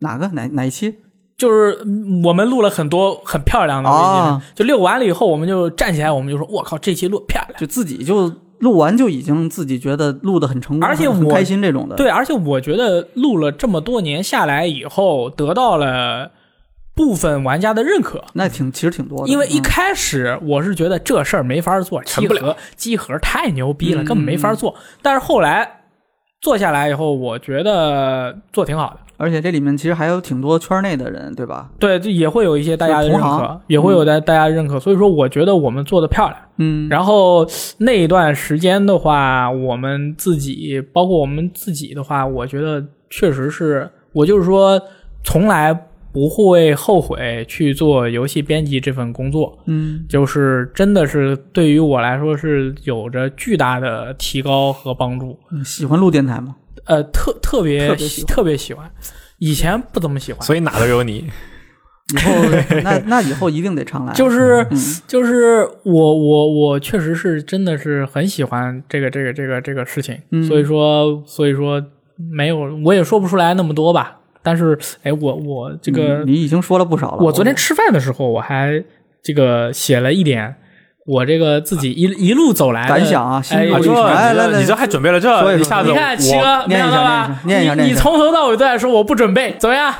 [SPEAKER 2] 哪个哪哪一期？
[SPEAKER 3] 就是嗯我们录了很多很漂亮的危机，
[SPEAKER 2] 哦
[SPEAKER 3] 就录完了以后，我们就站起来，我们就说，我靠，这期录得漂亮。
[SPEAKER 2] 就自己就录完就已经自己觉得录的很成功，
[SPEAKER 3] 而且
[SPEAKER 2] 很很
[SPEAKER 3] 我
[SPEAKER 2] 开心这种的。
[SPEAKER 3] 对，而且我觉得录了这么多年下来以后，得到了部分玩家的认可。
[SPEAKER 2] 那挺其实挺多的，
[SPEAKER 3] 因为一
[SPEAKER 2] 嗯
[SPEAKER 3] 开始我是觉得这事儿没法做，集合集合太牛逼了，根本没法做。但是后来做下来以后，我觉得做挺好的。
[SPEAKER 2] 而且这里面其实还有挺多圈内的人，对吧？
[SPEAKER 3] 对，这也会有一些大家的认
[SPEAKER 2] 就是同
[SPEAKER 3] 可
[SPEAKER 2] 行，
[SPEAKER 3] 也会有大大家的认可。所以说，我觉得我们做的漂亮。
[SPEAKER 2] 嗯，
[SPEAKER 3] 然后那一段时间的话，我们自己，包括我们自己的话，我觉得确实是我就是说，从来不会后悔去做游戏编辑这份工作。
[SPEAKER 2] 嗯
[SPEAKER 3] 就是真的是对于我来说是有着巨大的提高和帮助，
[SPEAKER 2] 嗯，喜欢录电台吗？
[SPEAKER 3] 呃，特特
[SPEAKER 2] 特
[SPEAKER 3] 别
[SPEAKER 2] 别喜欢
[SPEAKER 3] 特别喜欢，以前不怎么喜欢，
[SPEAKER 4] 所以哪都有你。
[SPEAKER 2] 以后
[SPEAKER 3] [LAUGHS]
[SPEAKER 2] 那那以后一定得常来。
[SPEAKER 3] 就是
[SPEAKER 2] 嗯
[SPEAKER 3] 就是我我我确实是真的是很喜欢这个这个这个这个事情，
[SPEAKER 2] 嗯
[SPEAKER 3] 所以说所以说没有我也说不出来那么多吧，但是哎我我这
[SPEAKER 2] 嗯
[SPEAKER 3] 个、
[SPEAKER 2] 你你已经说了不少了。
[SPEAKER 3] 我昨天吃饭的时候我还这个写了一点。我这个自己一一路走来的
[SPEAKER 2] 啊感想啊心
[SPEAKER 3] 哎
[SPEAKER 2] 路
[SPEAKER 3] 我
[SPEAKER 2] 历
[SPEAKER 3] 就
[SPEAKER 2] 程来来来
[SPEAKER 4] 你这还准备了
[SPEAKER 2] 说一
[SPEAKER 4] 这，
[SPEAKER 2] 说
[SPEAKER 4] 一下子
[SPEAKER 3] 你
[SPEAKER 4] 我
[SPEAKER 3] 看七哥，没
[SPEAKER 2] 念一
[SPEAKER 3] 想
[SPEAKER 2] 下
[SPEAKER 3] 到吧？
[SPEAKER 2] 念一下念一下念一下
[SPEAKER 3] 你你从头到尾都在说我不准备，怎么样？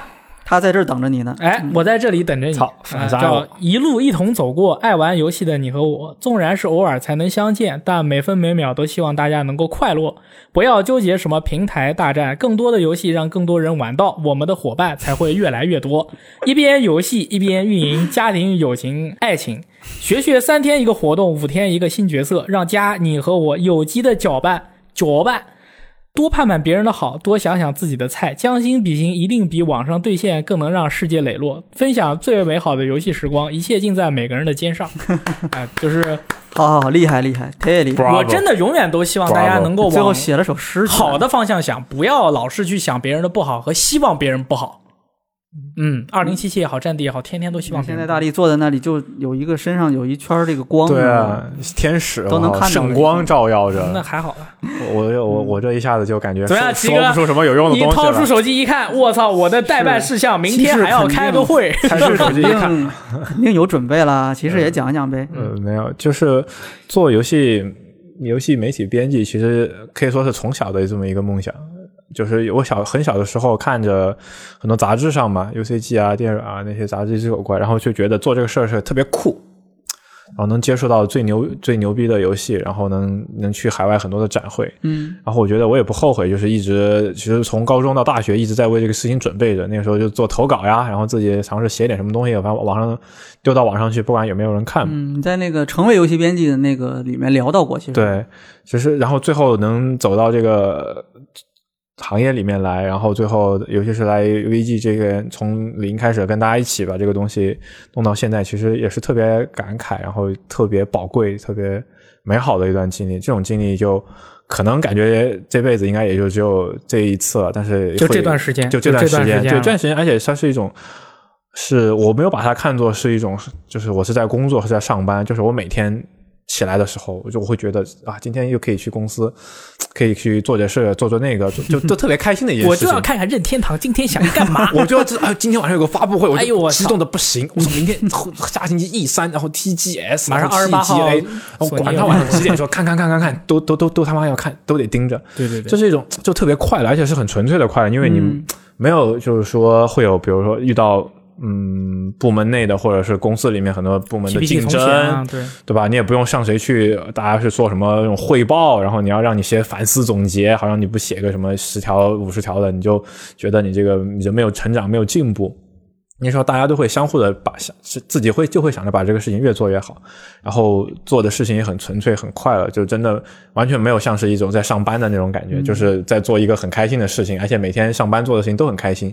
[SPEAKER 2] 他在这儿等着你呢。
[SPEAKER 3] 哎，我在这里等着你。
[SPEAKER 4] 操
[SPEAKER 3] 啊
[SPEAKER 4] 反杀我
[SPEAKER 3] 叫一路一同走过，爱玩游戏的你和我，纵然是偶尔才能相见，但每分每秒都希望大家能够快乐。不要纠结什么平台大战，更多的游戏让更多人玩到，我们的伙伴才会越来越多。一边游戏一边运营家庭、友情、爱情，学学三天一个活动，五天一个新角色，让家你和我有机的搅拌搅拌。多盼盼别人的好，多想想自己的菜，将心比心，一定比网上兑现更能让世界磊落。分享最美好的游戏时光，一切尽在每个人的
[SPEAKER 2] [LAUGHS]
[SPEAKER 3] 肩上。啊、就是
[SPEAKER 2] 好好好，厉害厉害，太厉害！
[SPEAKER 4] Bravo
[SPEAKER 3] 我真的永远都希望大家
[SPEAKER 4] Bravo
[SPEAKER 3] 能够
[SPEAKER 2] 最后
[SPEAKER 3] 往
[SPEAKER 2] 写了首诗，
[SPEAKER 3] 好的方向想，不要老是去想别人的不好和希望别人不好。嗯，二零七七也好，战地也好，天天都希望别
[SPEAKER 2] 现
[SPEAKER 3] 人
[SPEAKER 2] 在
[SPEAKER 3] 不好。
[SPEAKER 2] 大力坐在那里，就有一个身上有一圈儿这个光，
[SPEAKER 4] 对啊，天使
[SPEAKER 2] 都能
[SPEAKER 4] 哇
[SPEAKER 2] 看到
[SPEAKER 4] 圣
[SPEAKER 2] 你
[SPEAKER 4] 光照耀
[SPEAKER 3] 嗯那
[SPEAKER 4] 着
[SPEAKER 3] 还好吧？
[SPEAKER 4] 我，我我我这一下子就感觉
[SPEAKER 3] 怎么样七
[SPEAKER 4] 说
[SPEAKER 3] 哥
[SPEAKER 4] 说不出什么有用的
[SPEAKER 3] 你
[SPEAKER 4] 东西
[SPEAKER 3] 掏出
[SPEAKER 4] 了。
[SPEAKER 3] 手机一看，我操，我的代办事项明天还要开个会。
[SPEAKER 4] 才是手机
[SPEAKER 2] 你
[SPEAKER 3] [LAUGHS]
[SPEAKER 4] 一
[SPEAKER 2] 知道
[SPEAKER 4] 看，
[SPEAKER 2] 吗，肯定肯定有准备啦。其实也讲一讲呗，
[SPEAKER 4] 呃，没有，就是做游戏游戏媒体编辑，其实可以说是从小的这么一个梦想。就是我小很小的时候看着很多杂志上嘛，UCG 啊、电影啊那些杂志有关，然后就觉得做这个事儿是特别酷，然后能接触到最牛最牛逼的游戏，然后能能去海外很多的展会，
[SPEAKER 2] 嗯，
[SPEAKER 4] 然后我觉得我也不后悔，就是一直其实从高中到大学一直在为这个事情准备着。那个时候就做投稿呀，然后自己尝试写点什么东西，反正网上丢到网上去，不管有没有人看嘛。
[SPEAKER 2] 嗯，你在那个成为游戏编辑的那个里面聊到过，其实，
[SPEAKER 4] 对，只是然后最后能走到这个呃行业里面来，然后最后尤其是来 VG 这个从零开始跟大家一起把这个东西弄到现在，其实也是特别感慨，然后特别宝贵、特别美好的一段经历。这种经历就可能感觉这辈子应该也就只有这一次了，但是
[SPEAKER 3] 就
[SPEAKER 4] 会
[SPEAKER 3] 这段时间
[SPEAKER 4] 就
[SPEAKER 3] 就
[SPEAKER 4] 这段
[SPEAKER 3] 这段
[SPEAKER 4] 时间，
[SPEAKER 3] 时间
[SPEAKER 4] 对
[SPEAKER 3] 了
[SPEAKER 4] 这段时间，而且它是一种。是我没有把它看作是一种，就是我是在工作是在上班，就是我每天起来的时候，我就会觉得啊，今天又可以去公司，可以去做这事，做做那个，就就就特别开心的一
[SPEAKER 3] [LAUGHS]
[SPEAKER 4] 件
[SPEAKER 3] 我
[SPEAKER 4] 事情。
[SPEAKER 3] 就要看看任天堂今天想干嘛。
[SPEAKER 2] [LAUGHS]
[SPEAKER 4] 我就要知道，啊，今天晚上有个发布会，我
[SPEAKER 3] 哎呦
[SPEAKER 4] 就
[SPEAKER 3] 我
[SPEAKER 4] 激
[SPEAKER 3] 操
[SPEAKER 4] 动的不行。我说明天后下星期 E 三，然后 TGS，
[SPEAKER 3] 马上
[SPEAKER 4] 然后
[SPEAKER 3] 28号
[SPEAKER 4] TGA 然后
[SPEAKER 3] 索尼
[SPEAKER 4] 管他
[SPEAKER 3] 有 [LAUGHS]
[SPEAKER 4] 晚上几点说，看看看看看，都都都都他妈要看，都得盯着。
[SPEAKER 3] 对对
[SPEAKER 4] 这，是一种就特别快乐，而且是很纯粹的快乐，因为你
[SPEAKER 2] 嗯
[SPEAKER 4] 没有就是说会有，比如说遇到嗯部门内的或者是公司里面很多部门的
[SPEAKER 3] PPT
[SPEAKER 4] 竞争，
[SPEAKER 3] 从前啊对，
[SPEAKER 4] 对吧？你也不用上谁去，大家是做什么那种汇报，然后你要让你写反思总结，好像你不写个什么十条、五十条的，你就觉得你这个人没有成长、没有进步。那时候大家都会相互的把想是自己会就会想着把这个事情越做越好，然后做的事情也很纯粹、很快乐，就真的完全没有像是一种在上班的那种感觉，就是在做一个很开心的事情，而且每天上班做的事情都很开心，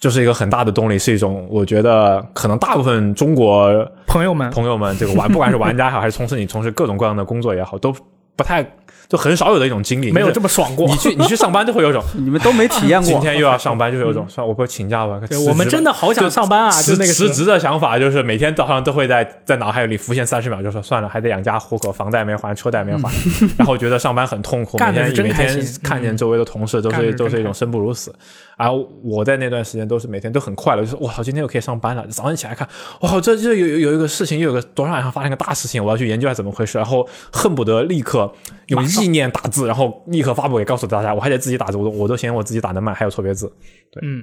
[SPEAKER 4] 就是一个很大的动力，是一种我觉得可能大部分中国
[SPEAKER 3] 朋友们，
[SPEAKER 4] [LAUGHS] 朋友们，这个玩不管是玩家也好，还是从事你从事各种各样的工作也好，都不太就很少有的一种经历，
[SPEAKER 3] 没有
[SPEAKER 4] 就是
[SPEAKER 3] 这么爽过
[SPEAKER 4] 你。去你去上班就会有一 [LAUGHS] 种，
[SPEAKER 2] 你们都没体验
[SPEAKER 4] 今
[SPEAKER 2] 过，
[SPEAKER 4] [LAUGHS] 天又要上班，就会有一种算了我不请假吧。
[SPEAKER 3] 对
[SPEAKER 4] 辞职
[SPEAKER 3] 我们
[SPEAKER 4] 吧
[SPEAKER 3] 真的好想上班啊！就
[SPEAKER 4] 辞
[SPEAKER 3] 那个时
[SPEAKER 4] 辞
[SPEAKER 3] 候
[SPEAKER 4] 职的想法，就是每天早上都会在在脑海里浮现三十秒，就说算了，还得养家糊口，房贷没还，车贷没还，然后觉嗯得上班很痛苦，每
[SPEAKER 3] 干得是
[SPEAKER 4] 天
[SPEAKER 3] 真
[SPEAKER 4] 每
[SPEAKER 3] 开心
[SPEAKER 4] 天看见周围的同事都
[SPEAKER 3] 嗯干得
[SPEAKER 4] 是
[SPEAKER 3] 是
[SPEAKER 4] 都
[SPEAKER 3] 真
[SPEAKER 4] 是一种
[SPEAKER 3] 开
[SPEAKER 4] 生不如死，而我在那段时间都是每天都很快乐，就是我操，今天又可以上班了，早上起来看，哇，这这有有有一个事情，又有个昨天晚上发生个大事情，我要去研究一下怎么回事，然后恨不得立刻用意念打字，然后立刻发布给告诉大家，我还得自己打字，我都我都嫌我自己打得慢，还有错别字。
[SPEAKER 3] 嗯，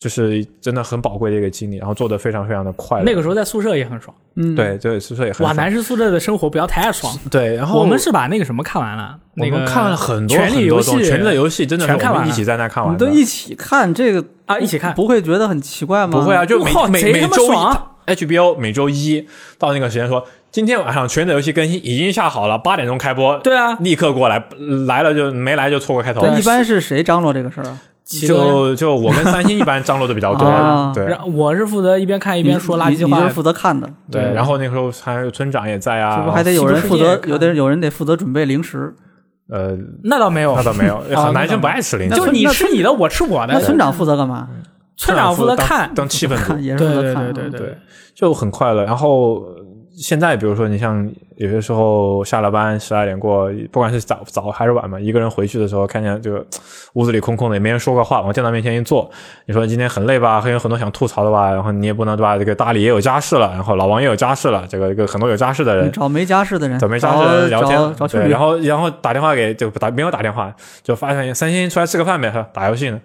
[SPEAKER 4] 就是真的很宝贵的一个经历，然后做的非常非常的快乐。
[SPEAKER 3] 那个时候在宿舍也很爽。
[SPEAKER 2] 嗯，
[SPEAKER 4] 对对，宿舍也很
[SPEAKER 3] 哇，
[SPEAKER 4] 爽
[SPEAKER 3] 男士宿舍的生活不要太爽。
[SPEAKER 4] 对，然后
[SPEAKER 3] 我们是把那个什么看完了，
[SPEAKER 4] 我
[SPEAKER 3] 那
[SPEAKER 4] 们
[SPEAKER 3] 个
[SPEAKER 4] 看了很多
[SPEAKER 3] 权力
[SPEAKER 4] 很
[SPEAKER 3] 游
[SPEAKER 4] 多东
[SPEAKER 3] 戏，
[SPEAKER 4] 西权力的游戏真的是
[SPEAKER 3] 全看
[SPEAKER 4] 我
[SPEAKER 3] 完
[SPEAKER 4] 们
[SPEAKER 3] 了
[SPEAKER 4] 一起在那看
[SPEAKER 2] 你
[SPEAKER 4] 完
[SPEAKER 2] 们都
[SPEAKER 4] 的。
[SPEAKER 2] 一起看这个
[SPEAKER 3] 啊，一起看。
[SPEAKER 2] 不会觉得很奇怪吗？
[SPEAKER 4] 不会啊，，就每
[SPEAKER 3] 哇
[SPEAKER 4] 每
[SPEAKER 3] 贼
[SPEAKER 4] 每
[SPEAKER 3] 他妈
[SPEAKER 4] 周一
[SPEAKER 3] 爽啊
[SPEAKER 4] HBO 每周一到那个时间说，今天晚上《权力的游戏》更新已经下好了，八点钟开播。
[SPEAKER 3] 对啊
[SPEAKER 4] 立刻过来，来了就没来就错过开头。
[SPEAKER 3] 哎
[SPEAKER 2] 但一般是谁张罗这个事儿啊？
[SPEAKER 3] 其中
[SPEAKER 4] 就就我跟三星一般张罗的比较
[SPEAKER 2] [LAUGHS] 啊
[SPEAKER 4] 多，对
[SPEAKER 3] 然后我是负责一边看一边说垃圾
[SPEAKER 2] 你你
[SPEAKER 3] 话
[SPEAKER 2] 就是，负责看的，
[SPEAKER 4] 对。然后那个时候还有村长也在
[SPEAKER 2] 是
[SPEAKER 4] 啊
[SPEAKER 2] 不是，还得有人负责
[SPEAKER 3] 是不是你也？看
[SPEAKER 2] 有的有人得负责准备零食。
[SPEAKER 4] 呃，
[SPEAKER 3] 那倒没有
[SPEAKER 4] 那，倒没有，
[SPEAKER 3] 那
[SPEAKER 4] 很男
[SPEAKER 3] 倒
[SPEAKER 4] 生不
[SPEAKER 3] 没有
[SPEAKER 4] 爱吃零食，
[SPEAKER 3] 就是你吃你的，我吃我
[SPEAKER 2] 那
[SPEAKER 3] 的。
[SPEAKER 2] 村长负责干嘛？
[SPEAKER 3] 村长负责
[SPEAKER 4] 当
[SPEAKER 3] 看，
[SPEAKER 4] 当气氛组
[SPEAKER 2] [LAUGHS] 看也是
[SPEAKER 3] 对
[SPEAKER 2] 负责
[SPEAKER 3] 对
[SPEAKER 2] 看啊。
[SPEAKER 3] 对对对
[SPEAKER 4] 对，就很快乐。然后呃现在，比如说你像有些时候下了班十二点过，不管是早早还是晚嘛，一个人回去的时候，看见这个屋子里空空的，也没人说个话，往电脑面前一坐，你说今天很累吧，还有很多想吐槽的吧，然后你也不能对吧？这个大理也有家室了，然后老王也有家室了，这个这个很多有家室的
[SPEAKER 2] 你
[SPEAKER 4] 人。
[SPEAKER 2] 嗯找没家室的人，
[SPEAKER 4] 怎么家室的人聊
[SPEAKER 2] 找
[SPEAKER 4] 天？
[SPEAKER 2] 找情
[SPEAKER 4] 对，
[SPEAKER 2] 侣
[SPEAKER 4] 然，后然后打电话给就打没有打电话，就发现三星出来吃个饭呗，他说打游戏呢。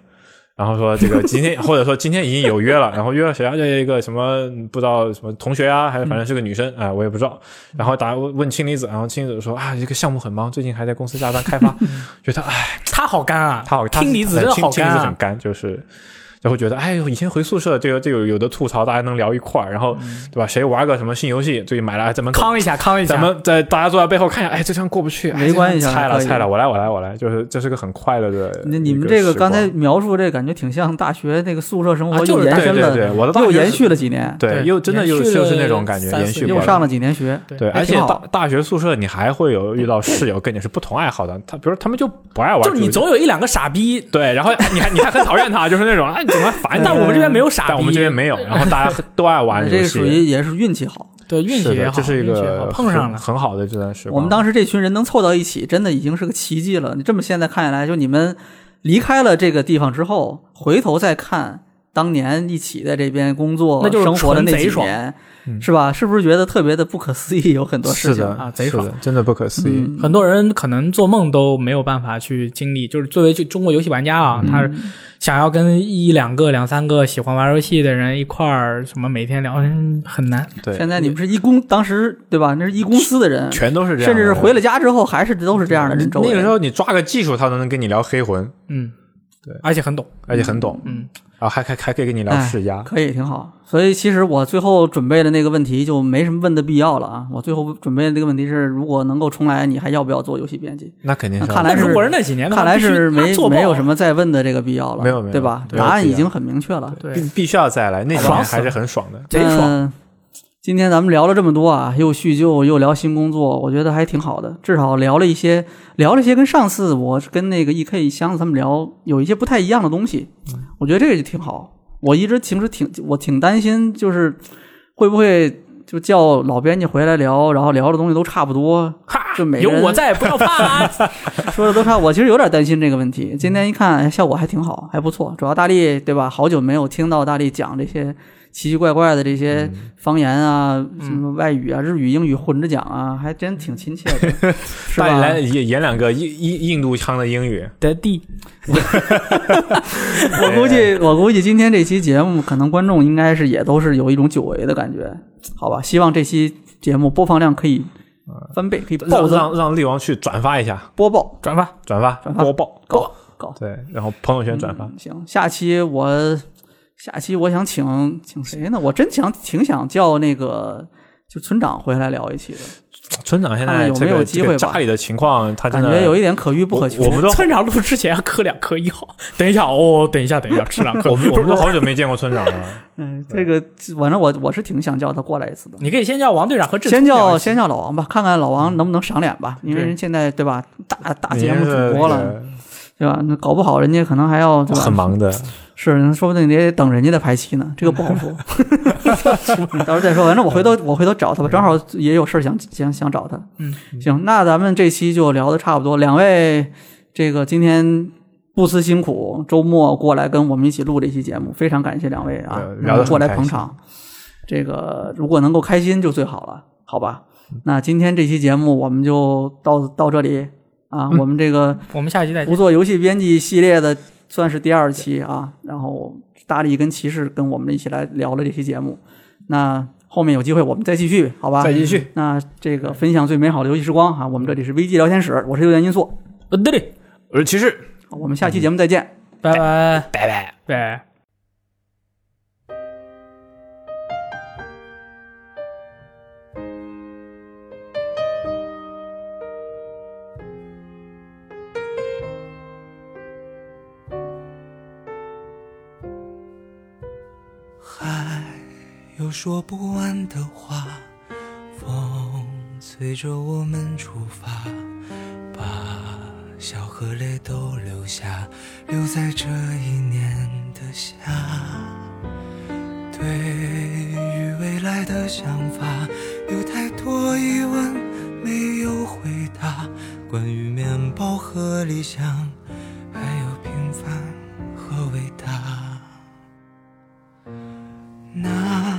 [SPEAKER 4] 然后说这个今天，或者说今天已经有约了，然后约了谁啊？这一个什么不知道什么同学啊，还是反正是个女生啊、哎我也不知道。然后打问氢离子，然后氢离子说啊，这个项目很忙，最近还在公司加班开发，觉得哎，
[SPEAKER 3] 他好干啊，
[SPEAKER 4] 他好，他
[SPEAKER 3] 听离子真的
[SPEAKER 4] 氢
[SPEAKER 3] 好
[SPEAKER 4] 氢
[SPEAKER 3] 干
[SPEAKER 4] 离子很
[SPEAKER 3] 啊。
[SPEAKER 4] 干，就是。就会觉得，哎呦，以前回宿舍，这个这个有的吐槽，大家能聊一块儿，然后对吧？谁玩个什么新游戏，最近买了，咱们
[SPEAKER 3] 康一下，康一下
[SPEAKER 4] 咱，们在大家坐在背后看一下，哎，这枪过不去，哎
[SPEAKER 2] 围观一下
[SPEAKER 4] 这枪菜
[SPEAKER 2] 可
[SPEAKER 4] 了
[SPEAKER 2] 以
[SPEAKER 4] 菜了，我来我来我来，就是这是个很快乐的。
[SPEAKER 2] 那你们这
[SPEAKER 4] 个
[SPEAKER 2] 个
[SPEAKER 4] 时光
[SPEAKER 2] 刚才描述这感觉挺像大学那个宿舍生
[SPEAKER 3] 啊
[SPEAKER 2] 活，
[SPEAKER 3] 就
[SPEAKER 2] 又
[SPEAKER 3] 是
[SPEAKER 2] 延
[SPEAKER 4] 对
[SPEAKER 2] 伸
[SPEAKER 4] 对对，
[SPEAKER 2] 了，
[SPEAKER 4] 我的大
[SPEAKER 2] 又
[SPEAKER 4] 学
[SPEAKER 2] 延
[SPEAKER 4] 是
[SPEAKER 2] 续了几年，
[SPEAKER 4] 对，
[SPEAKER 3] 对
[SPEAKER 4] 又真的
[SPEAKER 3] 延
[SPEAKER 4] 又
[SPEAKER 3] 续
[SPEAKER 4] 就是那
[SPEAKER 3] 了
[SPEAKER 4] 种感觉，
[SPEAKER 3] 三
[SPEAKER 4] 延
[SPEAKER 3] 四
[SPEAKER 4] 续
[SPEAKER 3] 年
[SPEAKER 4] 过
[SPEAKER 2] 又
[SPEAKER 4] 来
[SPEAKER 2] 上了几年学。
[SPEAKER 4] 对，
[SPEAKER 2] 还
[SPEAKER 4] 而且
[SPEAKER 2] 挺好
[SPEAKER 4] 大大学宿舍你还会有遇到室友跟你是不同爱好的，他比如他们就不爱玩
[SPEAKER 3] 就
[SPEAKER 4] 主
[SPEAKER 3] 是
[SPEAKER 4] 机，
[SPEAKER 3] 你总有一两个傻逼，
[SPEAKER 4] 对，然后你还你还很讨厌他，就是那种哎你怎 [LAUGHS] 么烦？
[SPEAKER 3] 但我们这边没有傻逼，
[SPEAKER 4] 但我们这边没有，然后大家都爱玩
[SPEAKER 2] 那
[SPEAKER 4] 游
[SPEAKER 2] 哎这个
[SPEAKER 4] 戏
[SPEAKER 2] 属于也是运气好。
[SPEAKER 3] 对运
[SPEAKER 4] 是
[SPEAKER 3] 气也
[SPEAKER 4] 的，
[SPEAKER 3] 好，
[SPEAKER 4] 这是一
[SPEAKER 3] 运气也
[SPEAKER 4] 个
[SPEAKER 3] 好碰上
[SPEAKER 4] 很
[SPEAKER 3] 了。
[SPEAKER 4] 很好的这段时光。
[SPEAKER 2] 我们当时这群人能凑到一起，真的已经是个奇迹了。你这么现在看下来，就你们离开了这个地方之后，回头再看当年一起在这边工作、
[SPEAKER 3] 那就是
[SPEAKER 2] 生活的那
[SPEAKER 3] 纯
[SPEAKER 2] 几
[SPEAKER 3] 贼爽
[SPEAKER 2] 年，
[SPEAKER 4] 嗯
[SPEAKER 2] 是吧？是不是觉得特别的不可思议？有很多事
[SPEAKER 4] 是
[SPEAKER 2] 情
[SPEAKER 4] 的
[SPEAKER 3] 啊贼
[SPEAKER 4] 是
[SPEAKER 3] 爽嗯
[SPEAKER 4] 的，真的不可思议。
[SPEAKER 3] 很多人可能做梦都没有办法去经历，就是作为就中国游戏玩家啊，
[SPEAKER 2] 嗯
[SPEAKER 3] 他想要跟一两个、两三个喜欢玩游戏的人一块儿什么每天聊，嗯很难。
[SPEAKER 4] 对，
[SPEAKER 2] 现在你们是一公，当时对吧？那是一公司的人，
[SPEAKER 4] 全都是这样
[SPEAKER 2] 甚
[SPEAKER 4] 的，
[SPEAKER 2] 至是回了家之后还是都是这样的人。周围
[SPEAKER 4] 嗯那个时候你抓个技术，他都能跟你聊黑魂，
[SPEAKER 3] 嗯，
[SPEAKER 4] 对，
[SPEAKER 3] 而且很懂。
[SPEAKER 4] 而且很懂，
[SPEAKER 3] 嗯，
[SPEAKER 4] 啊，还还还可以跟你聊
[SPEAKER 2] 哎
[SPEAKER 4] 世家，
[SPEAKER 2] 可以挺好。所以其实我最后准备的那个问题就没什么问的必要了啊。我最后准备的那个问题是，如果能够重来，你还要不要做游戏编辑？
[SPEAKER 4] 那肯定是
[SPEAKER 2] 那
[SPEAKER 4] 要。
[SPEAKER 2] 看来
[SPEAKER 3] 但
[SPEAKER 2] 是
[SPEAKER 3] 如果是那几年的话，
[SPEAKER 2] 看来是
[SPEAKER 3] 必须
[SPEAKER 2] 没
[SPEAKER 3] 做啊爆
[SPEAKER 2] 没有什么再问的这个必要了，
[SPEAKER 4] 没有没有
[SPEAKER 2] 对吧？
[SPEAKER 4] 对
[SPEAKER 2] 答案
[SPEAKER 4] 没有必
[SPEAKER 2] 已
[SPEAKER 4] 要
[SPEAKER 2] 经很明确了，
[SPEAKER 3] 对
[SPEAKER 4] 必必须要再来，那几
[SPEAKER 3] 爽
[SPEAKER 4] 年
[SPEAKER 3] 死
[SPEAKER 4] 还是很爽的。
[SPEAKER 3] 贼爽。
[SPEAKER 2] 嗯今天咱们聊了这么多啊，又叙旧又聊新工作，我觉得还挺好的，至少聊了一些，聊了一些跟上次我跟那个 E K 箱子他们聊有一些不太一样的东西，
[SPEAKER 4] 嗯
[SPEAKER 2] 我觉得这个就挺好。我一直其实挺我挺担心，就是会不会就叫老编辑回来聊，然后聊的东西都差不多，
[SPEAKER 3] 哈
[SPEAKER 2] 就每，个
[SPEAKER 3] 有
[SPEAKER 2] 人
[SPEAKER 3] 我在，不要啊
[SPEAKER 2] [LAUGHS]
[SPEAKER 3] 怕。
[SPEAKER 2] 说的都差，我其实有点担心这个问题。今天一看，哎，效果还挺好，还不错。主要大力对吧？好久没有听到大力讲这些奇奇怪怪的这些
[SPEAKER 4] 嗯
[SPEAKER 2] 方言啊、什么外语啊、日语、英语混着讲啊，还真挺亲切的，
[SPEAKER 4] [LAUGHS]
[SPEAKER 2] 是
[SPEAKER 4] 大家来
[SPEAKER 2] 吧？
[SPEAKER 4] 演演两个印印印度腔的英语，
[SPEAKER 3] 得地，
[SPEAKER 2] 我估
[SPEAKER 4] 哎
[SPEAKER 2] 计，我估计今天这期节目，可能观众应该是也都是有一种久违的感觉，好吧？希望这期节目播放量可以
[SPEAKER 4] 嗯
[SPEAKER 2] 翻倍，可以暴
[SPEAKER 4] 让
[SPEAKER 2] 增，
[SPEAKER 4] 让让力王去转发一下，
[SPEAKER 2] 播报
[SPEAKER 3] 转发，
[SPEAKER 4] 转发
[SPEAKER 2] 转发
[SPEAKER 4] 播报，
[SPEAKER 2] 高高。
[SPEAKER 4] 对，然后朋友圈转发。
[SPEAKER 2] 嗯行，下期我下期我想请请谁呢？我真想挺想叫那个就村长回来聊一期的，
[SPEAKER 4] 村长现
[SPEAKER 2] 看看
[SPEAKER 4] 在
[SPEAKER 2] 有
[SPEAKER 4] 这
[SPEAKER 2] 没有
[SPEAKER 4] 个
[SPEAKER 2] 机
[SPEAKER 4] 这个
[SPEAKER 2] 会吧
[SPEAKER 4] 家里的情况，他
[SPEAKER 2] 感
[SPEAKER 4] 真的
[SPEAKER 2] 觉有一点可遇不可求。
[SPEAKER 4] 我们都
[SPEAKER 3] 村长录之前要嗑两颗药。等一下哦，等一下，等一下，吃两颗。
[SPEAKER 4] 我们我们都好久没见过村长了。
[SPEAKER 2] 嗯，这个反正我我是挺想叫他过来一次的。
[SPEAKER 3] 你可以先叫王队长和志
[SPEAKER 2] 先
[SPEAKER 3] 聪聊
[SPEAKER 2] 叫
[SPEAKER 3] 一下
[SPEAKER 2] 先叫老王吧，看看老王能不能赏脸吧，因为人现在对吧，大大节目
[SPEAKER 4] 您是
[SPEAKER 2] 主播了，对吧？那搞不好人家可能还要对
[SPEAKER 4] 这个
[SPEAKER 2] 吧
[SPEAKER 4] 很忙的，
[SPEAKER 2] 是，说不定你得等人家的排期呢，这个不
[SPEAKER 4] [LAUGHS]
[SPEAKER 2] 好说。到时候再说，反正我回头我回头找他
[SPEAKER 4] 嗯
[SPEAKER 2] 吧，正好也有事儿想想想找他。嗯，行，那咱们这期就聊的差不多，两位这个今天不辞辛苦，周末过来跟我们一起录这期节目，非常感谢两位啊
[SPEAKER 4] 对，
[SPEAKER 2] 能
[SPEAKER 4] 聊得很
[SPEAKER 2] 过来
[SPEAKER 4] 开
[SPEAKER 2] 捧
[SPEAKER 4] 心
[SPEAKER 2] 场。这个如果能够开心就最好了，好吧？
[SPEAKER 4] 嗯
[SPEAKER 2] 那今天这期节目我们就到到这里啊，
[SPEAKER 4] 嗯
[SPEAKER 2] 我们这个。
[SPEAKER 3] 我们下期再见
[SPEAKER 2] 不。做游戏编辑系列的算是第二期啊。然后大力跟骑士跟我们一起来聊了这期节目，那后面有机会我们再继续，好吧？
[SPEAKER 4] 再继续。
[SPEAKER 2] 那这个分享最美好的游戏时光啊，我们这里是危机聊天室，我是六点因素，
[SPEAKER 3] 呃，对对，
[SPEAKER 4] 我是骑士，
[SPEAKER 2] 好我们
[SPEAKER 4] 嗯
[SPEAKER 2] 下期节目再见。
[SPEAKER 3] 拜拜，
[SPEAKER 4] 拜拜。
[SPEAKER 3] 拜拜。
[SPEAKER 6] 有说不完的话。风随着我们出发，把笑和泪都留下，留在这一年的夏。对于未来的想法，有太多疑问没有回答，关于面包和理想，还有平凡和伟大。那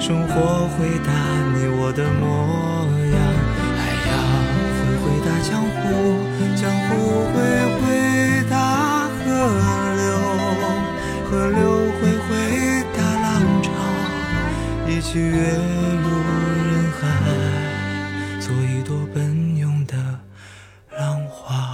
[SPEAKER 6] 生活回答你我的模样，海洋会回答江湖，江湖会回答河流，河流会回答浪潮，一起跃入人海，做一朵奔涌的浪花。